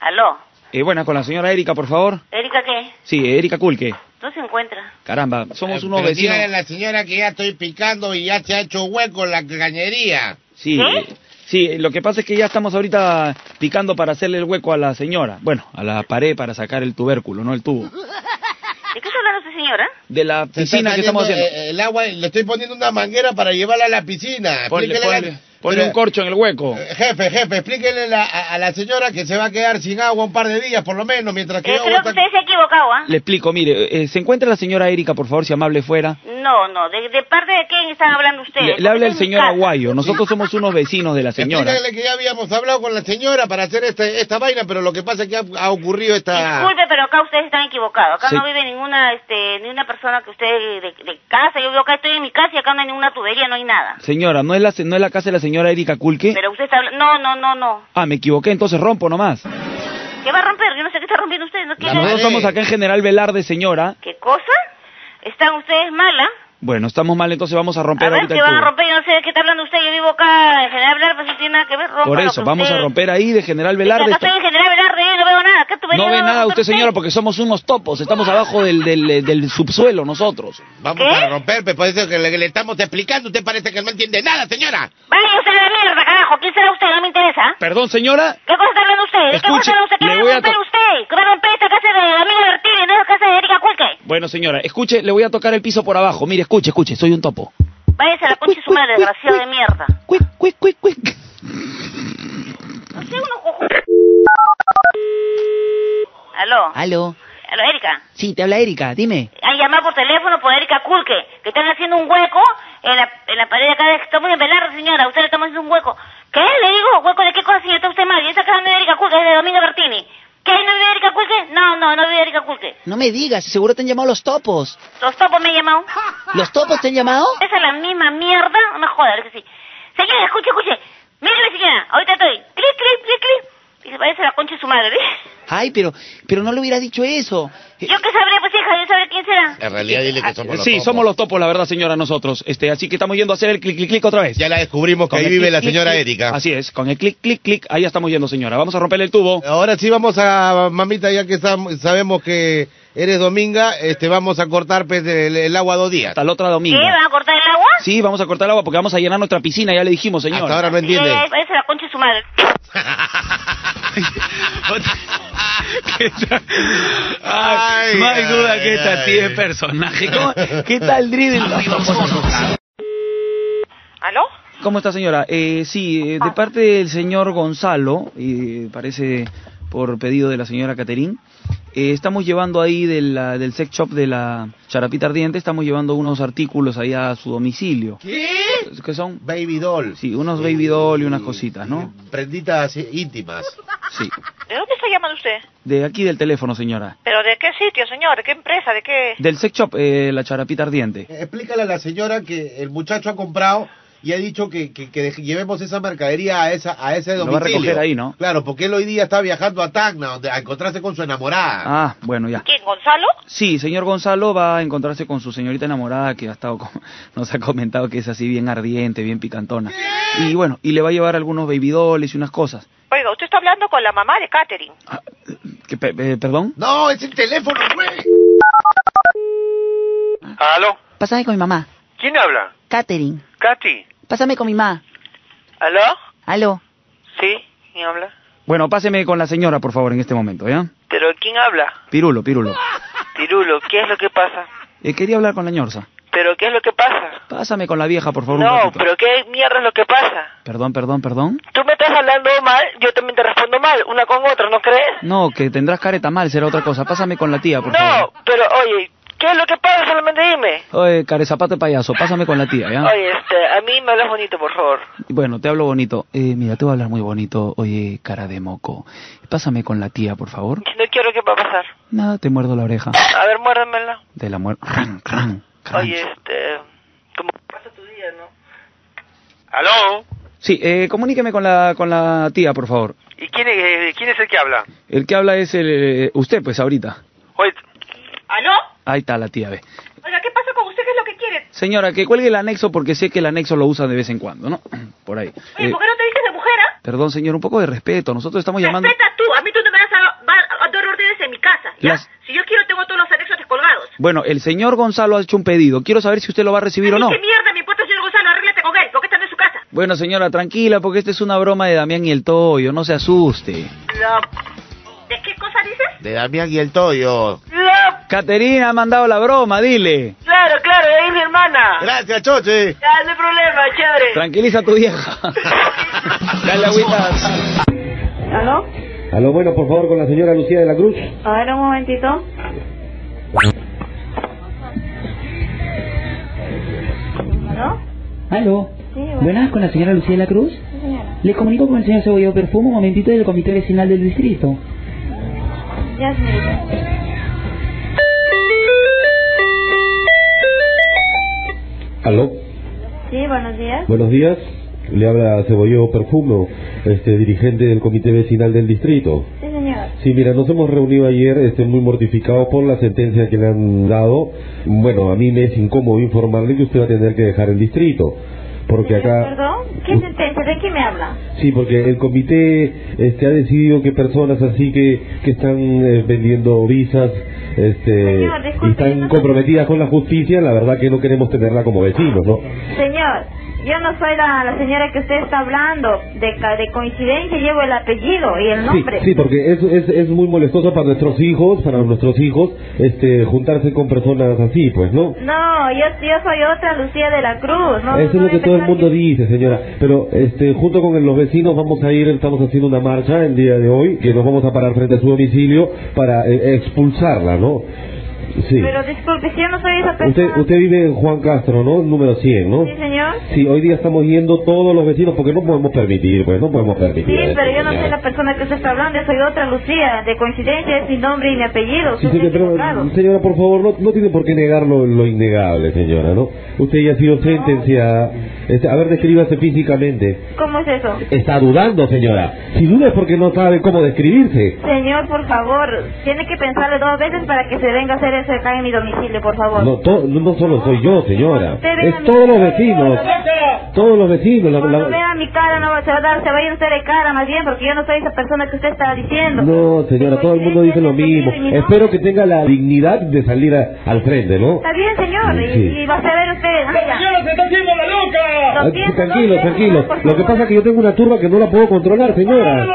Aló,
Eh, bueno, con la señora Erika, por favor.
¿Erika qué?
Sí, Erika Kulke.
No se encuentra.
Caramba, somos unos
Eh, Pero dígale
vecinos.
a la señora que ya estoy picando y ya se ha hecho hueco en la cañería.
Sí,
¿Eh?
eh, Sí, lo que pasa es que ya estamos ahorita picando para hacerle el hueco a la señora. Bueno, a la pared para sacar el tubérculo, no el tubo.
¿De qué está hablando esa señora?
De
Se
la
está
piscina que
cayendo,
estamos haciendo.
eh, eh, el agua, y le estoy poniendo una manguera para llevarla a la piscina.
ponle
Explíquele a la-
ponle- ponle
Pero, eh,
un corcho en el hueco.
Jefe, jefe, explíquele la- a, a la señora que se va a quedar sin agua un par de días por lo menos mientras que
Yo
yo
creo que
bota-
usted se ha equivocado, ¿ah?
Le explico, mire, eh, se encuentra la señora Erika, por favor, si amable fuera.
No, no, ¿de, de parte de quién están hablando
Le,
ustedes?
le habla el
Porque
señor
esta es mi casa.
Aguayo, nosotros somos unos vecinos de la señora.
Explícale que ya habíamos hablado con la señora para hacer este, esta vaina, pero lo que pasa es que ha, ha ocurrido
Ah.
esta...
Disculpe, pero acá ustedes están equivocados. Acá
Sí.
no vive ninguna este, ninguna persona que usted de, de casa. Yo vivo acá estoy en mi casa y acá no hay ninguna tubería, no hay nada.
Señora, ¿no es la, no es la casa de la señora Erika Kulke?
Pero usted está hablando... No, no, no, no.
Ah, me equivoqué, entonces rompo nomás.
¿Qué va a romper? Yo no sé qué está rompiendo usted. ¿no? ¿Qué,
Nosotros estamos acá en General Velarde, señora.
¿Qué cosa? ¿Están ustedes malas?
Bueno, estamos mal, entonces vamos a romper
A ver,
ahorita
¿qué
el
van a
tubo.
romper? Yo no sé de qué está hablando usted. Yo vivo acá en General Velarde, pues no tiene nada que ver. Rompa
Por
lo
eso,
que
vamos a
usted-
romper ahí de General
Acá
Velarde.
estoy en General Velarde, yo no veo nada. ¿Qué tubería
No ve
va a
nada
romper
usted, señora, porque somos unos topos. Estamos abajo del, del, eh, del subsuelo nosotros.
Vamos a romper, pues por eso que le, le estamos explicando. Usted parece que no entiende nada, señora.
Vaya usted a la mierda, carajo. ¿Quién será usted? No me interesa.
Perdón, señora.
¿Qué cosa está hablando usted? ¿De qué cosa
Escuche,
está hablando usted? ¿Qué
le
va
voy
a
a
romper
to-
usted? ¿Qué va a romper esta casa del amigo Bertini? No es la casa de Erika Kulke.
Bueno, señora, escuche, le voy a tocar el piso por abajo. Mire, escuche, escuche, soy un topo.
Váyase a la concha de su madre, desgraciado de mierda.
Quick, quick, quick, quick.
No sé, uno cojo... Aló.
Aló.
Aló, Erika.
Sí, te habla Erika, dime.
Han llamado por teléfono por Erika Kulke, que están haciendo un hueco en la, en la pared de acá. de- Estamos en Velarde, señora. Usted le estamos haciendo un hueco. ¿Qué? Le digo, hueco de qué cosa, señor. Está usted mal. Y esa casa no es de Erika Kulke, es de Domingo Bertini. ¿Qué? ¿No vive Erika Kulke? No, no, no vive Erika Kulke.
No me digas, seguro te han llamado los topos.
Los topos me han llamado.
¿Los topos te han llamado?
Esa es la misma mierda. No me jodas, que sí. Señora, escuche, escuche. Mírame, señora. Ahorita estoy. Clic, clic, clic, clic. Y se parece a la concha de su madre.
Ay, pero, pero no le hubieras dicho eso.
¿Yo qué sabré, pues, hija? ¿Yo sabré quién será?
En realidad dile que somos los
Sí,
topos.
somos los topos, la verdad, señora, nosotros. Este, así que estamos yendo a hacer el clic, clic, clic otra vez. Ya
la descubrimos que ahí vive la señora Erika.
Así es, con el clic, clic, clic, ahí ya estamos yendo, señora. Vamos a romperle el tubo.
Ahora sí vamos a, mamita, ya que sam- sabemos que eres dominga, este, vamos a cortar pues, el, el agua dos días.
Hasta la otra dominga.
¿Qué? ¿Van a cortar el agua?
Sí, vamos a cortar el agua porque vamos a llenar nuestra piscina, ya le dijimos, señora. Hasta ahora no
Eh, Se parece a la concha de su madre.
no hay duda que esta sí es personaje. ¿Cómo- ¿Qué tal, Drivel?
¿Aló?
¿Cómo está, señora? Eh, sí, eh, de parte del señor Gonzalo, eh, parece por pedido de la señora Caterín, eh, estamos llevando ahí de la- del sex shop de la Charapita Ardiente, estamos llevando unos artículos ahí a su domicilio.
¿Qué?
¿Qué son?
Baby doll.
Sí, unos baby doll y unas cositas, ¿no?
Prenditas eh, íntimas.
Sí.
¿De dónde está llamando usted?
De aquí del teléfono, señora.
¿Pero de qué sitio, señor? ¿De qué empresa? ¿De qué...?
Del sex shop, eh, la Charapita Ardiente.
Eh, Explícale a la señora que el muchacho ha comprado y ha dicho que, que, que deje- llevemos esa mercadería a esa a ese
Lo
domicilio.
va a recoger ahí, ¿no?
Claro, porque él hoy día está viajando a Tacna donde, a encontrarse con su enamorada.
Ah, bueno, ya.
¿Quién, Gonzalo?
Sí, señor Gonzalo va a encontrarse con su señorita enamorada que ha estado con- nos ha comentado que es así bien ardiente, bien picantona. Y bueno, y le va a llevar algunos baby dolls y unas cosas.
Oiga, usted está hablando con la mamá de Catherine.
¿Qué, pe- eh, ¿Perdón?
No, es el teléfono, güey.
Ah,
¿Aló?
Pásame con mi mamá.
¿Quién habla?
Katherine.
Katy.
Pásame con mi mamá.
¿Aló?
Aló.
Sí, ¿quién habla?
Bueno, páseme con la señora, por favor, en este momento, ¿ya?
¿Pero quién habla?
Pirulo, pirulo.
Tirulo, ¿qué es lo que pasa?
Eh, quería hablar con la ñorza.
¿Pero qué es lo que pasa?
Pásame con la vieja, por favor, un
No,
ratito.
pero ¿qué mierda es lo que pasa?
Perdón, perdón, perdón.
Tú me estás hablando mal, yo también te respondo mal, una con otra, ¿no crees?
No, que tendrás careta mal, será otra cosa. Pásame con la tía, por favor.
No, pero oye, ¿qué es lo que pasa? Solamente dime.
Oye, carezapato de payaso, pásame con la tía, ¿ya?
Oye, este, a mí me hablas bonito, por favor.
Bueno, te hablo bonito. Eh, mira, te voy a hablar muy bonito. Oye, cara de moco. Pásame con la tía, por favor.
No quiero que va a pasar.
Nada, te muerdo la oreja.
A ver, muérdemela.
De la muerte. Cran, cran, cran.
Oye, este, ¿cómo pasa tu día, no? ¿Aló?
Sí, eh, comuníqueme con la, con la tía, por favor.
¿Y quién es, eh, quién es el que habla?
El que habla es el, eh, usted, pues, ahorita.
Oye,
¿Aló?
Ahí está la tía, ve.
Oiga, ¿qué pasa con usted? ¿Qué es lo que quiere?
Señora, que cuelgue el anexo porque sé que el anexo lo usan de vez en cuando, ¿no? Por ahí.
Oye,
Eh,
¿por qué no te dices de mujer, ah?
perdón, señor, un poco de respeto. Nosotros estamos llamando...
Respeta tú, a mí tú no me vas a, va- a dar órdenes en mi casa, ¿ya?
Las-
Si yo quiero tengo todos los anexos descolgados.
Bueno, el señor Gonzalo ha hecho un pedido. Quiero saber si usted lo va a recibir o no.
¿Qué mierda me importa, señor Gonzalo? Arréglate con él, porque está en su casa.
Bueno, señora, tranquila, porque esta es una broma de Damián y el Toyo, no se asuste.
¿De qué cosa dices?
De Damián y el Toyo.
Caterina ha mandado la broma, dile.
Claro, claro, de ahí mi
Eh.
hermana.
Gracias, Choche.
Ya, no hay problema, chévere.
Tranquiliza a tu vieja. Dale agüitas.
¿Aló?
Aló, bueno, por favor, con la señora Lucía de la Cruz.
A ver un momentito. ¿Aló?
Aló.
Sí,
Buenas, con la señora Lucía de la Cruz.
Sí, señora.
Le comunico con el señor Cebollado Perfumo, un momentito del comité vecinal del distrito.
Ya, señorita.
Aló,
Sí, buenos días.
buenos días. Le habla Cebolló Perfumo, este, dirigente del comité vecinal del distrito.
Sí, señor.
Sí, mira, nos hemos reunido ayer, este, muy mortificados por la sentencia que le han dado. Bueno, a mí me es incómodo informarle que usted va a tener que dejar el distrito, porque acá,
¿Perdón? ¿Qué sentencia? ¿De qué me habla?
sí, porque el comité, este, ha decidido que personas así que, que están eh, vendiendo visas, este,
Señor, disculpe,
y
yo
están
no-
comprometidas con la justicia, la verdad que no queremos tenerla como vecinos, ¿no?
Señor, yo no soy la, la señora que usted está hablando. De, ca- de coincidencia llevo el apellido y el
Sí,
nombre.
sí, porque es, es, es muy molestoso para nuestros hijos, para nuestros hijos, este, juntarse con personas así, pues, ¿no?
No, yo, yo soy otra Lucía de la Cruz. No,
Eso es
no
lo que
me
todo el
pensaba
mundo dice, señora. Pero, este, junto con los vecinos vamos a ir, estamos haciendo una marcha el día de hoy, que nos vamos a parar frente a su domicilio para eh, expulsarla, ¿no? Sí.
Pero disculpe, si yo no soy esa persona.
Usted, usted vive en Juan Castro, ¿no? Número 100, ¿no?
Sí, señor.
Sí, hoy día estamos yendo todos los vecinos porque no podemos permitir, pues, no podemos permitir.
Sí,
esto,
pero yo no
señora.
soy la persona que usted está hablando, yo soy otra Lucía. De coincidencia es mi nombre y mi apellido.
Sí,
Usted
señor,
se ha
pero,
equivocado.
señora, por favor, no, no tiene por qué negar lo, lo innegable, señora, ¿no? Usted ya ha sido sentenciada. Este, a ver, descríbase físicamente.
¿Cómo es eso?
Está dudando, señora. Si duda es porque no sabe cómo describirse.
Señor, por favor, tiene que pensarlo dos veces para que se venga a hacer eso acá en mi domicilio, por favor.
No, to- no no solo soy yo, señora.
Usted venga a
Es
mi-
todos los vecinos.
Cuando
Todos los vecinos. la- la-
vea mi cara, no se va a dar, se va a ir usted de cara más bien, porque yo no soy esa persona que usted está diciendo.
No, señora, todo el mundo dice lo mismo. Espero que tenga la dignidad de salir a- al frente, ¿no?
Está bien, señor, y,
Sí.
y va a saber usted. ¡La señora se está haciendo la loca!
Ah, Tranquilo, tranquilo. Lo que pasa es que yo tengo una turba que no la puedo controlar, señora.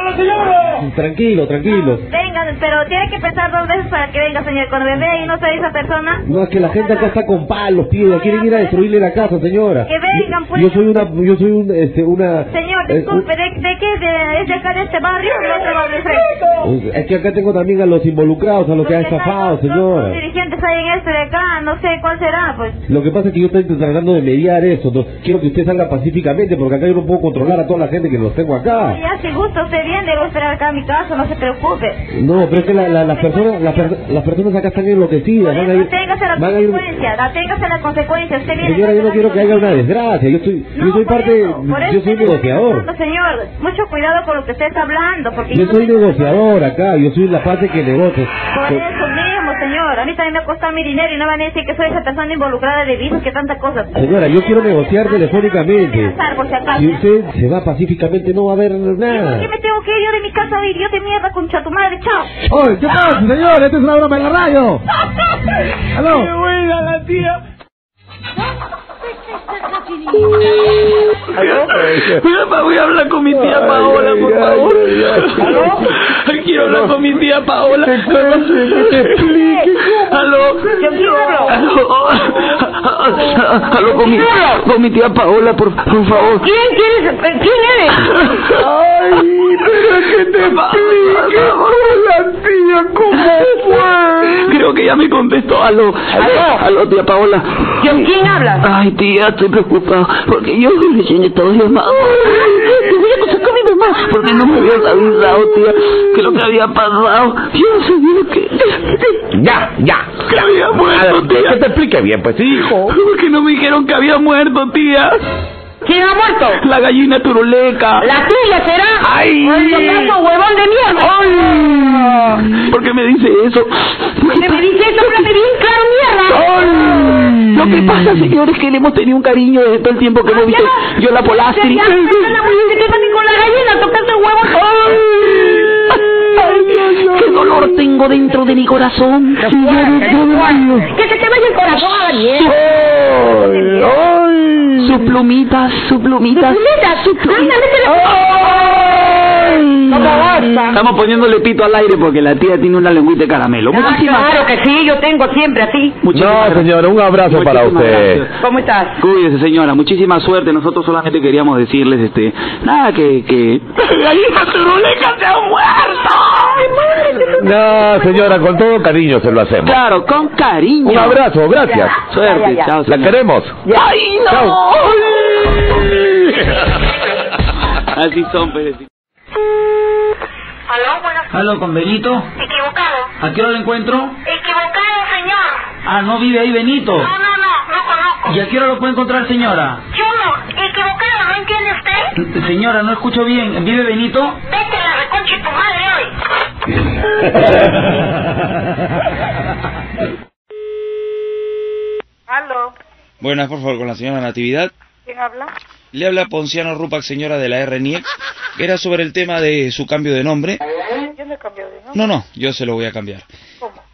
Tranquilo, tranquilo.
Venga, pero tiene que pensar dos veces para que venga, señor. Cuando me vea y no soy esa persona,
No, es que la gente acá está con palos, tío. Quieren ir a destruirle la casa, señora.
Que vengan,
Yo-
pues.
Yo soy una, yo soy un, este, una...
señor,
eh,
disculpe, ¿de, de qué? De, ¿Es de acá de este barrio o de otro barrio? Fred?
un- Es que acá tengo también a los involucrados, a los que han estafado,
Los
señora.
dirigentes hay en este de acá, no sé cuál será, pues.
Lo que pasa es que yo estoy tratando de mediar eso. no- Quiero que usted salga pacíficamente porque acá yo no puedo controlar a toda la gente que los tengo acá.
Ya, si gusta usted bien, debo esperar acá a mi casa, no se preocupe.
No, pero es que la- la- las personas las, per- las personas acá están enloquecidas. Van a ir,
Aténgase a la
van a ir-
consecuencia, aténgase a la consecuencia. Usted viene
Señora, yo no quiero que haya una desgracia. Yo soy, yo soy parte,
Por eso
yo soy
usted no está
negociador.
pensando, señor, mucho cuidado con lo que usted está hablando, porque
Yo
no
soy
sé-
negociador acá, yo soy la parte que negocia.
Por eso mismo, señor. A mí también me ha costado mi dinero y no van a decir que soy esa persona involucrada de virus, que tantas cosas.
Señora, yo quiero negociar telefónicamente.
Pasar, por si acaso.
Si usted se va pacíficamente no va a haber
¿Por
nada.
qué me tengo que ir yo de mi casa hoy? Yo de mierda, concha tu madre, chao.
¡Oye, qué pasa, señor! ¡Esta es una broma en la radio! ¡Aló!
¡Qué buena la tía!
voy a hablar con mi tía Paola, por favor. Quiero hablar con mi tía Paola. Aló. Aló. Aló con mi, con mi tía Paola, por, por favor. ¿Quién, quién, ¿Quién eres? Ay, pero que te explique, la tía, ¿cómo fue? Creo que ya me contestó. Aló, aló, aló, tía Paola. ¿Con quién hablas? Ay, tía, estoy preocupada porque yo recién estaba llamada. Te voy a acusar con mi mamá porque no me habías avisado, tía, que lo que había pasado. Yo no sabía lo que...
Ya, ya.
Que había
Ah,
muerto, tía.
Que te explique bien, pues, hijo.
¿Por qué no me dijeron que había muerto, tía? ¿Quién ha muerto? La gallina turuleca.
¿La tuya será?
¡Ay!
¡Ay, lo caso, huevón de mierda!
¡Ay! ¿Por qué me dice eso? ¿Por qué me dice eso? ¡Háblame bien claro, mierda! ¡Ay! Lo que pasa, señores, que le hemos tenido un cariño desde todo el tiempo que no viste. Yo la polastri.
Ah, Ya, ya, la mujer que te pasa con la gallina, tocaste huevo.
¡Qué dolor tengo dentro de mi corazón! ¡Qué
fuerte, qué fuerte. Que se te vaya el corazón a la mierda.
¡Ay! ¡Ay!
Su plumita, su plumita. Su plumita, su plumita.
Estamos poniéndole pito al aire porque la tía tiene una lengüita de caramelo. Muchísimas
claro que sí, yo tengo siempre así.
no, señora, un abrazo
para usted.
¿Cómo estás?
Cuídese, señora, muchísima suerte. Nosotros solamente queríamos decirles, este, nada, que, que...
La hija turuleca se ha muerto. Ay, madre.
No, señora, con todo cariño se lo hacemos.
Claro, con cariño.
Un abrazo, gracias.
Suerte, chao,
La
señora.
queremos.
Ay, no.
Así son, pues.
Aló, buenas.
Aló, con Benito.
Equivocado.
¿A qué hora lo encuentro?
Equivocado, señor.
Ah, no vive ahí Benito.
No, no, no, no conozco.
¿Y a qué hora lo puede encontrar, señora?
Chulo, equivocado, ¿no entiende usted?
Señora, no escucho bien. ¿Vive Benito?
Vete a la reconcha de tu madre hoy.
Aló,
Buenas, por favor, con la señora Natividad.
¿quién habla?
Le habla Ponciano Rupac, señora de la RNIEC. Era sobre el tema de su cambio de nombre.
Yo no he cambiado de nombre.
No, no, yo se lo voy a cambiar.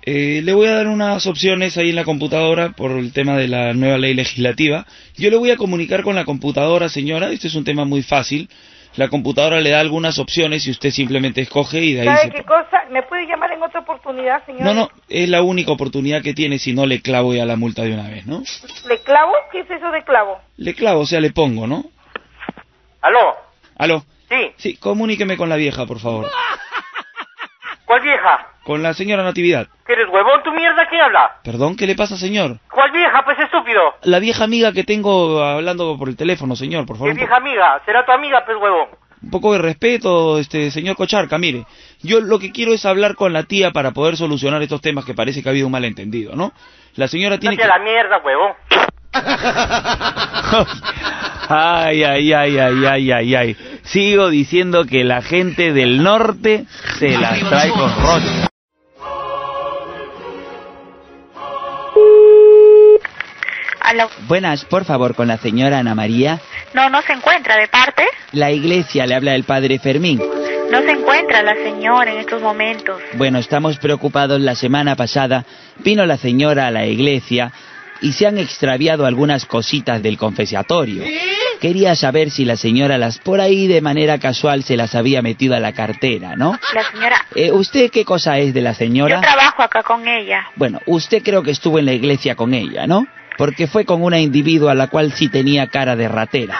Eh, le voy a dar unas opciones ahí en la computadora por el tema de la nueva ley legislativa. Yo le voy a comunicar con la computadora, señora. Este es un tema muy fácil. La computadora le da algunas opciones y usted simplemente escoge y de ahí
¿Sabe
se...
qué cosa? ¿Me puede llamar en otra oportunidad, señor?
No, no, es la única oportunidad que tiene si no le clavo ya la multa de una vez, ¿no?
¿Le clavo? ¿Qué es eso de clavo?
Le clavo, o sea, le pongo, ¿no?
Aló,
¿Aló?
Sí.
Sí, comuníqueme con la vieja, por favor.
¿cuál vieja?
Con la señora Natividad.
¿Que eres huevón tu mierda? ¿Quién habla?
Perdón, ¿qué le pasa, señor?
¿Cuál vieja? Pues estúpido.
La vieja amiga que tengo hablando por el teléfono, señor, por favor.
¿Qué
un po-
vieja amiga? ¿Será tu amiga, pues huevón?
Un poco de respeto, este señor Cocharca, mire. Yo lo que quiero es hablar con la tía para poder solucionar estos temas que parece que ha habido un malentendido, ¿no? La señora tiene
Vete
que...
a la mierda, huevón.
Ay, ay, ay, ay, ay, ay, ay. Sigo diciendo que la gente del norte se las trae con roche.
Buenas, por favor, con la señora Ana María.
No, no se encuentra de parte.
La iglesia le habla el padre Fermín.
No se encuentra la señora en estos momentos.
Bueno, estamos preocupados. La semana pasada vino la señora a la iglesia y se han extraviado algunas cositas del confesatorio. Quería saber si la señora las por ahí de manera casual se las había metido a la cartera, ¿no?
La señora.
Eh, ¿Usted qué cosa es de la
Yo
señora?
trabajo acá con ella.
Bueno, usted creo que estuvo en la iglesia con ella, ¿no? Porque fue con una individua a la cual sí tenía cara de ratera.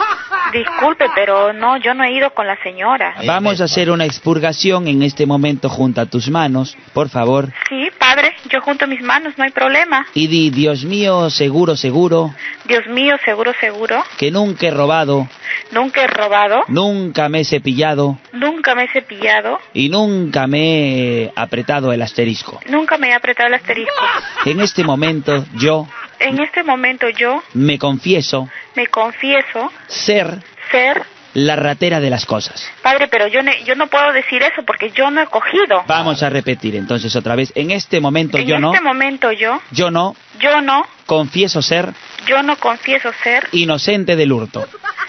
Disculpe, pero no, yo no he ido con la señora.
Vamos a hacer una expurgación en este momento. Junta tus manos, por favor.
Sí, padre, yo junto mis manos, no hay problema.
Y di, Dios mío, seguro, seguro,
Dios mío, seguro, seguro.
que nunca he robado,
Nunca he robado,
nunca me he cepillado
nunca me he cepillado,
y nunca me he apretado el asterisco.
nunca me he apretado el asterisco.
En este momento yo
En este momento yo
me confieso
me confieso
ser
ser
la ratera de las cosas.
padre, pero yo, ne- yo no puedo decir eso porque yo no he cogido.
Vamos a repetir entonces otra vez. En este momento
En
yo no,
este momento yo,
yo no
yo no,
confieso ser
yo no confieso ser
inocente del hurto.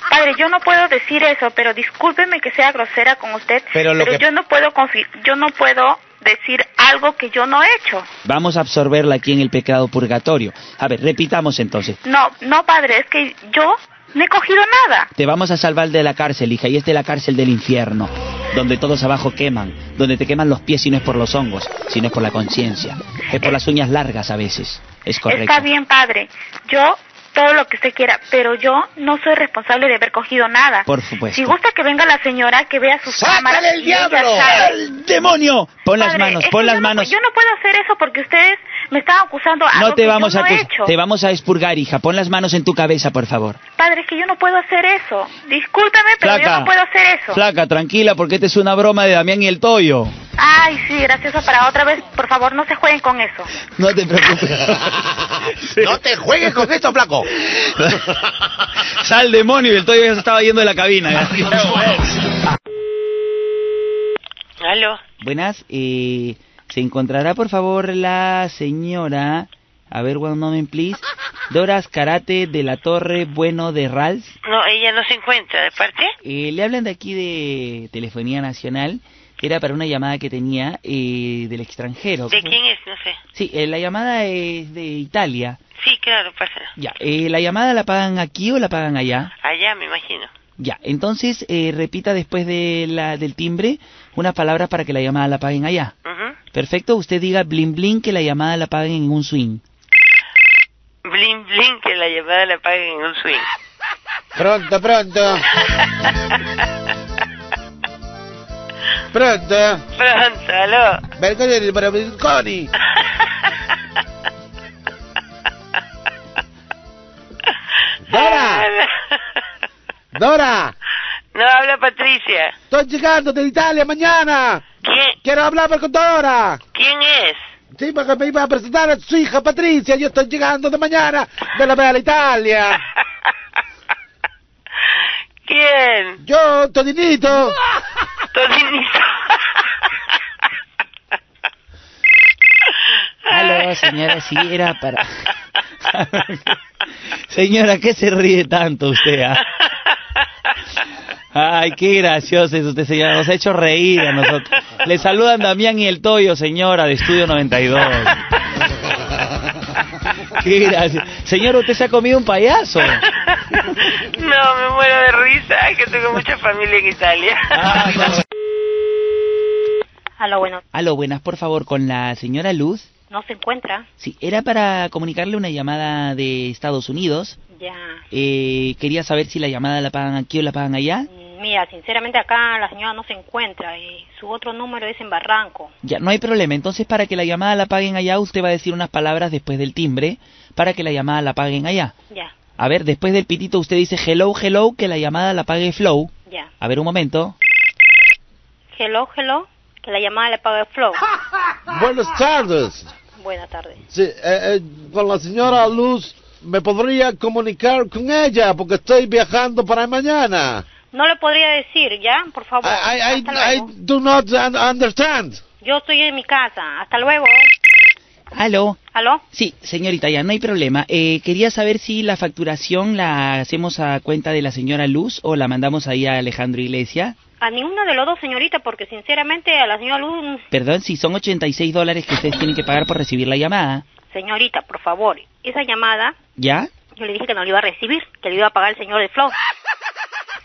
Padre, yo no puedo decir eso, pero discúlpeme que sea grosera con usted,
Pero lo que-
yo no puedo confi- yo no puedo decir algo que yo no he hecho.
Vamos a absorberla aquí en el pecado purgatorio. A ver, repitamos entonces.
No, no, padre, es que yo no he cogido nada.
Te vamos a salvar de la cárcel, hija, y es de la cárcel del infierno, donde todos abajo queman, donde te queman los pies y no es por los hongos, sino es por la conciencia, es por las uñas largas a veces. Es correcto.
Está bien, padre. Yo todo lo que usted quiera, pero yo no soy responsable de haber cogido nada.
Por supuesto.
Si gusta que venga la señora, que vea sus cámaras.
¡Sácale el
y ella
diablo!
sabe.
¡El demonio! Pon las
Padre,
manos,
es que
pon
yo
las
no-
manos.
yo no puedo hacer eso porque ustedes me están acusando algo
No te
que
vamos
yo
a
no he
acus-
hecho.
te vamos a expurgar, hija. Pon las manos en tu cabeza, por favor.
Padre, es que yo no puedo hacer eso. Discúlpeme, pero yo
Flaca.
no puedo hacer eso.
Flaca, tranquila, porque esta es una broma de Damián y el Toyo.
Ay, sí, graciosa para otra vez. Por favor, no se jueguen con eso.
No te preocupes.
No te juegues con esto, flaco.
Sal demonio, el Toyo ya se estaba yendo de la cabina.
Aló.
Buenas, eh, se encontrará por favor la señora, a ver, one moment please, Doras Karate de la Torre Bueno de Ralph.
No, ella no se encuentra, ¿de parte?
Eh, le hablan de aquí de Telefonía Nacional, era para una llamada que tenía eh, del extranjero.
¿De quién es? No sé.
Sí, eh, la llamada es de Italia.
Sí, claro, pásala.
Ya, eh, ¿la llamada la pagan aquí o la pagan allá?
Allá, me imagino.
Ya, entonces eh, repita después de la, del timbre unas palabras para que la llamada la paguen allá.
Ujú.
Perfecto, usted diga blin blin que la llamada la paguen en un swing.
Blin, blin, que la llamada la paguen en un swing.
Pronto, pronto. Pronto.
Pronto, aló.
Bergoglio para Berlusconi. Dora. Dora.
No, habla Patricia.
Estoy llegando de Italia mañana.
¿Quién,
Quiero hablar con Dora.
quién es?
Sí, porque me iba a presentar a su hija Patricia. Yo estoy llegando de mañana de la Bella Italia.
¿Quién?
Yo, Todinito.
Todinito.
Aló, señora, sí, era para... señora, ¿qué se ríe tanto usted? ah? Ay, qué gracioso es usted, señora. Nos ha hecho reír a nosotros. Le saludan Damián y el Toyo, señora, de Estudio 92. Qué gracioso. Señora, usted se ha comido un payaso.
No, me muero de risa. Ay, que tengo mucha familia en Italia.
Ah.
Aló, bueno,
Aló, buenas, por favor, con la señora Luz.
no se encuentra.
Sí, era para comunicarle una llamada de Estados Unidos.
Ya.
Eh, quería saber si la llamada la pagan aquí o la pagan allá.
Mira, sinceramente acá la señora no se encuentra y su otro número es en Barranco.
Ya, no hay problema. Entonces, para que la llamada la paguen allá, usted va a decir unas palabras después del timbre para que la llamada la paguen allá.
Ya,
A ver, después del pitito usted dice hello, hello, que la llamada la pague Flow.
ya.
A ver, un momento.
Hello, hello. Que la llamada le pague Flow.
Buenas tardes.
Buenas tardes.
Pues, Sí, eh, eh, con la señora Luz me podría comunicar con ella porque estoy viajando para mañana.
No le podría decir, ¿ya? Por favor.
I, I,
Hasta
I
luego.
do not un- understand.
Yo estoy en mi casa. Hasta luego.
Aló.
¿Aló?
Sí, señorita, ya no hay problema. Eh, quería saber si la facturación la hacemos a cuenta de la señora Luz o la mandamos ahí a Alejandro Iglesia.
A ninguna de los dos, señorita, porque sinceramente a la señora Luz,
Perdón, si son 86 dólares que ustedes tienen que pagar por recibir la llamada.
señorita, por favor, esa llamada
¿Ya?
yo le dije que no la iba a recibir, que le iba a pagar el señor de Flow.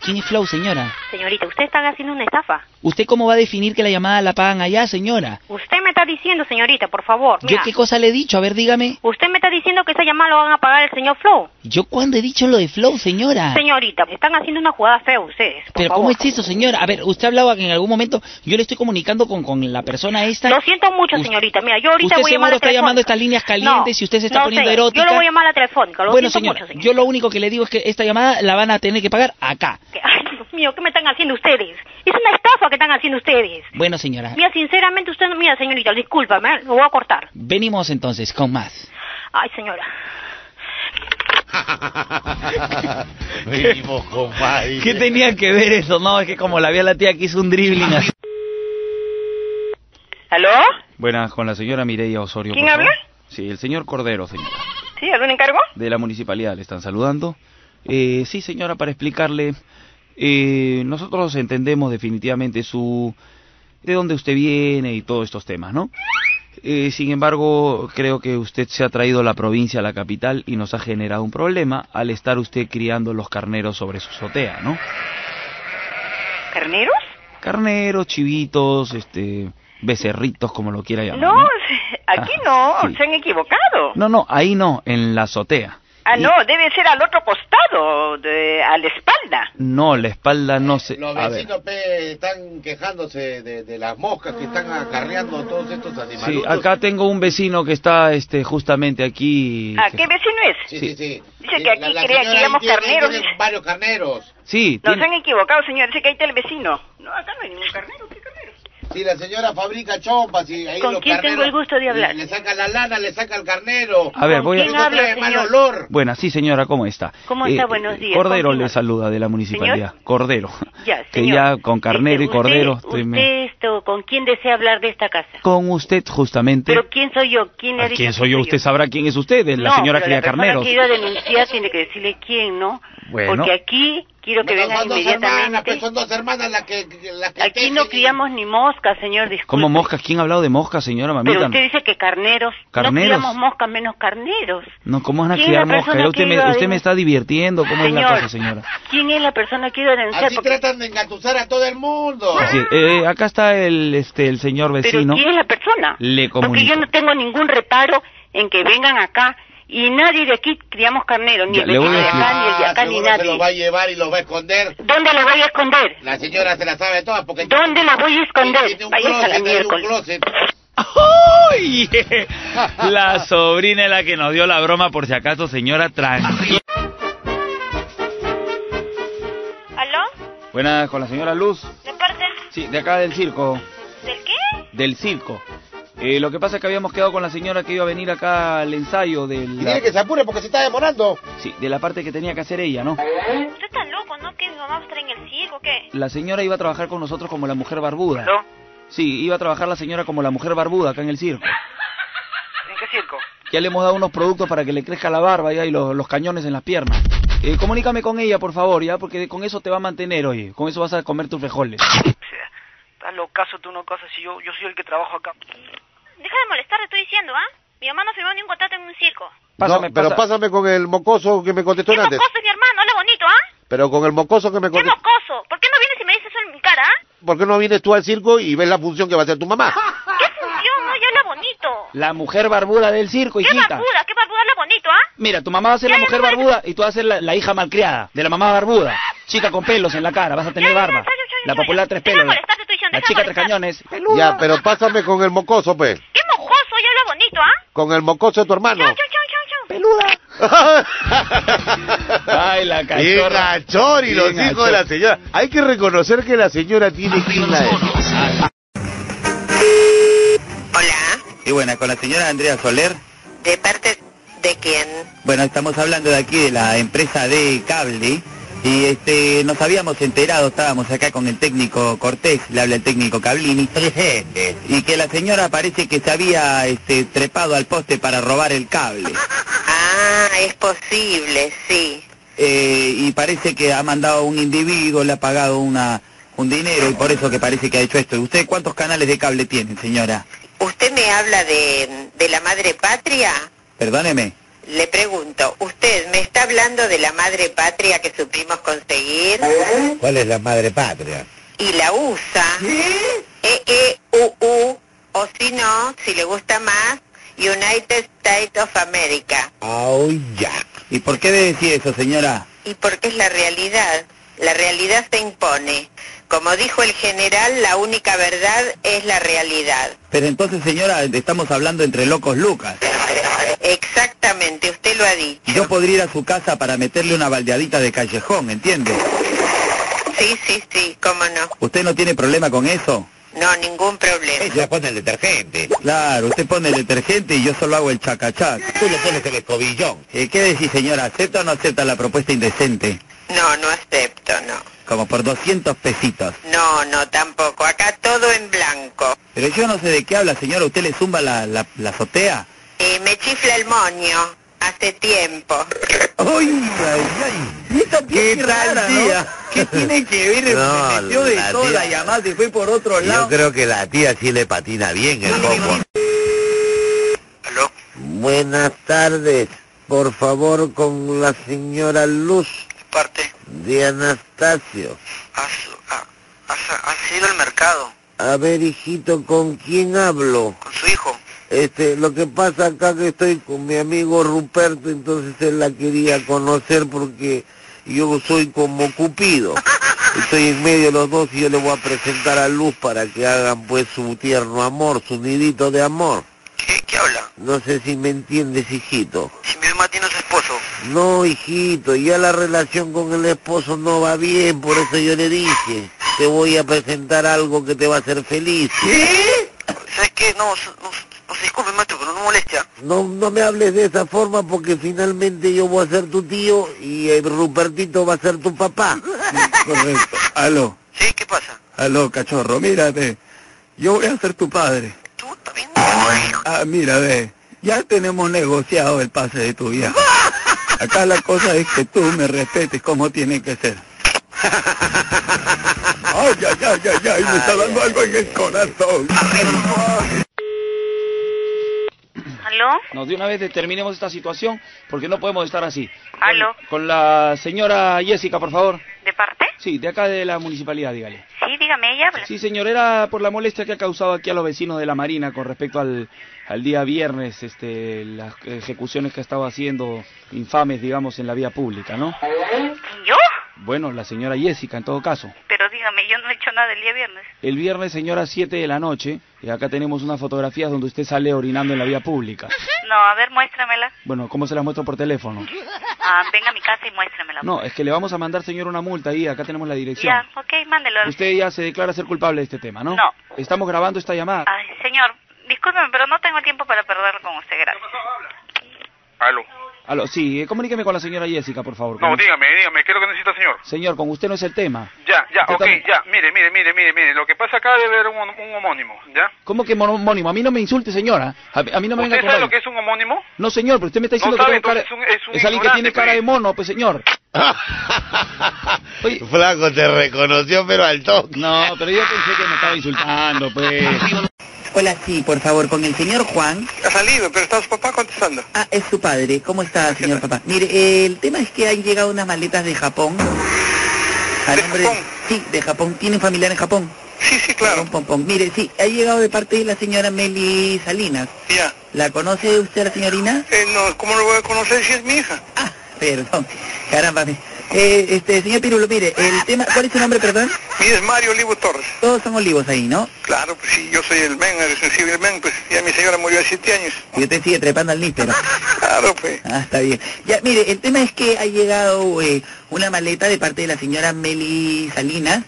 ¿Quién es Flow, señora?
Señorita, usted está haciendo una estafa.
¿Usted cómo va a definir que la llamada la pagan allá, señora?
Usted me está diciendo, señorita, por favor.
¿Yo
mira,
qué cosa le he dicho? A ver, dígame.
Usted me está diciendo que esa llamada lo van a pagar el señor Flow.
¿Yo cuándo he dicho lo de Flow, señora?
Señorita, están haciendo una jugada fea ustedes. Por
Pero ¿cómo
favor.
es eso, señora? A ver, usted hablaba que en algún momento yo le estoy comunicando con, con la persona esta.
Lo siento mucho,
Us-
señorita. Mira, yo ahorita voy
usted
a
seguro
llamar a la
está llamando
telefónica.
estas líneas calientes
No,
y usted se está
no
poniendo
sé.
erótica.
Yo lo voy a llamar a la telefónica. Lo
bueno,
siento
señora,
mucho, señor.
yo lo único que le digo es que esta llamada la van a tener que pagar acá.
Ay, Dios mío, ¿qué me están haciendo ustedes? Es una estafa que están haciendo ustedes.
Bueno, señora,
Mira, sinceramente, usted... Mira, señorita, discúlpame, ¿eh? lo voy a cortar.
venimos entonces con más.
Ay, señora.
Venimos, compadre.
¿Qué tenía que ver eso? No, es que como la vi a la tía que hizo un dribbling así.
¿Aló?
Buenas, con la señora Mireia Osorio.
¿Quién
por favor.
habla?
Sí, el señor Cordero, señora.
¿Sí? ¿Algún encargo?
De la municipalidad le están saludando. Eh, sí, señora, para explicarle, eh, nosotros entendemos definitivamente su... de dónde usted viene y todos estos temas, ¿no? Eh, sin embargo, creo que usted se ha traído la provincia a la capital y nos ha generado un problema al estar usted criando los carneros sobre su azotea, ¿no?
¿Carneros?
Carneros, chivitos, este, becerritos, como lo quiera llamar.
No,
¿no?
aquí no,
Ah, sí.
se han equivocado.
No, no, ahí no, en la azotea.
Ah, no, debe ser al otro costado, de- a la espalda.
No, la espalda no se...
Los
A ver,
vecinos pe, están quejándose de, de las moscas que están acarreando todos estos
sí,
animales.
acá tengo un vecino que está este, justamente aquí...
¿A Ah, qué vecino es?
Sí, sí, sí.
Dice que aquí crea que
señora
llamamos
tiene-
carneros.
tiene varios carneros.
Sí,
Nos
tiene-
han equivocado, señor. Dice que ahí está el vecino. No, acá no hay ningún carnero. ¿qué carnero?
Si la señora fabrica chompas y ahí
¿Con
los
quién tengo
carneros
el gusto de hablar?
Le, le saca la lana, le saca el carnero.
A ver, ¿Con voy a- quién
Eso
habla,
trae mal
señor?
olor.
Buena, sí señora, ¿cómo está? Eh,
¿Cómo está? Buenos días,
Cordero
continúa.
le saluda de la municipalidad. Cordero.
Ya, señor.
Que ya con carnero y
Este,
cordero...
usted-
estoy me-
usted esto, ¿con quién desea hablar de esta casa?
Con usted justamente...
¿Pero quién soy yo? ¿Quién, le ha
¿A
dicho
¿Quién
que
soy yo? Usted sabrá quién es usted, es la
No,
señora
pero
cría
la persona
carneros.
que iba a denunciar tiene que decirle quién, ¿no?
Bueno.
Porque aquí Quiero que
Pero
venga
son dos hermanas,
inmediatamente.
pues, son dos hermanas las que, las que
Aquí no criamos ni moscas, señor, disculpe.
¿Cómo moscas? ¿Quién ha hablado de moscas, señora
Pero
mamita?
usted dice que carneros.
¿Carneros?
No criamos moscas menos carneros.
No, ¿cómo van a
¿Quién es la
criar moscas?
persona
Ya
que
Usted, me,
iba a
usted me
denunciar?
está divirtiendo. ¿Cómo es la
Señor.
cosa, señora?
¿Quién es la persona que iba a denunciar?
Así tratan de engatusar a todo el mundo.
Así es. Eh, eh, acá está el, este, el señor
Pero
vecino.
¿quién es la persona?
Le
Porque
comunico.
yo no tengo ningún reparo en que vengan acá y nadie de aquí criamos carneros, ni
Ya,
el
le voy
vecino
a
de
decir.
acá, ni el de acá, ni
Ah, seguro se los va a
nadie.
llevar y los va a esconder.
¿Dónde los voy a esconder?
La señora se la sabe todas porque...
¿Dónde los voy a esconder?
Tiene un
Váyase a la
closet, hay un
miércoles.
closet.
¡Ay! La sobrina es la que nos dio la broma, por si acaso, señora, tranquila.
¿Aló?
Buenas, con la señora Luz.
¿De parte?
Sí, de acá del circo.
¿Del qué?
Del circo. Eh, lo que pasa es que habíamos quedado con la señora que iba a venir acá al ensayo del...
Tiene que se apure porque se está demorando.
Sí, de la parte que tenía que hacer ella, ¿no?
Usted está loco, ¿no? ¿Que mi mamá va a estar en el circo? ¿Qué?
La señora iba a trabajar con nosotros como la mujer barbuda. Sí, iba a trabajar la señora como la mujer barbuda acá en el circo.
¿En qué circo?
Ya le hemos dado unos productos para que le crezca la barba ya, y los, los cañones en las piernas. Eh, comunícame con ella, por favor, ya, porque con eso te va a mantener, oye. Con eso vas a comer tus frijoles.
Estás locazo, tú no casas y yo, yo soy el que trabajo acá. Deja de molestar, te estoy diciendo, ¿ah? Mi mamá no firmó ni un contrato en un circo.
Pásame,
No, pero
pasa-
pásame con el mocoso que me contestó
¿Qué
antes.
mocoso es mi hermano? Habla bonito, ¿ah?
Pero con el mocoso que me
¿Qué
contestó.
mocoso? ¿Por qué no vienes y me dices eso en mi cara, ah?
¿Por qué no vienes tú al circo y ves la función que va a hacer tu mamá?
¿Qué función? No, y habla bonito.
La mujer barbuda del circo,
¿Qué
hijita.
barbuda? ¿Qué barbuda habla bonito, ah?
Mira, tu mamá va a ser la
Ya,
mujer
ya, ya.
barbuda y tú vas a ser la, la hija malcriada de la mamá barbuda. Chica con pelos en la cara, vas a tener barba. La popular tres pelos. La chica tres cañones.
Ya, pero pásame con el mocoso, pues.
¿Qué mocoso? Y habla bonito, ¿ah?
Con el mocoso de tu hermano.
Chau, chau, chau, chau, chau.
Peluda.
Ay,
la
cachorra. Bien gachor y los hijos de la señora. Hay que reconocer que la señora tiene eh. quien la es.
Y bueno, con la señora Andrea Soler.
¿De parte de quién?
Bueno, estamos hablando de aquí de la empresa de cable y este nos habíamos enterado, estábamos acá con el técnico Cortés, le habla el técnico Cablini, y que la señora parece que se había este, trepado al poste para robar el cable.
Ah, es posible, sí.
Eh, y parece que ha mandado a un individuo, le ha pagado una un dinero y por eso que parece que ha hecho esto. ¿Usted cuántos canales de cable tienen, señora?
¿Usted me habla de, de la madre patria?
Perdóneme.
Le pregunto, ¿usted me está hablando de la madre patria que supimos conseguir?
¿Eh?
¿Cuál es la madre patria?
y la usa. E, E-E-U-U, o si no, si le gusta más, United States of America.
Oh, ya. ¿Y por qué debe decir eso, señora?
Y porque es la realidad, la realidad se impone. Como dijo el general, la única verdad es la realidad.
Pero entonces, señora, estamos hablando entre locos Lucas.
Exactamente, usted lo ha dicho.
Yo podría ir a su casa para meterle una baldeadita de callejón, ¿entiende?
Sí, sí, sí, cómo no.
¿Usted no tiene problema con eso?
No, ningún problema.
Ella pone el detergente. Claro, usted pone el detergente y yo solo hago el chacachac. Tú le pones el escobillón. ¿Qué decís, señora? ¿Acepta o no acepta la propuesta indecente?
No, no acepto, no.
Como por 200 pesitos.
No, no, tampoco. Acá todo en blanco.
Pero yo no sé de qué habla, señora. ¿Usted le zumba la, la, la azotea?
Eh, me chifla el moño. Hace tiempo.
¡Ay, ay, ay! ¿Esta ¿Qué tal, tía? ¿Qué tiene que ver?
No,
Se metió de
la
toda
tía-
la llamada, se fue por otro lado.
Yo creo que la tía sí le patina bien el coco. Buenas tardes. Por favor, con la señora Luz. Parte. De Anastasio.
Has ido al mercado
A ver, hijito, ¿con quién hablo?
con su hijo.
Este, lo que pasa acá que estoy con mi amigo Ruperto, entonces él la quería conocer porque yo soy como Cupido. Estoy en medio de los dos y yo le voy a presentar a Luz para que hagan pues su tierno amor, su nidito de amor.
¿Qué, qué habla?
No sé si me entiendes, hijito.
Si mi mamá tiene a su esposo.
No, hijito, ya la relación con el esposo no va bien, por eso yo le dije, te voy a presentar algo que te va a hacer feliz.
¿Sabes qué? No, s- no, s- no se disculpe, maestro, pero no molestia.
No, no me hables de esa forma porque finalmente yo voy a ser tu tío y el Rupertito va a ser tu papá.
Correcto. Aló. Sí, ¿qué pasa? Aló, cachorro, mira, ve. Yo voy a ser tu padre. Ah, mira, ve. Ya tenemos negociado el pase de tu viaje. Acá la cosa es que tú me respetes como tiene que ser.
Ay, ay, ay, ay, ay, me está dando algo en el corazón.
¿Aló?
No, de una vez determinemos esta situación porque no podemos estar así.
¿Aló?
Con la señora Jessica, por favor.
¿De parte?
Sí, de acá de la municipalidad, dígale.
Sí, dígame, ella habla.
Sí, señor, era por la molestia que ha causado aquí a los vecinos de la Marina con respecto al, al día viernes, este, las ejecuciones que ha estado haciendo infames, digamos, en la vía pública, ¿no?
¿Yo?
Bueno, la señora Jessica, en todo caso.
Pero dígame, yo no he hecho nada el día viernes.
El viernes, señora, 7 de la noche, y acá tenemos unas fotografías donde usted sale orinando en la vía pública.
No, a ver, muéstramela.
Bueno, ¿cómo se las muestro por teléfono?
Ah, venga a mi casa y muéstramela.
No, es que le vamos a mandar, señor, una multa ahí, acá tenemos la dirección.
Ya, ok, mándelo.
Usted ya se declara ser culpable de este tema, ¿no?
No. Ah.
Estamos grabando esta llamada.
Ay, señor, discúlpeme, pero no tengo tiempo para perderlo con usted, gracias.
Aló.
Aló, sí, eh, comuníqueme con la señora Jessica, por favor.
No,
Con-
dígame, dígame, ¿qué es lo que necesita, señor?
Señor, con usted no es el tema.
Ya, ya,
Yo
ok,
también.
ya. Mire, mire, mire, mire, mire. Lo que pasa acá debe haber un, un homónimo, ¿ya?
¿Cómo que monónimo? A mí no me insulte, señora. A, a mí no me venga
¿Usted
con
sabe lo
rollo.
que es un homónimo?
No, señor, pero usted me está
No
diciendo
sabe,
que tengo cara...
entonces es un- es un
alguien que tiene
ignorante,
cara de mono, pues, señor.
Flaco, te reconoció, pero al toque.
No, pero yo pensé que me estaba insultando, pues.
Hola, sí, por favor, con el señor Juan. Ha salido, pero está su papá contestando. Ah, es su padre. ¿Cómo está, señor papá? Mire, eh, el tema es que han llegado unas maletas de Japón. ¿De Japón? Sí, de Japón. ¿Tienen familiar en Japón? Sí, sí, claro. Mire, sí, ha llegado de parte de la señora Meli Salinas. Ya. ¿La conoce usted, la señorina? no, ¿cómo lo voy a conocer si es mi hija? Ah, perdón. Caramba, me- eh, este, señor Pirulo, mire, el tema, ¿cuál es su nombre, perdón? Mi es Mario Olivo Torres. Todos son olivos ahí, ¿no?
Claro, pues sí, yo soy el men, el sensible men, pues ya mi señora murió hace siete años.
Y usted sigue trepando al níspero. Claro, pues. Ah, está bien. Ya, mire, el tema es que ha llegado eh, una maleta de parte de la señora Meli Salinas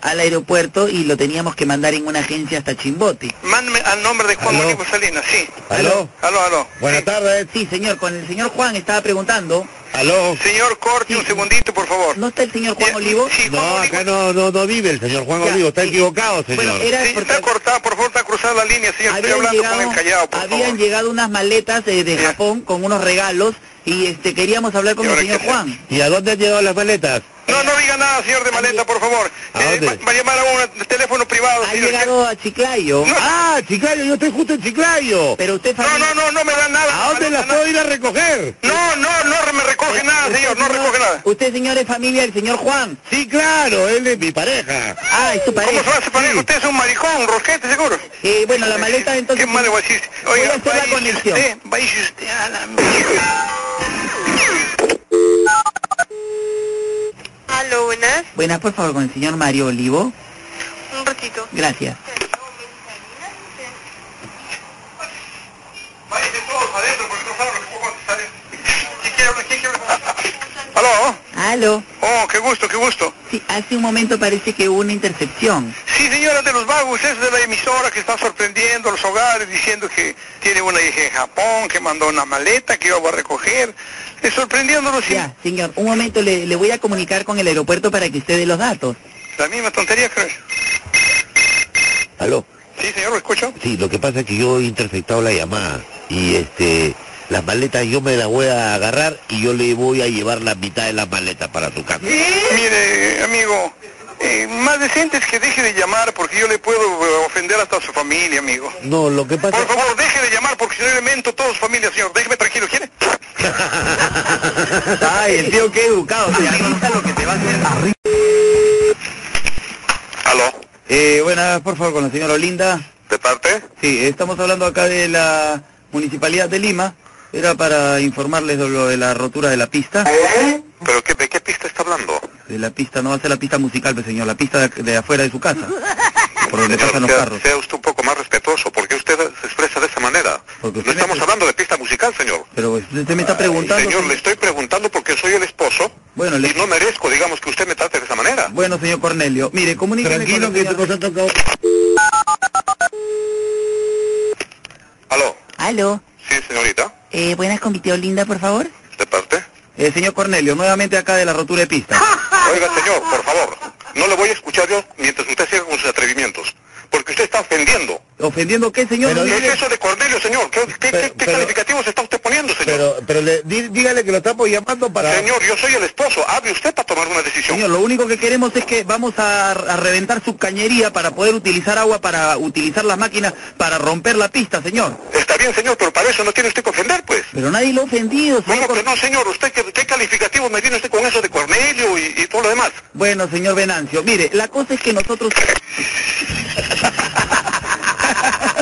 al aeropuerto y lo teníamos que mandar en una agencia hasta Chimbote.
Mándeme ah, al nombre de Juan Olivo Salinas, sí.
¿Aló?
Aló, aló.
Buenas tardes. Sí, señor, con el señor Juan estaba preguntando. ¿Aló?
Señor, corte un segundito, por favor. Eh,
¿No está el señor Juan Olivo?
No, acá no, no, no vive el señor Juan Olivo, está equivocado, señor.
Era porque
Cruzar la línea, señor. Estoy
Habían
hablando con
llegado-
el callado, por
habían llegado unas maletas eh, de Japón con unos regalos y este queríamos hablar con el señor Juan.
¿Y a dónde han llegado las maletas?
No, no diga nada, señor de maleta, por favor. Eh,
¿A dónde?
Va a llamar a un teléfono privado,
Ha llegado a Chiclayo.
Ah, Chiclayo, yo estoy justo en Chiclayo.
Pero usted
No, no, no, no me da nada.
¿A dónde las puedo ir a recoger? Eh,
No, no, no me recoge nada, señor, no recoge nada.
Usted, señor, es familia del señor Juan.
Sí, claro, él es mi pareja.
Ah, es tu pareja.
¿Cómo se hace pareja? Usted es un maricón, un rosquete, seguro.
Eh, bueno, la maleta entonces...
Qué mal le voy a decir. Oiga, eh, váyase usted, váyase usted a la mierda.
Aló, buenas. Buenas, por favor, con el señor Mario Olivo.
Un ratito.
Gracias.
¿Aló?
Aló.
Oh, qué gusto, qué gusto.
Sí, hace un momento parece que hubo una intercepción.
Sí, señora de los vagos, es de la emisora que está sorprendiendo a los hogares diciendo que tiene una hija en Japón, que mandó una maleta que iba a recoger. Es sorprendiéndolos. sí.
Ya, señor, un momento le, le voy a comunicar con el aeropuerto para que usted dé los datos.
La misma tontería, creo.
¿Aló?
Sí, señor, lo escucho.
Sí, lo que pasa es que yo he interceptado la llamada y este, las maletas yo me las voy a agarrar y yo le voy a llevar la mitad de las maletas para su casa.
Mire, amigo, eh, más decente es que deje de llamar porque yo le puedo eh, ofender hasta a su familia, amigo.
No, lo que pasa
Por favor, deje de llamar porque si no elemento toda su familia, señor. Déjeme tranquilo, ¿quiere?
Ay, el tío qué educado, te avisa lo que te va a hacer.
¿Aló?
Eh, buenas, por favor, con la señora Olinda.
¿De parte?
Sí, estamos hablando acá de la Municipalidad de Lima. Era para informarles de lo de la rotura de la pista.
¿Eh? ¿Pero qué, de qué pista está hablando?
De la pista, no va a ser la pista musical, pues, señor, la pista de, de afuera de su casa. Por donde pasan los carros.
Sea usted un poco más respetuoso porque usted se expresa de esa manera. No estamos hablando de pista musical, señor.
Pero usted me está preguntando.
Señor, le estoy preguntando porque soy el esposo
Bueno, le-
y no merezco, digamos, que usted me trate de esa manera.
Bueno, señor Cornelio, mire, comuníqueme Tranquilo que tu cosa toca...
Aló.
Aló.
Sí, señorita.
Eh, buenas con mi tío Linda, por favor. ¿De parte? Eh, señor Cornelio, nuevamente acá de la rotura de pista.
Oiga, señor, por favor, no le voy a escuchar yo mientras usted siga con sus atrevimientos.
porque usted está ofendiendo.
¿Ofendiendo qué, señor?
¿Qué es eso de Cornelio, señor? ¿Qué, qué- qué- qué calificativos está usted poniendo, señor?
Pero, pero le- di- dígale que lo estamos llamando para...
Señor, yo soy el esposo. Hable usted para tomar una decisión.
Señor, lo único que queremos es que vamos a, a reventar su cañería para poder utilizar agua, para utilizar las máquinas, para romper la pista, señor.
Está bien, señor, pero para eso no tiene usted que ofender, pues.
Pero nadie lo ha ofendido, señor.
¿Cómo que no, señor? ¿Usted qué, qué calificativos me viene usted con eso de Cornelio y, y todo lo demás?
Bueno, señor Venancio, mire, la cosa es que nosotros...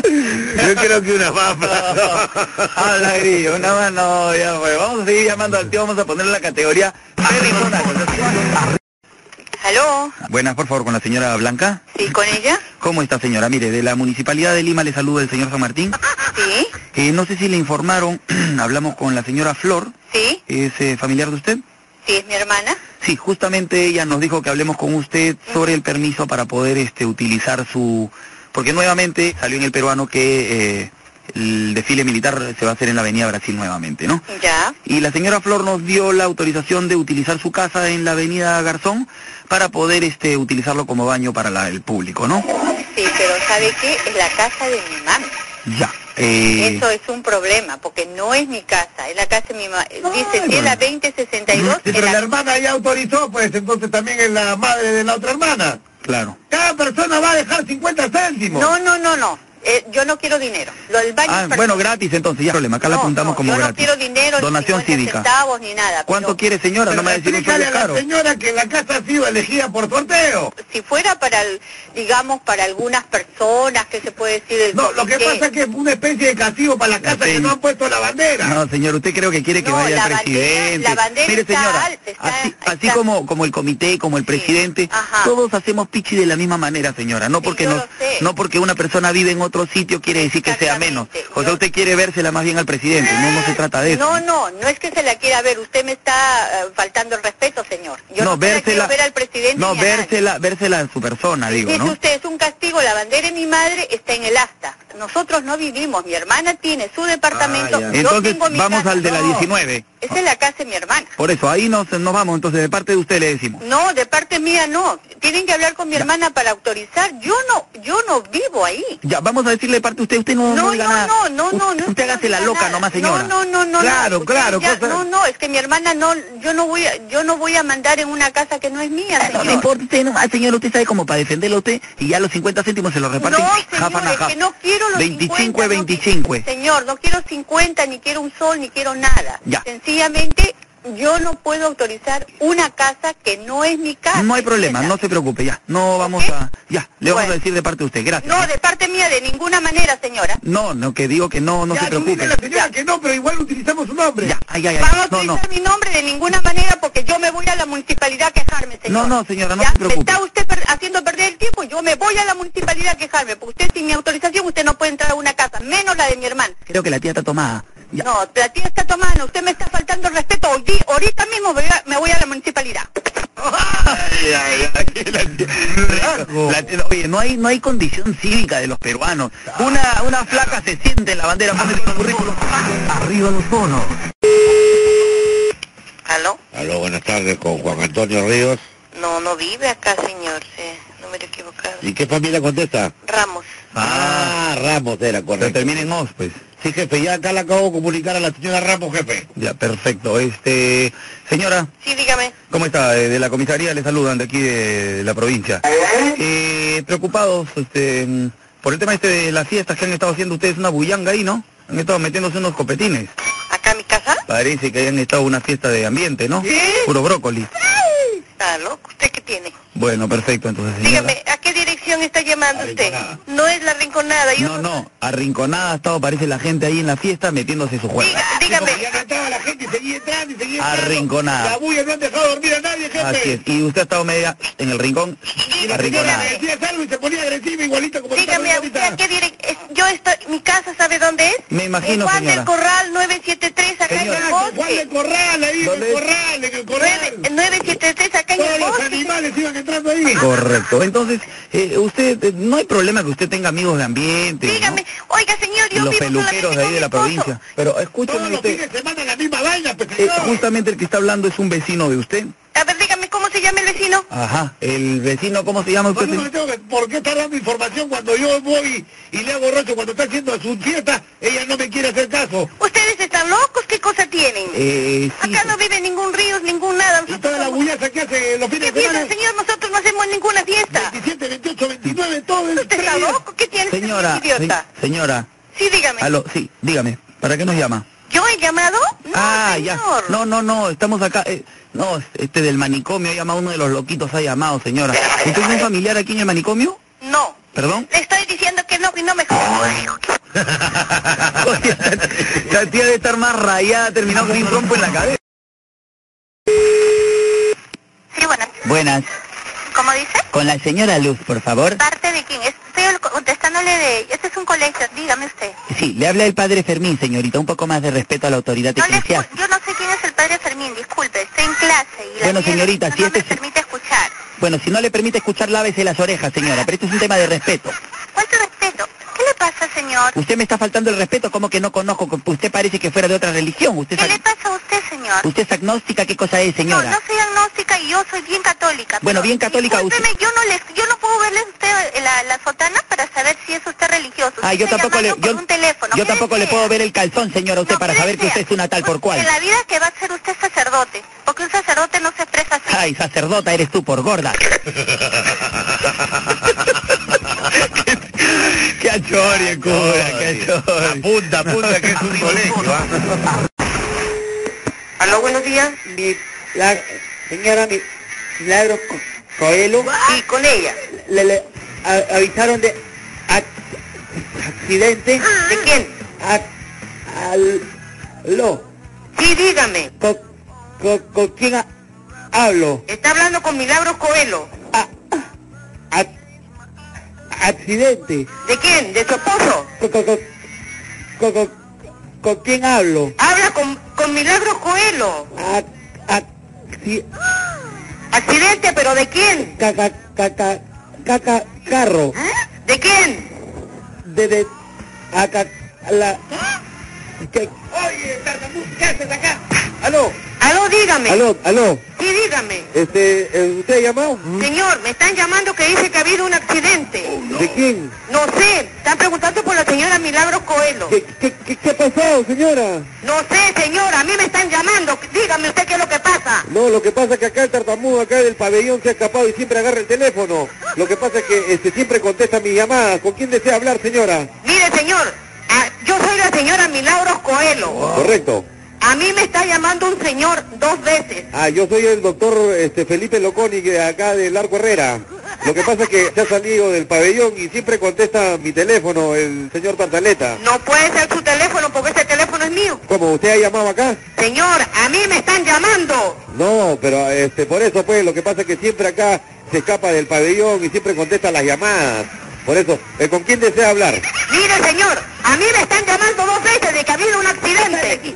Yo creo que una papa.
Habla grillo, una más no, ya
pues,
fue. Vamos a seguir llamando al tío, vamos a ponerle la categoría
¿Aló?
Buenas, por favor, con la señora Blanca.
¿Sí, con ella?
¿Cómo está, señora? Mire, de la Municipalidad de Lima le saluda el señor San Martín.
Sí,
Eh, no sé si le informaron, hablamos con la señora Flor.
Sí.
¿Es eh, familiar de usted?
sí, es mi hermana.
Sí, justamente ella nos dijo que hablemos con usted sobre el permiso para poder este, utilizar su... Porque nuevamente salió en el peruano que eh, el desfile militar se va a hacer en la Avenida Brasil nuevamente, ¿no?
Ya.
Y la señora Flor nos dio la autorización de utilizar su casa en la Avenida Garzón para poder este, utilizarlo como baño para la- el público, ¿no?
Sí, pero ¿sabe qué? Es la casa de mi mamá.
Ya. eh,
Eso es un problema, porque no es mi casa, es la casa de mi mamá. Dice, si es la 2062,
Sí, pero la hermana ya autorizó, pues entonces también es la madre de la otra hermana.
Claro.
Cada persona va a dejar 50 céntimos.
No, no, no, no. Eh, yo no quiero dinero. Lo del baño
Ah,
es para-
bueno, gratis entonces, ya problema, acá la apuntamos como
yo no
gratis.
quiero dinero,
Donación
ni 50
cívica.
centavos, ni nada.
¿Cuánto quiere, señora? no me va a decir un
explícale
sueldo
a la
caro.
señora que la casa ha sido elegida por sorteo. Si fuera para, el- digamos, para algunas personas, que se puede decir? El
No, lo que pasa es que es una especie de castigo para las casas que no han puesto la bandera.
No, señor, usted creo que quiere que
No, la
vaya el
bandera-
presidente.
la bandera
Mire,
está
señora,
alta,
así, así como como el comité, como el presidente,
ajá.
todos hacemos pichi de la misma manera, señora. No porque nos- no porque una persona vive en otro sitio quiere decir que sea menos. O sea, usted quiere vérsela más bien al presidente. No, no se trata de eso.
Eh, No, no, no es que se la quiera ver. Usted me está eh, faltando el respeto, señor. Yo
No,
no, se la
vérsela-
quiero ver al presidente.
No,
ni a nadie.
vérsela, vérsela en su persona, digo,
Dice
¿no?
usted, es un castigo, la bandera de mi madre está en el asta. Nosotros no vivimos, mi hermana tiene su departamento, yo
Ah, Entonces
tengo mi
vamos
casa.
al de la
No,
19.
Esa es la casa de mi hermana.
Por eso, ahí nos, nos vamos. Entonces, de parte de usted le decimos.
No, de parte mía no. Tienen que hablar con mi hermana para autorizar. Yo no, yo no vivo ahí.
Ya, vamos a decirle de parte de usted, usted no,
No,
diga
no,
nada.
no, no, no, no
Usted hágase la loca nomás,
No,
señora.
no, no, no.
Claro,
no.
claro.
Ya,
cosa-
No, no, es que mi hermana no, yo no voy, a, yo no voy a mandar en una casa que no es mía,
No
señor.
le importa usted, no. Ah, señor, usted sabe cómo para defenderlo usted y ya los 50 céntimos se los reparten.
No,
jafa
señor,
na
es
jafa.
que no quiero los
25
50,
es
no
25.
Señor, no quiero 50, ni quiero un sol, ni quiero nada.
Ya.
Sencillamente, yo no puedo autorizar una casa que no es mi casa.
No hay problema, no se preocupe, ya. No vamos a... Ya, le vamos a decir de parte de usted, gracias.
No, de parte mía, de ninguna manera, señora.
No, no, que digo que no, no se preocupe.
señora que no, pero igual utilizamos su nombre.
Ya, ay, ay, ay.
Vamos a
No, no.
utilizar mi nombre de ninguna manera porque yo me voy a la municipalidad a quejarme, señor.
No, no, señora, no
este Ya,
se
me
preocupe.
está usted per- haciendo perder el tiempo, yo me voy a la municipalidad a quejarme, porque usted sin mi autorización usted no puede entrar a una casa, menos la de mi hermana.
Creo que la tía está tomada.
No, la tía está tomando, usted me está faltando el respeto. Hoy, di- ahorita mismo voy a- me voy a la municipalidad.
La tía- oye, no hay no hay condición cívica de los peruanos. Una una flaca se siente en la bandera, pone su currículum. Arriba los bonos.
¿Aló?
Aló, buenas tardes con Juan Antonio Ríos.
No, no vive acá, señor. eh, número equivocado.
¿Y qué familia contesta?
Ramos.
Ah, Ramos era, correcto.
termina en os, pues.
Sí, jefe, ya acá le acabo de comunicar a la señora Ramos, jefe.
Ya, perfecto. Este, señora,
Sí, dígame.
¿cómo está? Eh, De la comisaría le saludan de aquí de la provincia. Eh, preocupados este, mm, por el tema este de las fiestas que han estado haciendo ustedes una bullanga ahí, ¿no? Han estado metiéndose unos copetines.
¿Acá en mi casa?
Parece que hayan estado una fiesta de ambiente, ¿no? Puro brócoli.
Está loco, ¿usted qué tiene?
Bueno, perfecto, entonces, señora.
Dígame, ¿a qué dirección está llamando usted? No es la rinconada, yo...
No, no, arrinconada ha estado, parece la gente ahí en la fiesta metiéndose su juego.
Dígame.
La gente seguía entrando y seguía entrando. La
Arrinconada.
bulla no han dejado dormir a nadie, jefe.
Así es. Y usted ha estado media en el rincón, arrinconada.
Dígame, decías algo y se ponía agresivo igualito como
Dígame, ¿a usted a qué dirección? Yo estoy... ¿Mi casa sabe dónde es?
Me imagino,
En Juan
señora.
del Corral 973, acá en el bosque.
Juan del Corral, ahí, en el corral, en el corral.
973, acá en el bosque.
Todos los animales iban entrando ahí.
Correcto. Entonces, eh, usted, eh, no hay problema que usted tenga amigos de ambiente. Dígame,
oiga, señor,
yo Los peluqueros de ahí de la provincia. Pero escúcheme usted,
se manda la misma vaina,
pues,
eh, justamente el que está hablando es un vecino de usted.
A ver, Pues dígame, ¿cómo se llama el vecino?
Ajá, el vecino, ¿cómo se llama usted?
Bueno, tengo que- ¿Por qué está dando información cuando yo voy y le hago rocho cuando está haciendo su fiesta? Ella no me quiere hacer caso.
¿Ustedes están locos? ¿Qué cosa tienen?
Eh, sí.
Acá no vive ningún ríos, ningún nada. ¿Y toda la bullaza que hace los fines de semana? señor? Nosotros no hacemos ninguna fiesta. 27, 28, 29, todo el ¿Usted está loco? ¿Qué tiene?
Señora,
Este idiota.
se- señora,
Sí, dígame.
aló, sí, dígame, ¿para qué nos llama?
¿Yo he llamado? No,
ah,
señor.
ya. No, no, no, estamos acá. eh, no, este del manicomio ha llamado, uno de los loquitos ha llamado, señora. ¿Usted es un familiar aquí en el manicomio?
No.
¿Perdón?
Le estoy diciendo que no, que no me...
La tía debe estar más rayada, terminó con un trompo en la cabeza.
Sí, buenas.
Buenas,
¿Cómo dice?
con la señora Luz, por favor.
¿Parte de quién? Estoy contestándole de... Este es un colegio, dígame usted.
Sí, le habla el padre Fermín, señorita, un poco más de respeto a la autoridad eclesiástica.
Yo no sé quién es el padre Fermín, disculpe, estoy en clase y la
Bueno,
mía
señorita,
no
si
no
este
me permite escuchar.
Bueno, si no le permite escuchar, lávese las orejas, señora, pero esto es un tema de respeto.
¿Cuánto respeto? ¿Qué le pasa, señor?
Usted me está faltando el respeto, como que no conozco, Co- usted parece que fuera de otra religión. Usted
¿Qué
es,
le pasa a usted, señor?
ag- usted es agnóstica, ¿qué cosa es, señora?
No, no soy agnóstica y yo soy bien católica.
Bueno, bien católica usted.
Discúlpeme, yo no le, yo no puedo verle a usted eh, la, la sotana para saber si es usted religioso.
Ah,
Usted
yo
está
tampoco le,
llamando
yo,
por un teléfono.
yo
¿Qué
tampoco le
desea?
puedo ver el calzón, señora, a usted para saber que usted es una tal por cual.
En la vida que va a ser usted sacerdote, porque un sacerdote no se expresa así.
Ay, sacerdota eres tú por gorda. qué achoria, cura, qué achoria. Apunta, apunta, que es un colegio.
¿ah?
Aló, buenos días. Mi, la señora mi, Milagro Co- Coelho. Y con ella. Le, le a- avisaron de ac- accidente. ¿De quién? aló. Sí, dígame. ¿Con, con, con quién ha- hablo? Está hablando con Milagro Coelho. Accidente. ¿De quién? ¿De su esposo? ¿Con, con, con, con, con, con quién hablo? Habla con, con Milagro Coelho. Ah. Accidente, pero ¿de quién? Caca, caca, caca, carro.
¿Ah?
¿De quién? De, de, acá, la...
¿Ah?
¿Qué? Oye, tartamudo, ¿qué haces acá? Aló. Aló, dígame. Aló, aló. Sí, dígame. Este, eh, ¿usted ha llamado? Señor, me están llamando que dice que ha habido un accidente. ¿De quién? No sé, están preguntando por la señora Milagro Coelho. ¿Qué, qué, qué, qué ha pasado, señora? No sé, señora, a mí me están llamando. Dígame usted qué es lo que pasa. No, lo que pasa es que acá el tartamudo acá del pabellón se ha escapado y siempre agarra el teléfono. Lo que pasa es que este, siempre contesta mis llamadas. ¿Con quién desea hablar, señora? Mire, señor, ah, yo soy la señora Milagros Coelho. Correcto. A mí me está llamando un señor dos veces. Ah, yo soy el doctor este, Felipe Loconi, de acá del Arco Herrera. Lo que pasa es que se ha salido del pabellón y siempre contesta mi teléfono, el señor Tartaleta. No puede ser su teléfono porque ese teléfono es mío. ¿Cómo? ¿Usted ha llamado acá? Señor, a mí me están llamando. No, pero este, por eso pues, lo que pasa es que siempre acá se escapa del pabellón y siempre contesta las llamadas. Por eso, eh, ¿con quién desea hablar? Mire, señor, a mí me están llamando dos veces de que ha habido un accidente.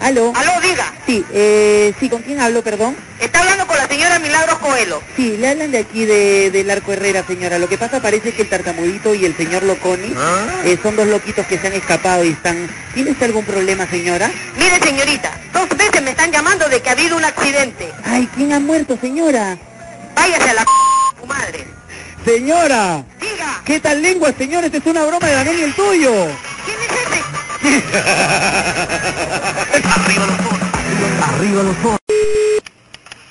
Aló. Aló, diga.
Sí, eh, sí, ¿con quién hablo, perdón?
Está hablando con la señora Milagros Coelho.
Sí, le hablan de aquí de, del Arco Herrera, señora. Lo que pasa parece que el tartamudito y el señor Loconi eh, son dos loquitos que se han escapado y están... ¿Tiene usted algún problema, señora?
Mire, señorita, dos veces me están llamando de que ha habido un accidente.
Ay, ¿quién ha muerto, señora?
Váyase a la p- tu madre.
Señora,
Diga,
¿qué tal lengua, señor? Esta es una broma de la novia el tuyo.
¿quién es ese?
este?
Arriba los ojos.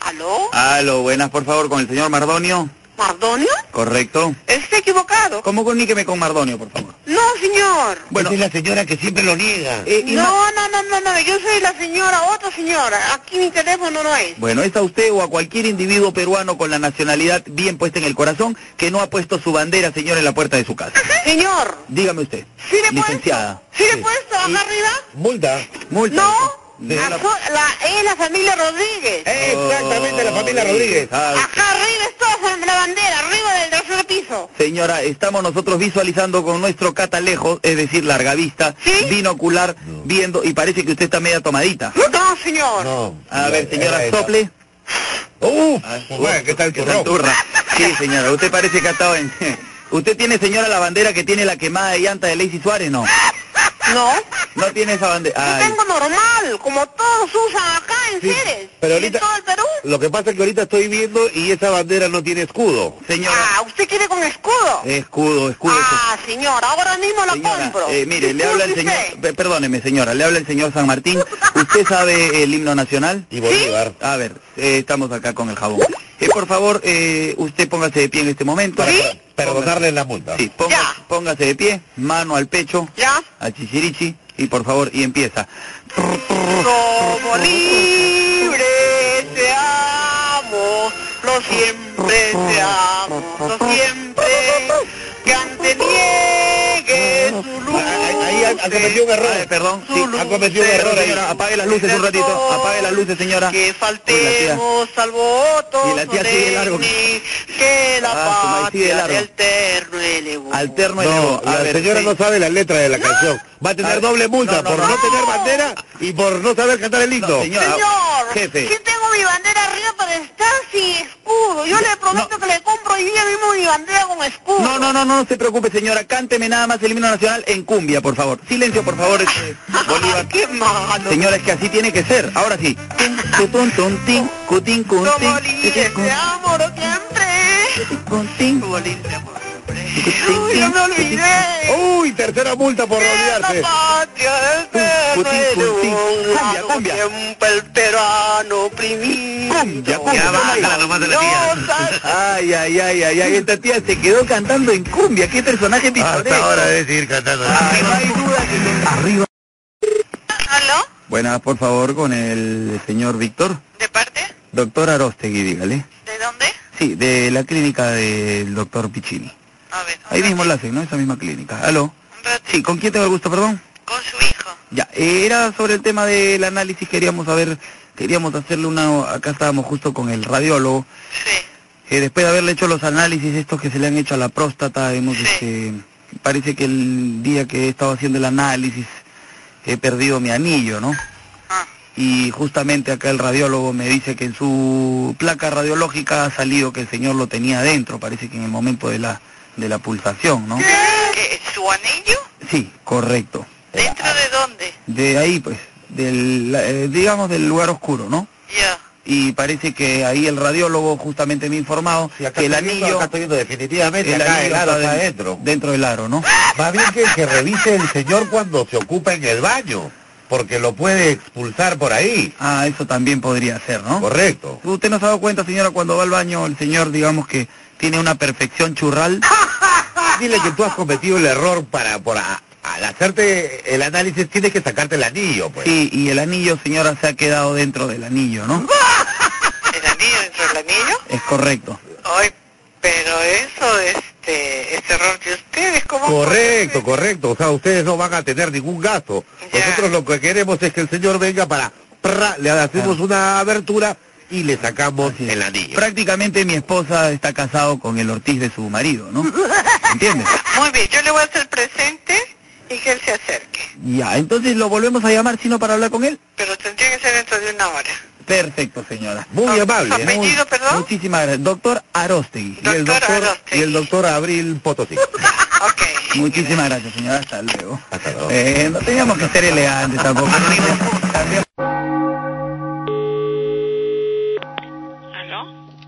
¿Aló?
Aló, buenas, por favor, con el señor Mardonio,
¿Mardonio?
¿correcto?
Está equivocado.
¿Cómo comuníqueme con Mardonio, por favor?
No, señor.
Bueno, eh, es la señora que siempre lo niega.
no, no, no, no, no, yo soy la señora, otra señora. Aquí mi teléfono no es.
Bueno, es a usted o a cualquier individuo peruano con la nacionalidad bien puesta en el corazón que no ha puesto su bandera, señor, en la puerta de su casa.
Señor,
Dígame usted. licenciada.
¿sí le puedes trabajar arriba?
Multa. Multa.
No,
De
a
la- Eh,
so- la- es la familia Rodríguez.
Exactamente, la familia Rodríguez.
Acá arriba es todo con la bandera, arriba del tercer piso.
Señora, estamos nosotros visualizando con nuestro catalejo, es decir, larga vista, binocular, viendo, y parece que usted está media tomadita.
No, señor.
A ver, señora,
esa.
sople. Ah, ¡Uf! ¿Qué tal turra? Sí, señora, usted parece que ha estado en... ¿Usted tiene, señora, la bandera que tiene la quemada de llanta de Lacey Suárez, no? No. No tiene esa bandera. Ay.
Tengo normal, como todos usan acá en Ceres, y
pero ahorita-
en todo el Perú.
Lo que pasa es que ahorita estoy viendo y esa bandera no tiene escudo. Señora.
Ah, usted quiere con escudo.
Escudo, escudo.
Ah, señor, ahora mismo lo compro.
Eh, mire, le habla el
Disculpe
señor, pe- perdóneme señora, le habla el señor San Martín. ¿Usted sabe el himno nacional? Y Bolívar. A ver, eh, estamos acá con el jabón. Eh, por favor, eh, usted póngase de pie en este momento. Perdonarle la multa. Sí, ponga- póngase de pie, mano al pecho,
Ya.
a chichirichi, y por favor, y empieza.
Como libre te amo, lo siempre te amo, lo siempre. Que ante niegue su luz.
Ahí ha, ha cometido un error. perdón, sí, ha cometido un error ahí.
Apague las luces un ratito, apague las luces señora. Que
Faltemos al voto
Y la tía sigue largo.
solemne, que la
Ah, su maíz sigue
patria
largo.
del terno elevó.
Alterno
No, la señora no sabe la letra de la canción. Va a tener doble multa por no, tener bandera y por no saber cantar el himno.
Señor,
Jefe.
yo tengo mi bandera arriba para estar sin escudo. Yo le prometo que le compro hoy día mismo mi bandera con escudo.
No, no, no, no, no se preocupe, señora. Cánteme nada más el himno nacional en cumbia, por favor. Silencio, por favor, este, Bolívar.
¡Qué malo!
Señora, es que así tiene que ser. Ahora sí. Tin, cutun, tun, tin, cutín, cun, tin,
Como libre
cutín,
te amo, lo siempre.
cun, tin.
Uy, ya me olvidé.
Uy, tercera multa por
olvidarse. La patria del terreno. Cumbia, Siempre el peruano oprimido. Cumbia,
cumbia, bájala nomás de la tía. Ay, ay, ay, ay, ay, esta tía se quedó cantando en cumbia. Qué personaje pintoresco.
Ahora debe seguir cantando.
Arriba. Buenas, por favor, con el señor Víctor. ¿De parte? Doctor Arostegui, dígale.
¿De dónde?
Sí, de la clínica del doctor Piccini. A ver. Ahí mismo la hacen, ¿no? Esa misma clínica. ¿Aló? Sí, ¿con quién tengo el gusto, perdón? Con su hijo. Ya, eh, era sobre el tema del análisis, queríamos saber, queríamos hacerle una, acá estábamos justo con el radiólogo. Sí. después de haberle hecho los análisis estos que se le han hecho a la próstata, hemos, este, parece que el día que he estado haciendo el análisis he perdido mi anillo, ¿no? Y justamente acá el radiólogo me dice que en su placa radiológica ha salido que el señor lo tenía adentro, parece que en el momento de la de la pulsación, ¿no?
¿Su anillo?
Sí, correcto.
¿Dentro de dónde?
De ahí pues, del eh, digamos del lugar oscuro, ¿no? Y parece que ahí el radiólogo justamente me ha informado que el
estoy viendo,
anillo
acá estoy viendo definitivamente,
el
acá
anillo
el aro
está
está
den-
adentro.
Dentro del aro, ¿no?
Más bien que, que revise el señor cuando se ocupa en el baño, porque lo puede expulsar por ahí.
Ah, eso también podría ser, ¿no?
Correcto.
Usted no se ha dado cuenta, señora, cuando va al baño, el señor, digamos que tiene una perfección churral.
Dile que tú has cometido el error para, para al hacerte el análisis tienes que sacarte el anillo, pues.
Sí, y el anillo, señora, se ha quedado dentro del anillo, ¿no?
¿Dentro del anillo?
Es correcto.
Ay, pero eso, este, este error de ustedes, ¿cómo?
Correcto, correcto. O sea, ustedes no van a tener ningún gasto. Nosotros lo que queremos es que el señor venga para, prra, le hacemos una abertura y le sacamos el anillo.
Prácticamente mi esposa está casado con el Ortiz de su marido, ¿no? ¿Entiendes?
Muy bien, yo le voy a hacer presente y que él se acerque.
Ya, entonces lo volvemos a llamar, sino para hablar con él.
Pero tendría que ser dentro de una hora.
Perfecto, señora.
Muy amable.
Muy- Muchísimas gracias. Doctor Arostegui.
Y el doctor, y el doctor Abril Potosí.
Muchísimas gracias, señora. Hasta luego. Eh, no teníamos que ser elegantes tampoco.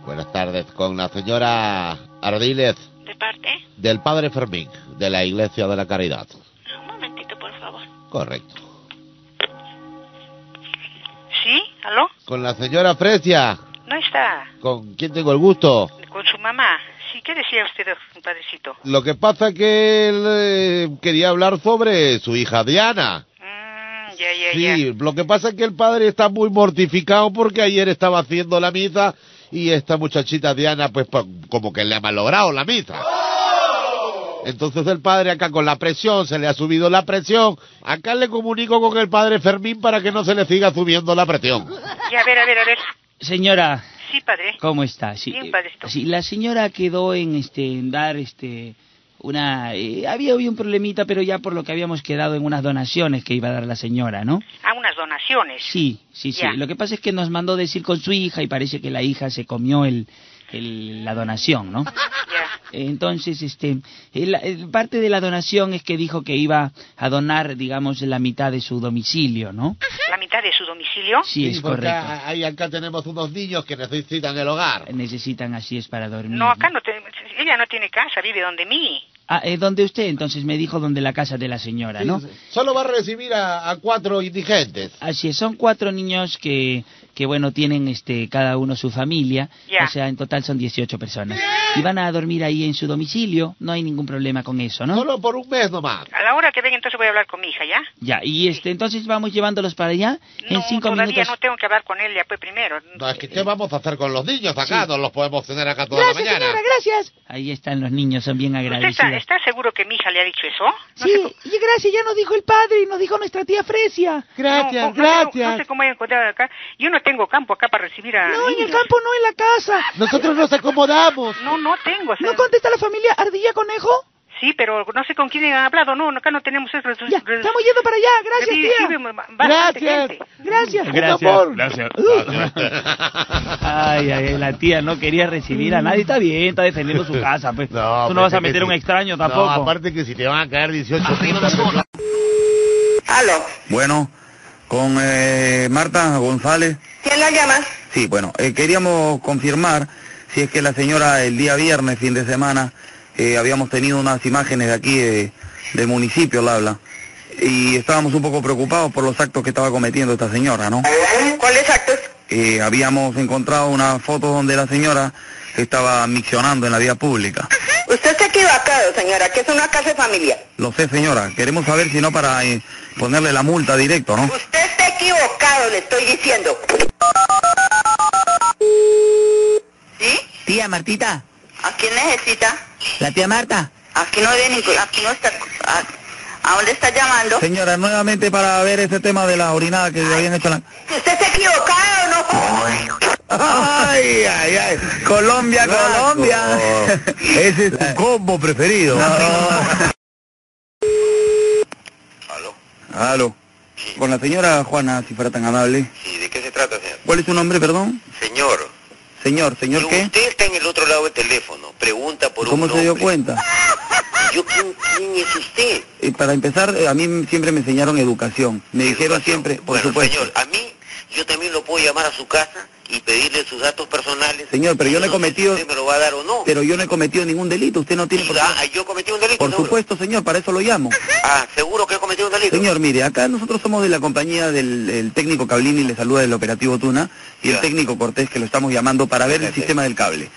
Buenas tardes, con la señora Ardiles. ¿De parte? Del padre Fermín, de la Iglesia de la Caridad.
Un momentito, por favor.
Correcto.
¿Sí? ¿Aló?
Con la señora Fresia,
No está.
con quien tengo el gusto.
Con su mamá. Sí, ¿qué decía usted, padrecito?
Lo que pasa que él eh, quería hablar sobre su hija Diana.
Mm, Ya, ya, ya.
Sí, lo que pasa es que el padre está muy mortificado porque ayer estaba haciendo la misa y esta muchachita Diana pues pa- como que le ha malogrado la misa. Entonces el padre acá con la presión, se le ha subido la presión. Acá le comunico con el padre Fermín para que no se le siga subiendo la presión.
Ya, a ver, a ver, a ver.
Señora,
Sí, padre.
¿cómo está? Sí,
Bien,
eh,
padrecito.
sí, la señora quedó en este en dar este una eh, había hoy un problemita, pero ya por lo que habíamos quedado en unas donaciones que iba a dar la señora, ¿no?
Ah, unas donaciones.
Sí, sí, sí.
Ya.
Lo que pasa es que nos mandó decir con su hija y parece que la hija se comió el, el- la donación, ¿no? Entonces, este, el- el- parte de la donación es que dijo que iba a donar, digamos, la mitad de su domicilio, ¿no?
La mitad cerca de su domicilio?
Sí, es
porque
correcto.
a- Ahí acá tenemos unos niños que necesitan el hogar.
Necesitan así es para dormir.
No, acá no te- ella no tiene casa, vive donde mí.
Ah, eh, ¿dónde usted? Entonces me dijo donde la casa de la señora, ¿no?
Solo va a recibir a, a cuatro indigentes.
Así es, son cuatro niños que, que bueno, tienen este, cada uno su familia.
Ya.
O sea, en total son 18 personas. Y van a dormir ahí en su domicilio. No hay ningún problema con eso, ¿no?
Solo por un mes nomás.
A la hora que venga entonces voy a hablar con mi hija, ¿ya?
Ya, y este, entonces vamos llevándolos para allá en cinco
Todavía
minutos.
no tengo que hablar con él, ya pues primero.
No, es que ¿qué vamos a hacer con los niños acá? No los podemos tener acá toda la mañana.
gracias. Ahí están los niños, son bien
¿Usted
agradecidos.
está, está seguro que mi hija le ha dicho eso?
Sí, y gracias, ya nos dijo el padre y nos dijo nuestra tía Fresia.
No, no, no sé- No, sé cómo he encontrado acá. Yo no tengo campo acá para recibir a
No, en el
niños.
campo no, en la casa.
Nosotros nos acomodamos.
No, no tengo. o sea,
¿No contesta la familia Ardilla Conejo?
Sí, pero no sé con quién han hablado. No, acá no tenemos eso. Ya,
estamos yendo para allá. Gracias, tía. Gracias. Gracias.
Gracias,
Gracias. Ah, Ay, ay, ay, la tía no quería recibir a nadie. Está bien, está defendiendo su casa. Pues. Tú no vas a meter a un extraño tampoco.
aparte que si te van a caer 18
Bueno, con eh, Marta González.
¿Quién la llama?
Sí, bueno, eh, queríamos confirmar si es que la señora el día viernes, fin de semana, eh, habíamos tenido unas imágenes de aquí eh, del municipio, Labla, y estábamos un poco preocupados por los actos que estaba cometiendo esta señora, ¿no?
¿Cuáles actos?
Eh, habíamos encontrado una foto donde la señora estaba miccionando en la vía pública.
Usted está equivocado, señora, que es una casa de familia.
Lo sé, señora, queremos saber si no para eh, ponerle la multa directo, ¿no?
Usted está equivocado, le estoy diciendo.
Tía Martita,
¿A quién necesita?
la tía Marta.
Aquí no ve ningún... Aquí no está... ¿A, a dónde está llamando?
Señora, nuevamente para ver ese tema de la orinada que habían hecho la...
Usted está equivocado, ¿no?
¡Ay, ay, ay! Colombia, Colombia. Ese es tu combo preferido. Aló. Aló. Con la señora Juana, si fuera tan amable.
¿Y de qué se trata, señor?
¿Cuál es su nombre, perdón?
Señor,
Señor, señor, ¿qué?
usted está en el otro lado del teléfono. Pregunta por
¿Cómo
un
se dio
nombre.
cuenta?
¿Yo quién, quién es usted?
Eh, para empezar, eh, a mí siempre me enseñaron educación. Me dijeron siempre, por supuesto.
Señor, a mí, yo también lo puedo llamar a su casa y pedirle sus datos personales.
Señor, pero yo no he
sé si
cometido...
usted me lo va a dar o no.
Pero yo no he cometido ningún delito. Usted no tiene por qué...
Ah, yo cometí un delito.
Por
seguro.
supuesto, señor, para eso lo llamo.
Ah, seguro que he cometido un delito.
Señor, mire, acá nosotros somos de la compañía del el técnico Cablini, le saluda del operativo Tuna, y el técnico Cortés, que lo estamos llamando para ver el sistema del cable.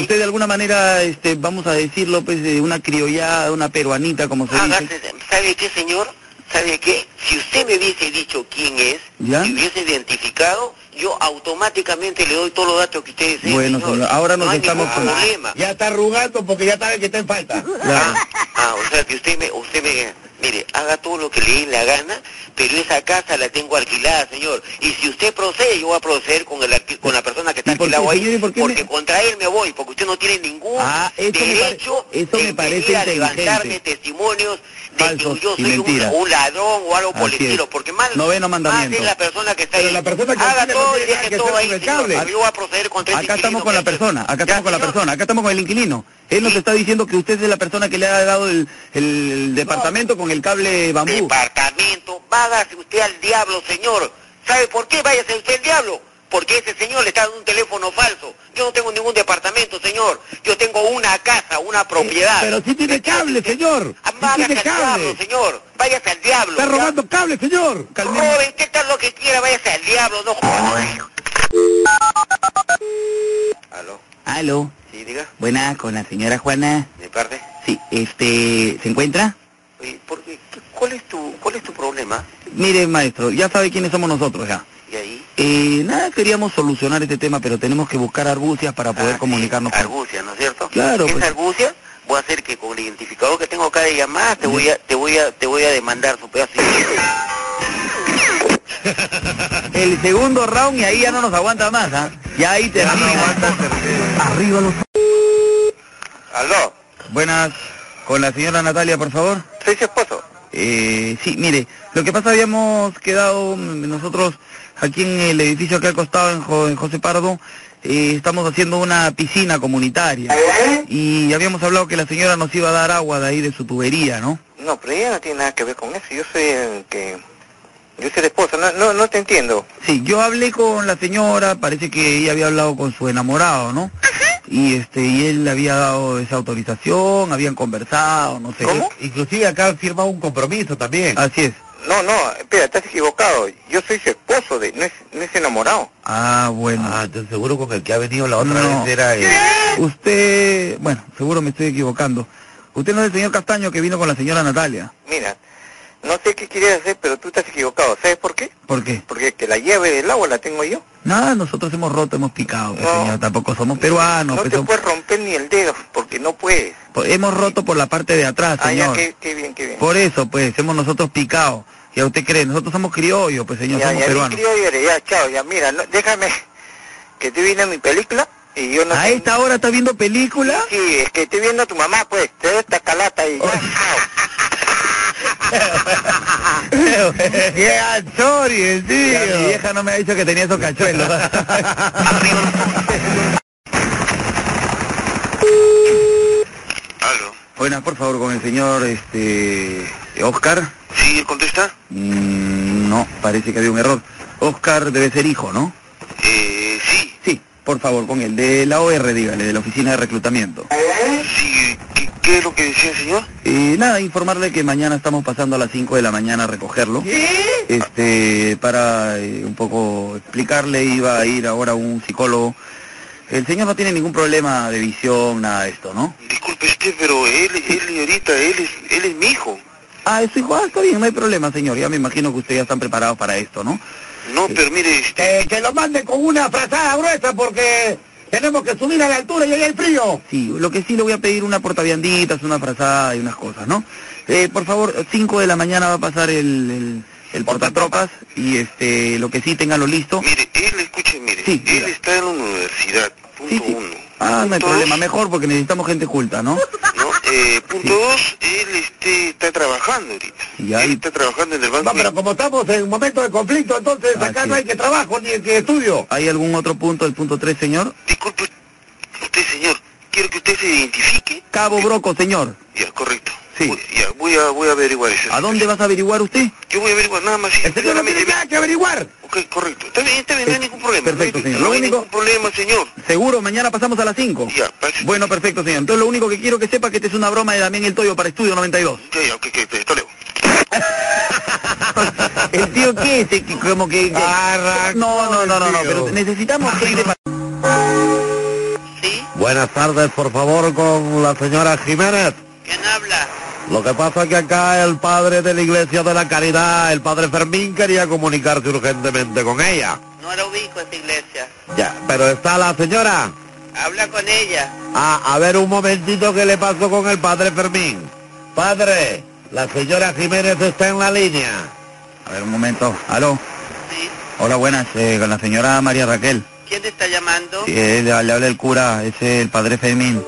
Usted de alguna manera, este, vamos a decirlo, pues, de una criollada, una peruanita, como
Ah,
se dice.
¿Sabe qué, señor? ¿Sabe qué? Si usted me hubiese dicho quién es,
¿Ya?
me hubiese identificado, yo automáticamente le doy todos los datos que usted desee.
Bueno, señor, ahora nos
no hay
estamos...
ningún
con-
problema.
Ya está arrugando porque ya sabe que está en falta. Claro.
Ah, o sea que usted me, usted me, mire, haga todo lo que le dé la gana, pero esa casa la tengo alquilada, señor. Y si usted procede, yo voy a proceder con el alqui- con la persona que está
por qué,
alquilado ahí,
señor, y por qué me-
porque contra él me voy, porque usted no tiene ningún
Ah, eso me, pare-
derecho
eso me parece
ir a levantarme
inteligente.
testimonios
Falsos
yo
y
soy un,
mentiras.
un ladrón o algo por el
Así es.
estilo, porque más,
Noveno
más
mandamiento.
es la persona que está
Pero
ahí.
la persona que
haga
alquila no
todo y
tiene nada
deje
que Ah,
todo
hacer
ahí,
con el
señor.
cable.
Yo voy a proceder contra
Acá estamos con la persona, acá estamos con la persona, acá estamos con el inquilino. Él nos está diciendo que usted es la persona que le ha dado el, el departamento con el cable bambú.
Departamento, vágase usted al diablo, señor. ¿Sabe por qué? Váyase usted al diablo. Porque ese señor le está dando un teléfono falso. Yo no tengo ningún departamento, señor. Yo tengo una casa, una propiedad.
Pero sí tiene cable, señor. Sí
váyase
tiene
al diablo,
cable.
señor. Váyase al diablo.
Está robando cable, señor. Calmemos.
Joven, ¿qué tal lo que quiera? Váyase al diablo, no joder.
Aló.
Sí, diga,
Buenas, con la señora Juana.
de parte.
Sí, este, ¿se encuentra?
Oye, ¿por qué? ¿Cuál es tu, cuál es tu problema?
Mire, maestro, ya sabe quiénes somos nosotros ya.
Y ahí,
Eh, nada, queríamos solucionar este tema, pero tenemos que buscar argucias para poder comunicarnos. con-
argucia, ¿no es cierto?
Claro,
Esa
pues.
argucia voy a hacer que con el identificador que tengo acá de llamada te voy a, te voy a, te voy a demandar su pedazo.
El segundo round y ahí ya no nos aguanta más, ¿ah? Ya ahí te Arriba los...
Aló. Buenas. Con la señora Natalia, por favor. Soy su esposo. Eh, sí, mire, lo que pasa habíamos quedado mm, nosotros aquí en el edificio que ha costado en, Jo- en José Pardo, eh, estamos haciendo una piscina comunitaria y habíamos hablado que la señora nos iba a dar agua de ahí de su tubería, ¿no?
No, pero ella no tiene nada que ver con eso. Yo soy el que Yo soy la esposa, no, no, no te entiendo.
Sí, yo hablé con la señora, parece que ella había hablado con su enamorado, ¿no? Y este, y él le había dado esa autorización, habían conversado, no sé.
Inclusive acá han firmado un compromiso también.
Así es.
No, no, espera, estás equivocado. Yo soy su esposo, de, no, es, no es enamorado.
Ah, bueno.
Ah, entonces seguro con el que ha venido la otra
No.
vez era... eh,
Usted, bueno, seguro me estoy equivocando. Usted no es el señor Castaño que vino con la señora Natalia.
Mira, no sé qué quieres hacer, pero tú estás equivocado. ¿Sabes por qué?
¿Por qué?
Porque que la llave del agua la tengo yo.
Nada, nosotros hemos roto, hemos picado, pues,
No.
señor. Tampoco somos peruanos.
No
pues,
te
somos-
puedes romper ni el dedo, porque no puedes.
po- Hemos roto por la parte de atrás,
Ah, ya,
señor.
qué, qué bien, qué bien.
Por eso, pues, hemos nosotros picado. ¿Y a usted cree? Nosotros somos criollos, pues, señor,
ya,
somos
ya,
peruanos.
mi criollo eres, ya, chao, ya, mira, no, déjame que estoy viendo mi película y yo no...
¿A
sé-
esta hora está viendo película?
Sí, es que estoy viendo a tu mamá, pues, te doy esta calata y ya,
¡Qué anchorio, tío! Mi vieja no me ha dicho que tenía esos cachuelos. Buenas, por favor, con el señor, este... Oscar.
¿Sí, contesta?
Mm, no, parece que había un error. Oscar debe ser hijo, ¿no?
Eh, sí.
Sí, por favor, con el de la OR, dígale, de la Oficina de Reclutamiento.
Sí, ¿qué, qué es lo que decía el señor?
Eh, nada, informarle que mañana estamos pasando a las 5 de la mañana a recogerlo. Este, para eh, un poco explicarle, iba a ir ahora un psicólogo. El señor no tiene ningún problema de visión, nada de esto, ¿no?
Disculpe usted, pero él, él ahorita, él es, él es mi hijo.
Ah, es su hijo, ah, está bien, no hay problema, señor. Ya me imagino que ustedes ya están preparados para esto, ¿no?
No, pero mire, este,
Que, lo mande con una frazada gruesa porque tenemos que subir a la altura y ahí hay frío. Sí, lo que sí le voy a pedir una portavianditas, una frazada y unas cosas, ¿no? Eh, por favor, 5 de la mañana va a pasar el, el, el portatropas y este lo que sí, ténganlo listo.
él, escuche, mire,
Sí,
él
diga.
está en la universidad, punto uno.
Ah, no hay
punto
problema,
dos.
mejor porque necesitamos gente culta, ¿no?
No, eh, punto dos, él este, está trabajando ahorita.
Y ahí...
Está trabajando en el banco.
No, pero como estamos en momento de conflicto, entonces acá no hay que trabajo ni que estudio. ¿Hay algún otro punto, el punto 3, señor?
Usted, señor, quiero que usted se identifique.
Cabo Broco, señor.
Ya, correcto.
Sí.
Voy, ya, voy a, voy a averiguar eso.
¿A dónde vas a averiguar usted?
Yo voy a averiguar nada más. El señor no tiene nada
que averiguar.
Ok, correcto. Está bien, está bien, no hay ningún problema.
Perfecto,
no hay,
señor.
no
Lo
hay
único-
ningún problema, señor.
Seguro, mañana pasamos a las 5. Bueno, perfecto, señor. Entonces lo único que quiero que sepa es que esta es una broma de Damián El Toyo para Estudio 92.
Ya, ya, ok, ok, ok, hasta luego.
¿El tío qué es? Que- Como que... que- No, no, no, no, no, pero necesitamos gente para...
Buenas tardes, por favor, con la señora Jiménez.
¿Quién habla?
Lo que pasa es que acá el padre de la Iglesia de la Caridad, el padre Fermín, quería comunicarse urgentemente con ella.
No la ubico esa iglesia.
Ya, pero está la señora.
Habla con ella.
Ah, a ver un momentito que le pasó con el padre Fermín. Padre, la señora Jiménez está en la línea.
A ver, un momento. ¿Aló? Hola, buenas. eh, con la señora María Raquel.
¿Quién te está llamando?
Sí, eh, le, le habla el cura, es el padre Fermín,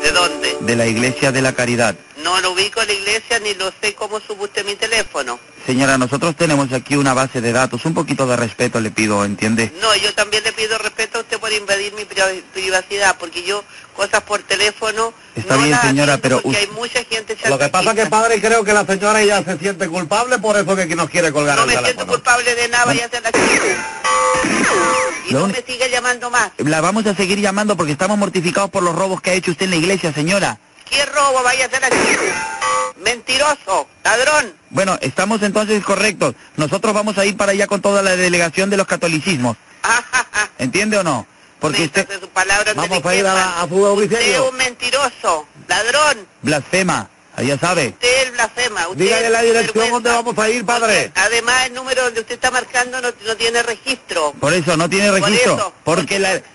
¿De dónde?
de la Iglesia de la Caridad.
No lo ubico en la iglesia ni lo sé cómo sube usted mi teléfono.
Señora, nosotros tenemos aquí una base de datos. Un poquito de respeto le pido, ¿entiende?
No, yo también le pido respeto a usted por invadir mi pri- privacidad, porque yo cosas por teléfono,
Está bien, señora, pero...
porque
us-
hay mucha gente
Lo que pasa es que, padre, creo que la señora ya se siente culpable por eso que nos quiere colgar el teléfono.
culpable de nada, vaya a ser la chica. Y
Lo
no
uni-
me sigue llamando más.
La vamos a seguir llamando porque estamos mortificados por los robos que ha hecho usted en la iglesia, señora.
¿Qué robo vaya a ser la chica? Mentiroso, ladrón.
Bueno, estamos entonces correctos. Nosotros vamos a ir para allá con toda la delegación de los catolicismos. ¿Entiende o no? Porque usted... Vamos a ir a, a su
Usted es
bautisterio.
un mentiroso, ladrón.
Blasfema, allá sabe.
Usted es blasfema. Usted
Dígale
es
la
vergüenza.
dirección donde vamos a ir, padre.
Además, el número donde usted está marcando no, no tiene registro.
Por eso, no tiene
Por
registro.
eso,
porque la... Porque...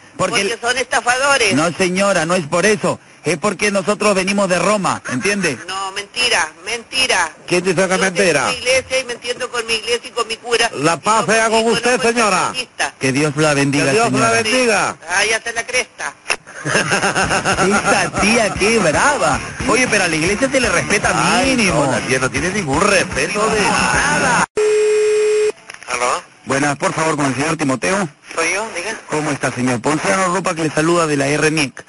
Porque son estafadores.
No, señora, no es por eso. Es porque nosotros venimos de Roma, ¿entiende?
No, mentira, mentira.
¿Quién dice que
Mi iglesia y me entiendo con mi iglesia y con mi cura.
La paz sea con usted, señora. Que Dios la bendiga,
Que Dios la
señora.
bendiga. Ay, hasta la cresta.
Esta tía, qué brava. Oye, pero a la iglesia se le respeta mínimo.
no, la tía no tiene ningún respeto
Ah,
de
nada.
¿Aló?
Buenas, por favor, con el señor Timoteo.
¿Soy yo? Diga.
¿Cómo está, señor? Ponciano Ropa que le saluda de la RNIC.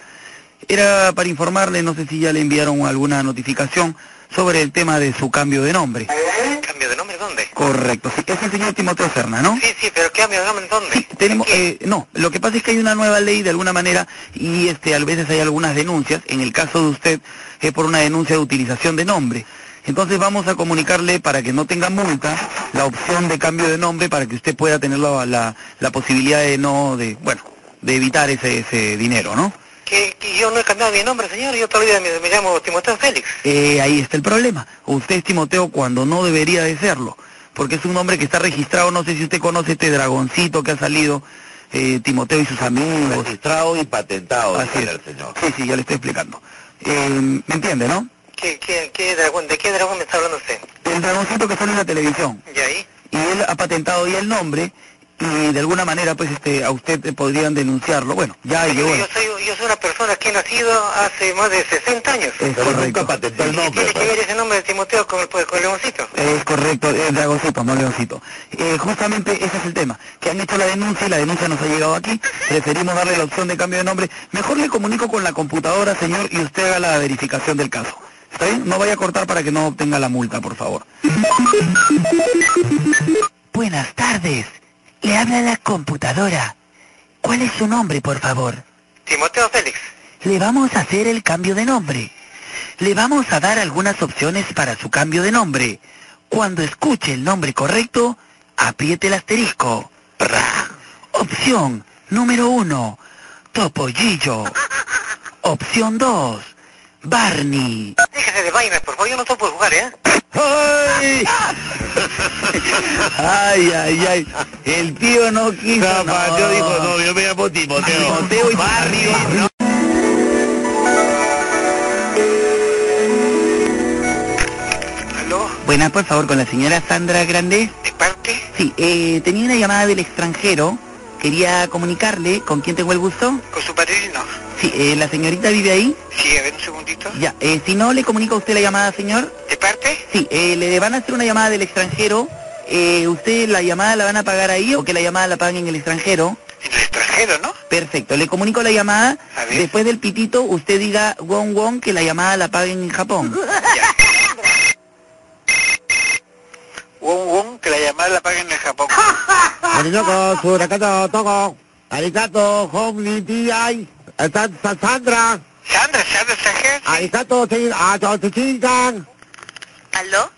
Era para informarle, no sé si ya le enviaron alguna notificación sobre el tema de su cambio de nombre. ¿Eh?
¿Cambio de nombre? ¿Dónde?
dónde?
Correcto, sí, es el señor Timoteo Serna, ¿no?
Sí, sí, pero ¿qué amigo? Dígame en dónde.
Tenemos, eh, no, lo que pasa es que hay una nueva ley de alguna manera y este, a veces hay algunas denuncias. En el caso de usted es por una denuncia de utilización de nombre. Entonces vamos a comunicarle para que no tenga multa la opción de cambio de nombre para que usted pueda tener la, la, la posibilidad de no, de, bueno, de evitar ese, ese dinero, ¿no?
Que, que yo no he cambiado mi nombre, señor. Yo todavía me, me llamo Timoteo Félix.
Eh, ahí está el problema. Usted es Timoteo cuando no debería de serlo, porque es un nombre que está registrado, no sé si usted conoce este dragoncito que ha salido, eh, Timoteo y sus amigos. Registrado y patentado, señor. Sí, sí, ya le estoy explicando. Eh, ¿Me entiende, no?
¿Qué, qué, qué dragón, ¿De qué dragón me está hablando usted?
El dragoncito que sale en la televisión.
¿Y ahí?
Y él ha patentado ya el nombre y de alguna manera pues este a usted eh, podrían denunciarlo. Bueno, ya llegó.
Yo soy, yo soy una persona que he nacido hace más de 60 años.
Es correcto. el nombre.
pues.
¿Tiene que ver ese nombre de Timoteo con, pues, con Leoncito?
Es correcto, es Dragoncito, no Leoncito. Eh, justamente ese es el tema, que han hecho la denuncia y la denuncia nos ha llegado aquí. Preferimos darle la opción de cambio de nombre. Mejor le comunico con la computadora, señor, y usted haga la verificación del caso. ¿Está bien? No vaya a cortar para que no obtenga la multa, por favor.
Buenas tardes. Le habla la computadora. ¿Cuál es su nombre, por favor?
Timoteo Félix.
Le vamos a hacer el cambio de nombre. Le vamos a dar algunas opciones para su cambio de nombre. Cuando escuche el nombre correcto, apriete el asterisco. Pra. Opción número uno, Topollillo. Opción dos, Barney.
Déjese de vainas, por favor. Yo no estoy por jugar, ¿eh?
¡Ay! ¡Ay, ay, ay! El tío no quiso. Timoteo dijo, no, yo me llamo Timoteo. Timoteo y Barrio.
Buenas, por favor, con la señora Sandra Grande. ¿De
parte?
Sí, eh, tenía una llamada del extranjero. Quería comunicarle con quién tengo el gusto.
Con su padrino.
Sí, eh, la señorita vive ahí.
Sí, a ver un segundito.
Ya, eh, si no, le comunica a usted la llamada, señor.
¿De parte?
Sí, eh, le van a hacer una llamada del extranjero. Eh, ¿Usted la llamada la van a pagar ahí o que la llamada la paguen en el extranjero?
Extranjero, ¿no?
Perfecto, le comunico la llamada. Después del pitito, usted diga won won que la llamada la paguen en Japón.
Won Won, que la llamada la paguen en Japón.
Ariñoco, Surakato, Toco, Arigato, Homni, T.I., San- San- Sandra.
Sandra, Sandra, Sandra.
Arigato, sí, a Chochinkan.
¿Aló?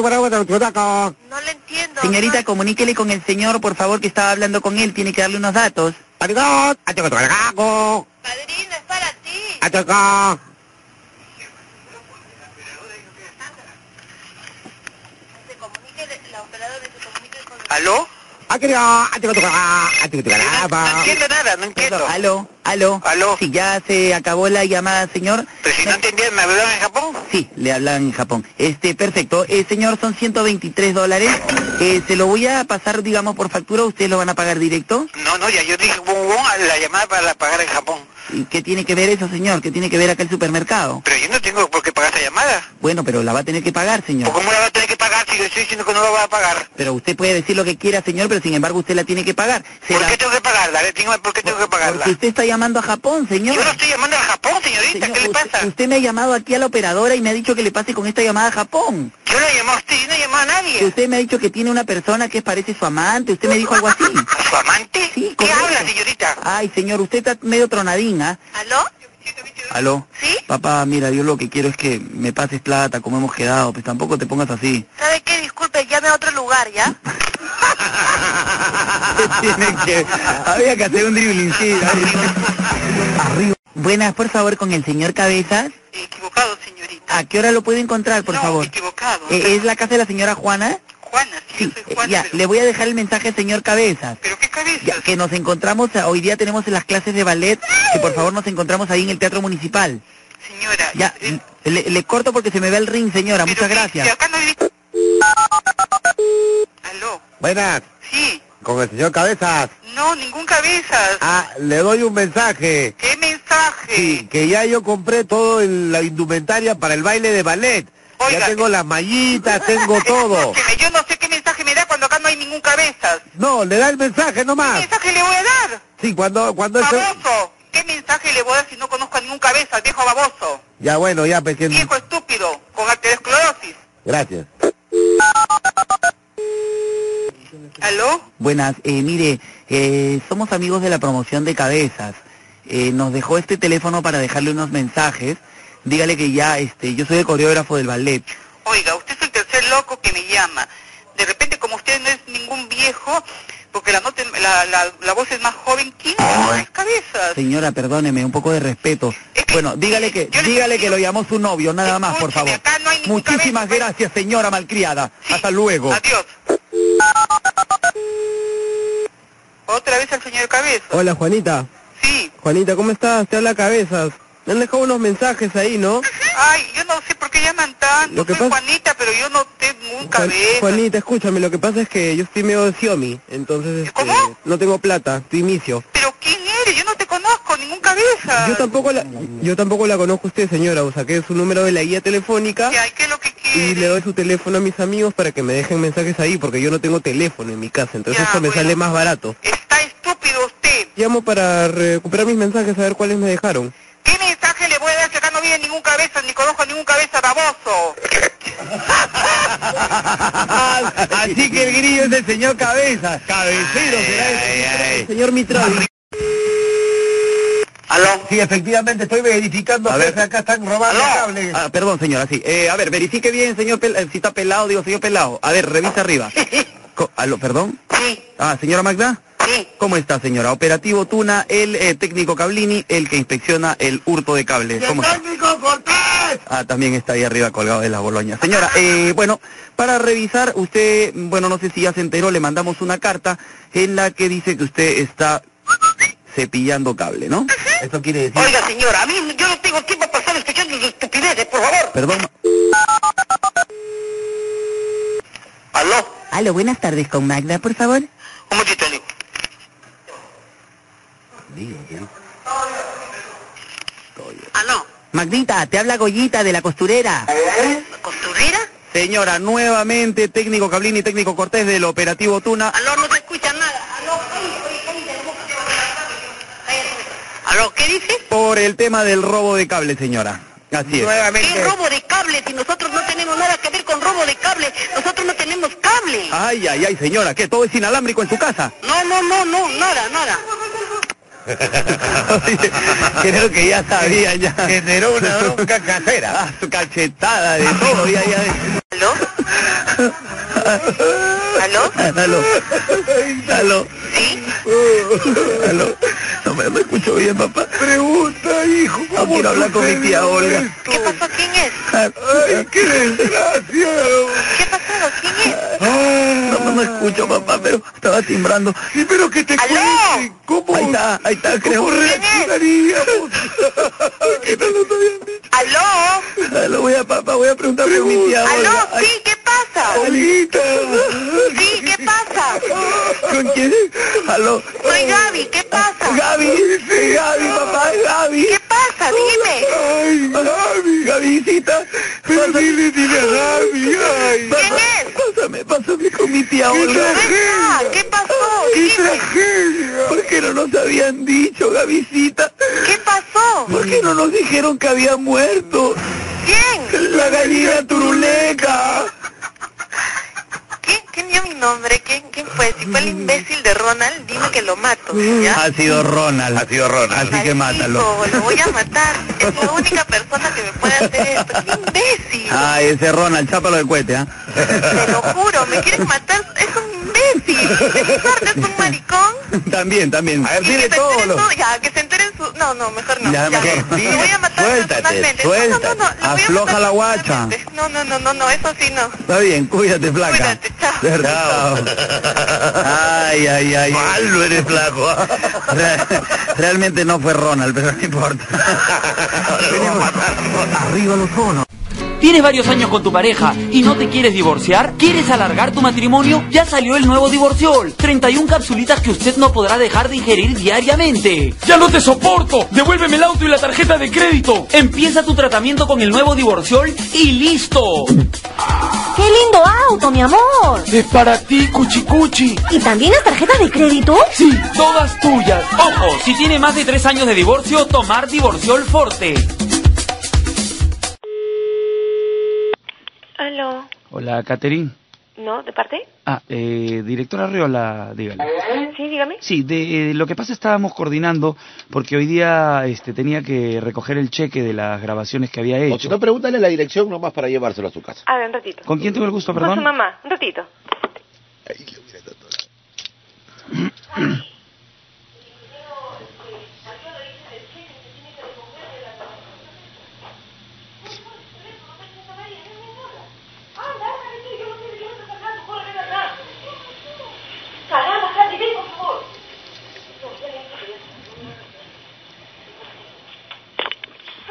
No le entiendo. Señorita, comuníquele con el señor, por favor, que estaba hablando con él. Tiene que darle unos datos.
Arigato,
Padrino, es para ti.
Achaca.
¿Aló?
No entiendo
nada, no entiendo.
Aló, aló. Aló. Sí, ya se acabó la llamada, señor.
Pero si no entendían, ¿me hablaban en Japón?
Sí, le hablan en Japón. Este, perfecto. Eh, señor, son 123 dólares. Eh, se lo voy a pasar, digamos, por factura. ¿Ustedes lo van a pagar directo?
No, no, ya yo dije Won Won, a la llamada para la pagar en Japón.
¿Y qué tiene que ver eso, señor? ¿Qué tiene que ver acá el supermercado?
Pero yo no tengo por qué pagar esa llamada.
Bueno, pero la va a tener que pagar, señor.
¿Cómo la va a tener que pagar si yo estoy diciendo que no la va a pagar?
Pero usted puede decir lo que quiera, señor, pero sin embargo usted la tiene que pagar. Se
¿Por
la-
qué tengo que pagarla? A ver, dígame Ah, por qué tengo que pagarla.
Porque usted está llamando a Japón, señor.
Yo no estoy llamando a Japón, señorita, ¿qué le pasa?
Usted me ha llamado aquí a la operadora y me ha dicho que le pase con esta llamada a Japón.
Yo no he llamado a usted, yo no he llamado a
Que
nadie.
usted me ha dicho que tiene una persona que parece su amante. Usted me dijo algo así.
¿A su amante? ¿Qué habla, señorita?
Ay, señor, usted está medio ¿ah? tronadina.
¿Aló?
Aló.
¿Sí?
Papá, mira, yo lo que quiero es que me pases plata, como hemos quedado, pues tampoco te pongas así.
¿Sabe qué? Disculpe, llame a otro lugar, ¿ya?
Tienen que... Había que hacer un dribbling, sí.
Buenas, por favor, con el señor Cabezas.
Equivocado,
señorita. ¿A qué hora lo puedo encontrar, por favor?
equivocado.
Eh, ¿Es la casa de la señora Juana?
Juana,
sí, eh, ya, le voy a dejar el mensaje al señor Cabezas.
¿Pero qué cabeza?
Ya, que nos encontramos, eh, hoy día tenemos las clases de ballet, que por favor nos encontramos ahí en el Teatro Municipal. Señora... Ya, le, le corto porque se me ve el ring, señora, muchas gracias.
Buenas.
Sí.
Con el señor Cabezas.
No, ningún cabezas.
Ah, le doy un mensaje.
¿Qué mensaje?
Sí, que ya yo compré todo el- la indumentaria para el baile de ballet. ya tengo las mallitas, tengo todo.
Escúcheme, yo no sé qué mensaje me da cuando acá no hay ningún cabezas.
No, le da el mensaje
¿Qué
nomás.
mensaje le voy a dar?
Sí, cuando cuando esto-
Baboso. ¿Qué mensaje le voy a dar si no conozco a ningún cabeza, viejo baboso?
Ya bueno, ya pues, que-
Viejo estúpido, con aterosclerosis.
Gracias.
¿Aló?
Buenas, eh, mire, eh, somos amigos de la promoción de cabezas. Eh, nos dejó este teléfono para dejarle unos mensajes. Dígale que ya, este, yo soy el coreógrafo del ballet.
Oiga, usted es el tercer loco que me llama. De repente, como usted no es ningún viejo, porque la, nota- la, la- la voz es más joven, ¿quién es las cabezas?
Señora, perdóneme, un poco de respeto. Bueno, dígale que, dígale que lo llamó su novio, nada más, por favor. Muchísimas gracias, señora malcriada. Hasta luego.
Adiós. Otra vez al señor Cabeza.
Hola, Juanita.
Sí.
Juanita, ¿cómo estás? Te habla Cabezas. Me han dejado unos mensajes ahí, ¿no?
Ay, yo no sé por qué llaman tanto.
Lo que
Soy
pasa-
Juanita, pero yo no tengo un
Juan-
cabeza.
Juanita, escúchame, lo que pasa es que yo estoy medio de Xiaomi, entonces este, no tengo plata, estoy inicio.
¿Quién eres? Yo no te conozco, ningún cabeza.
Yo tampoco la yo tampoco la conozco a usted, señora, o saqué su número de la guía telefónica. Y le doy su teléfono a mis amigos para que me dejen mensajes ahí porque yo no tengo teléfono en mi casa, entonces esto me sale más barato. Está estúpido usted. Llamo para recuperar mis mensajes a ver cuáles me dejaron.
¿Qué mensaje le voy a dar si acá no viene ningún cabeza, ni conozco a ningún cabeza baboso?
Ah,
Así que el grillo es el señor Cabezas. Cabecero será el
señor Mitravi.
¿Aló? Sí, efectivamente, estoy verificando. A ver, acá están robando cables.
Ah, perdón, señora, sí. Eh, a ver, verifique bien, señor, Pel- eh, si está pelado, digo, señor pelado. A ver, revisa arriba. Co- aló, ¿Perdón? Sí. Ah, señora Magda. Sí. ¿Cómo está, señora? Operativo Tuna, el eh, técnico Cablini, el que inspecciona el hurto de cables. ¿Cómo está?
técnico Cortés!
Ah, también está ahí arriba colgado de las boloñas. Señora, eh, bueno, para revisar, usted, bueno, no sé si ya se enteró, le mandamos una carta en la que dice que usted está cepillando cable, ¿no? Eso quiere decir...
Oiga, señora, a mí yo no tengo tiempo para estar escuchando sus estupideces, por favor.
Perdón.
Aló.
Aló, buenas tardes con Magda, por favor.
Un momentito, Nico.
Magdita, te habla Goyita de la costurera.
Señora, nuevamente técnico Cablini, técnico Cortés del operativo Tuna.
Aló, no te escucha nada. Aló, Aló, ¿qué dice?
Por el tema del robo de cable, señora. Así es.
¿Qué robo de cable? Si nosotros no tenemos nada que ver con robo de cable, nosotros no tenemos cable.
Ay, ay, ay, señora, que todo es inalámbrico en su casa.
No, no, no, no, nada, nada.
Creo que ya sabía, ya. Generó una bronca casera. Ah, su cachetada de todo, ya, ya.
¿Aló?
¿Aló? ¿Aló? ¿Sí? ¿Aló? No me, me escucho bien, papá. Pregunta, hijo. No quiero hablar con mi tía Olga.
¿Qué pasó? ¿Quién es?
¡Ay, qué desgracia!
¿Qué ha pasado? ¿Quién es?
No, no me escucho, papá, pero estaba timbrando. Sí, pero que te cuente. ¿Cómo? Ahí está, ahí está, creo. reaccionaríamos? que no nos habían dicho.
¿Aló?
Aló, voy a, papá, voy a preguntar por mi tía
¿Aló?
Olga. Ay,
Sí, ¿qué pasa?
Olguita.
Sí, ¿qué pasa?
¿Con quién? Aló.
Soy Gaby, ¿qué pasa?
Gaby, sí, Gaby, papá, Gaby. ¿Qué
pasa? Dime.
Ay, Gaby, Gabycita. Pero dile, dile a Gaby, ay. ¿Quién es? Pásame, pásame con mi tía
¿Qué
Olga.
tragedia? ¿Qué pasó?
¡Qué tragedia! ¿Por qué no nos habían dicho, Gabycita?
¿Qué pasó?
¿Por qué no nos dijeron que había muerto?
¿Quién?
La gallina turuleca.
¿Quién, quién dio mi nombre? ¿Quién, ¿Quién fue? Si fue el imbécil de Ronald, dime que lo mato, ¿ya?
Ha sido Ronald. Ha sido Ronald. Así que mátalo.
Lo voy a matar. Es la única persona que me puede hacer esto. ¡Qué imbécil!
Ay, Ah, ese Ronald, chápalo del cohete, ¿ah?
Te lo juro, me quieren matar. Es un imbécil. Aparte, es un maricón.
También, también. A ver,
Y que se enteren todo. Ya, que se enteren su... No, no, mejor no.
Ya, mejor.
Lo voy a matar
Suéltate,
personalmente.
suéltate.
No, no, no, no. lo voy a
Afloja
matar
la guacha.
personalmente. No, no, no, no, no, eso sí no.
Está bien, cuídate, flaca. Suerte, chao. Ay, ay, ay. Malo eres, flaco.
Realmente no fue Ronald, pero no importa. Arriba los tonos.
¿Tienes varios años con tu pareja y no te quieres divorciar? ¿Quieres alargar tu matrimonio? Ya salió el nuevo Divorciol. 31 capsulitas que usted no podrá dejar de ingerir diariamente. ¡Ya no te soporto! ¡Devuélveme el auto y la tarjeta de crédito! Empieza tu tratamiento con el nuevo Divorciol y listo.
¡Qué lindo auto, mi amor!
Es para ti, Cuchicuchi.
¿Y también las tarjetas de crédito?
Sí, todas tuyas. Ojo, si tiene más de 3 años de divorcio, tomar Divorciol Forte.
Aló,
Hola, Catherine. ¿No? ¿De parte?
Ah, eh, directora Riola, dígale.
Sí, dígame.
Sí, de, eh, lo que pasa estábamos coordinando porque hoy día este, tenía que recoger el cheque de las grabaciones que había hecho.
O si no, pregúntale la dirección nomás para llevárselo a su casa.
A ver, un ratito.
¿Con quién tengo el gusto,
Con su
perdón?
mamá, un ratito.
Caramba, Sandy, ven, por favor.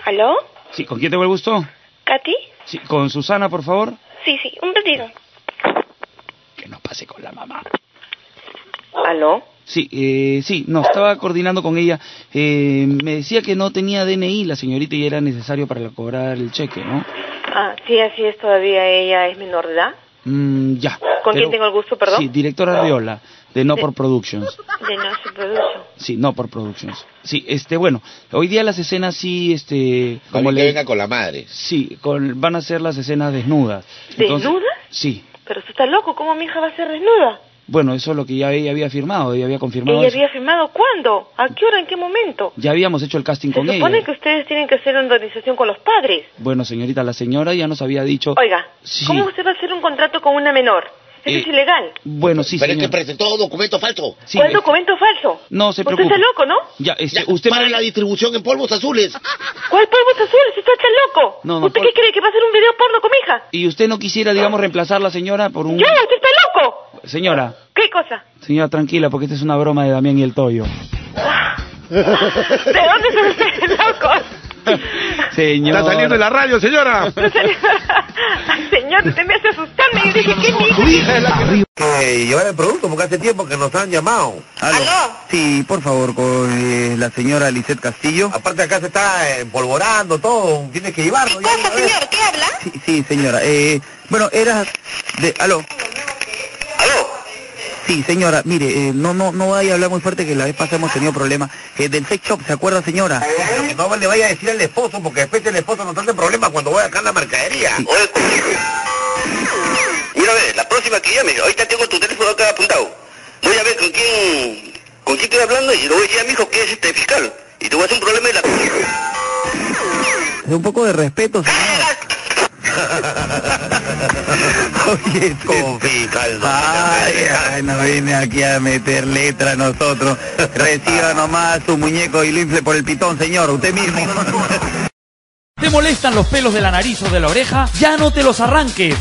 ¿Aló?
Sí, ¿con quién tengo el gusto?
¿Katy?
Sí, con Susana, por favor.
Sí, sí, un ratito.
Que nos pase con la mamá.
¿Aló?
Sí, eh, sí, no, estaba coordinando con ella. Eh, me decía que no tenía DNI la señorita y era necesario para cobrar el cheque, ¿no?
Ah, sí, así es, todavía ella es menor de edad.
Mm, ya.
¿Con quién tengo el gusto, perdón?
Sí, directora Riola, de No
Sí.
Por Productions.
De no se produce.
Sí, No Por Productions. Sí, este, bueno, hoy día las escenas sí, este... Como
que
le
venga con la madre.
Sí, con, van a ser las escenas desnudas. Entonces-
¿Desnuda?
Sí.
Pero tú estás loco, ¿cómo mi hija va a ser desnuda?
Bueno, eso es lo que ya ella había firmado, ella había confirmado
¿Ella
eso.
había firmado cuándo? ¿A qué hora? ¿En qué momento?
Ya habíamos hecho el casting
Se
con
supone
ella.
que ustedes tienen que hacer una organización con los padres.
Bueno, señorita, la señora ya nos había dicho...
Oiga,
Sí.
¿cómo usted va a hacer un contrato con una menor? Eso
Eh,
es ilegal.
Bueno, sí,
Pero es
señor.
que
presentó documento falso.
Sí,
¿Cuál
es-
documento falso?
No se
Usted
preocupe.
está loco, ¿no?
Ya, este, usted
Para la distribución en polvos azules.
¿Cuál polvo azul? Si usted está loco.
No, no,
¿Usted
por-
qué cree que va a hacer un video porno con mi hija?
Y usted no quisiera, digamos, reemplazar a la señora por un...
¡Ya, usted está loco!
Señora,
¿Qué cosa?
señora, tranquila, porque esta es una broma de Damián y el Toyo.
¿De dónde son ustedes locos?
Señora.
Está saliendo en la radio, señora.
Ay, señor, usted me hace asustarme. Yo dije, ¿qué mi hija?
Que llevar el producto porque hace tiempo que nos han llamado.
Ah, Sí, por favor, con eh, la señora Lisette Castillo.
Aparte acá se
eh,
está empolvorando todo, tienes que llevarlo. ya de una vez.
Sí, sí, señora. Eh, bueno, era de... Aló. ¿Aló? Sí, señora, mire, eh, no, no, no vaya a hablar muy fuerte que la vez pasada hemos tenido problemas. Eh, del sex shop, ¿se acuerda, señora?
Pero que no le vaya a decir al esposo porque después el esposo nos hace problemas cuando voy acá a la mercadería. Oye, pues, mira, a ver, la próxima que llame, ahorita tengo tu teléfono acá apuntado. Voy a ver con quién, con quién estoy hablando y le voy a decir a mi hijo que es este fiscal. Y te voy a hacer un problema en la...
Un poco de respeto, señora. Oye,
con fiscal.
Ay, ay, no viene aquí a meter letra a nosotros. Reciba nomás su muñeco y lo infle por el pitón, señor, usted mismo.
¿Te molestan los pelos de la nariz o de la oreja? Ya no te los arranques.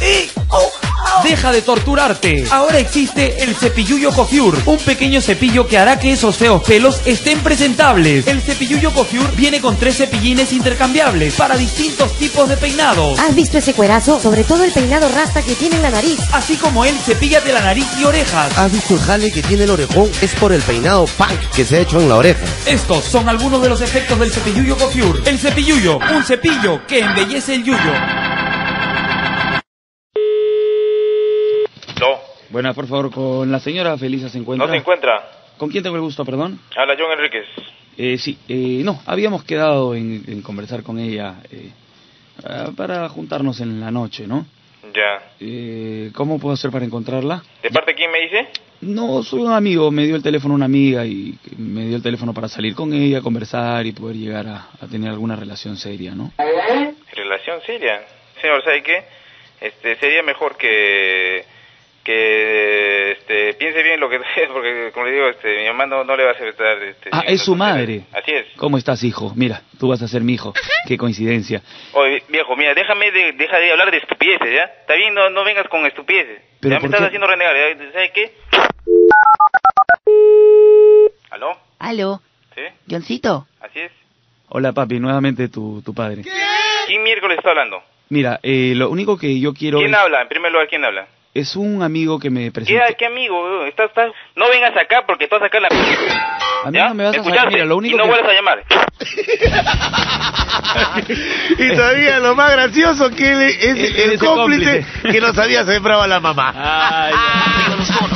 Deja de torturarte. Ahora existe el cepillullo Cofiur, un pequeño cepillo que hará que esos feos pelos estén presentables. El cepillullo Cofiur viene con tres cepillines intercambiables para distintos tipos de peinados.
¿Has visto ese cuerazo? Sobre todo el peinado rasta que tiene en la nariz.
Así como él, cepíllate la nariz y orejas.
¿Has visto el jale que tiene el orejón? Es por el peinado punk que se ha hecho en la oreja.
Estos son algunos de los efectos del cepillullo Cofiur. El cepillullo, un cepillo que embellece el yuyo.
No,
Buenas, por favor, con la señora Felisa se encuentra.
no se encuentra.
¿Con quién tengo el gusto, perdón?
Habla John Enríquez.
Eh, sí, eh, no, habíamos quedado en, en conversar con ella eh, ah, para juntarnos en la noche, ¿no?
Ya.
Eh, ¿Cómo puedo hacer para encontrarla?
¿De parte de quién me dice?
No, soy un amigo, me dio el teléfono una amiga y me dio el teléfono para salir con ella, conversar y poder llegar a, a tener alguna relación seria, ¿no?
¿Eh?
Relación seria. Señor, ¿sabe qué? Este, sería mejor que que este, piense bien lo que porque como le digo, este, mi mamá no, no le va a aceptar este.
Ah, es su madre.
Así es.
¿Cómo estás, hijo? Mira, tú vas a ser mi hijo. Qué coincidencia.
Oye, viejo, mira, déjame de, deja de hablar de estupideces, ¿ya? Está bien, no, no vengas con estupideces.
Pero
ya me
¿por
estás
qué?
haciendo renegar, ¿ya? ¿sabe qué? ¿Aló?
Aló,
¿Sí?
Johncito.
Así es.
Hola, papi, nuevamente tu, tu padre.
¿Quién miércoles está hablando?
Mira, eh, lo único que yo quiero
¿Quién
es,
habla? En primer lugar, ¿quién habla?
es un amigo que me
¿Qué,
presentó.
qué amigo? weón? Estás, estás- No vengas acá porque tú vas a sacar la...
A mí no me vas a sacar. Mira, lo único
y no
que...
vuelvas a llamar.
Y todavía lo más gracioso que él es el,
Él es el
cómplice,
cómplice.
que nos había sembrado a la mamá.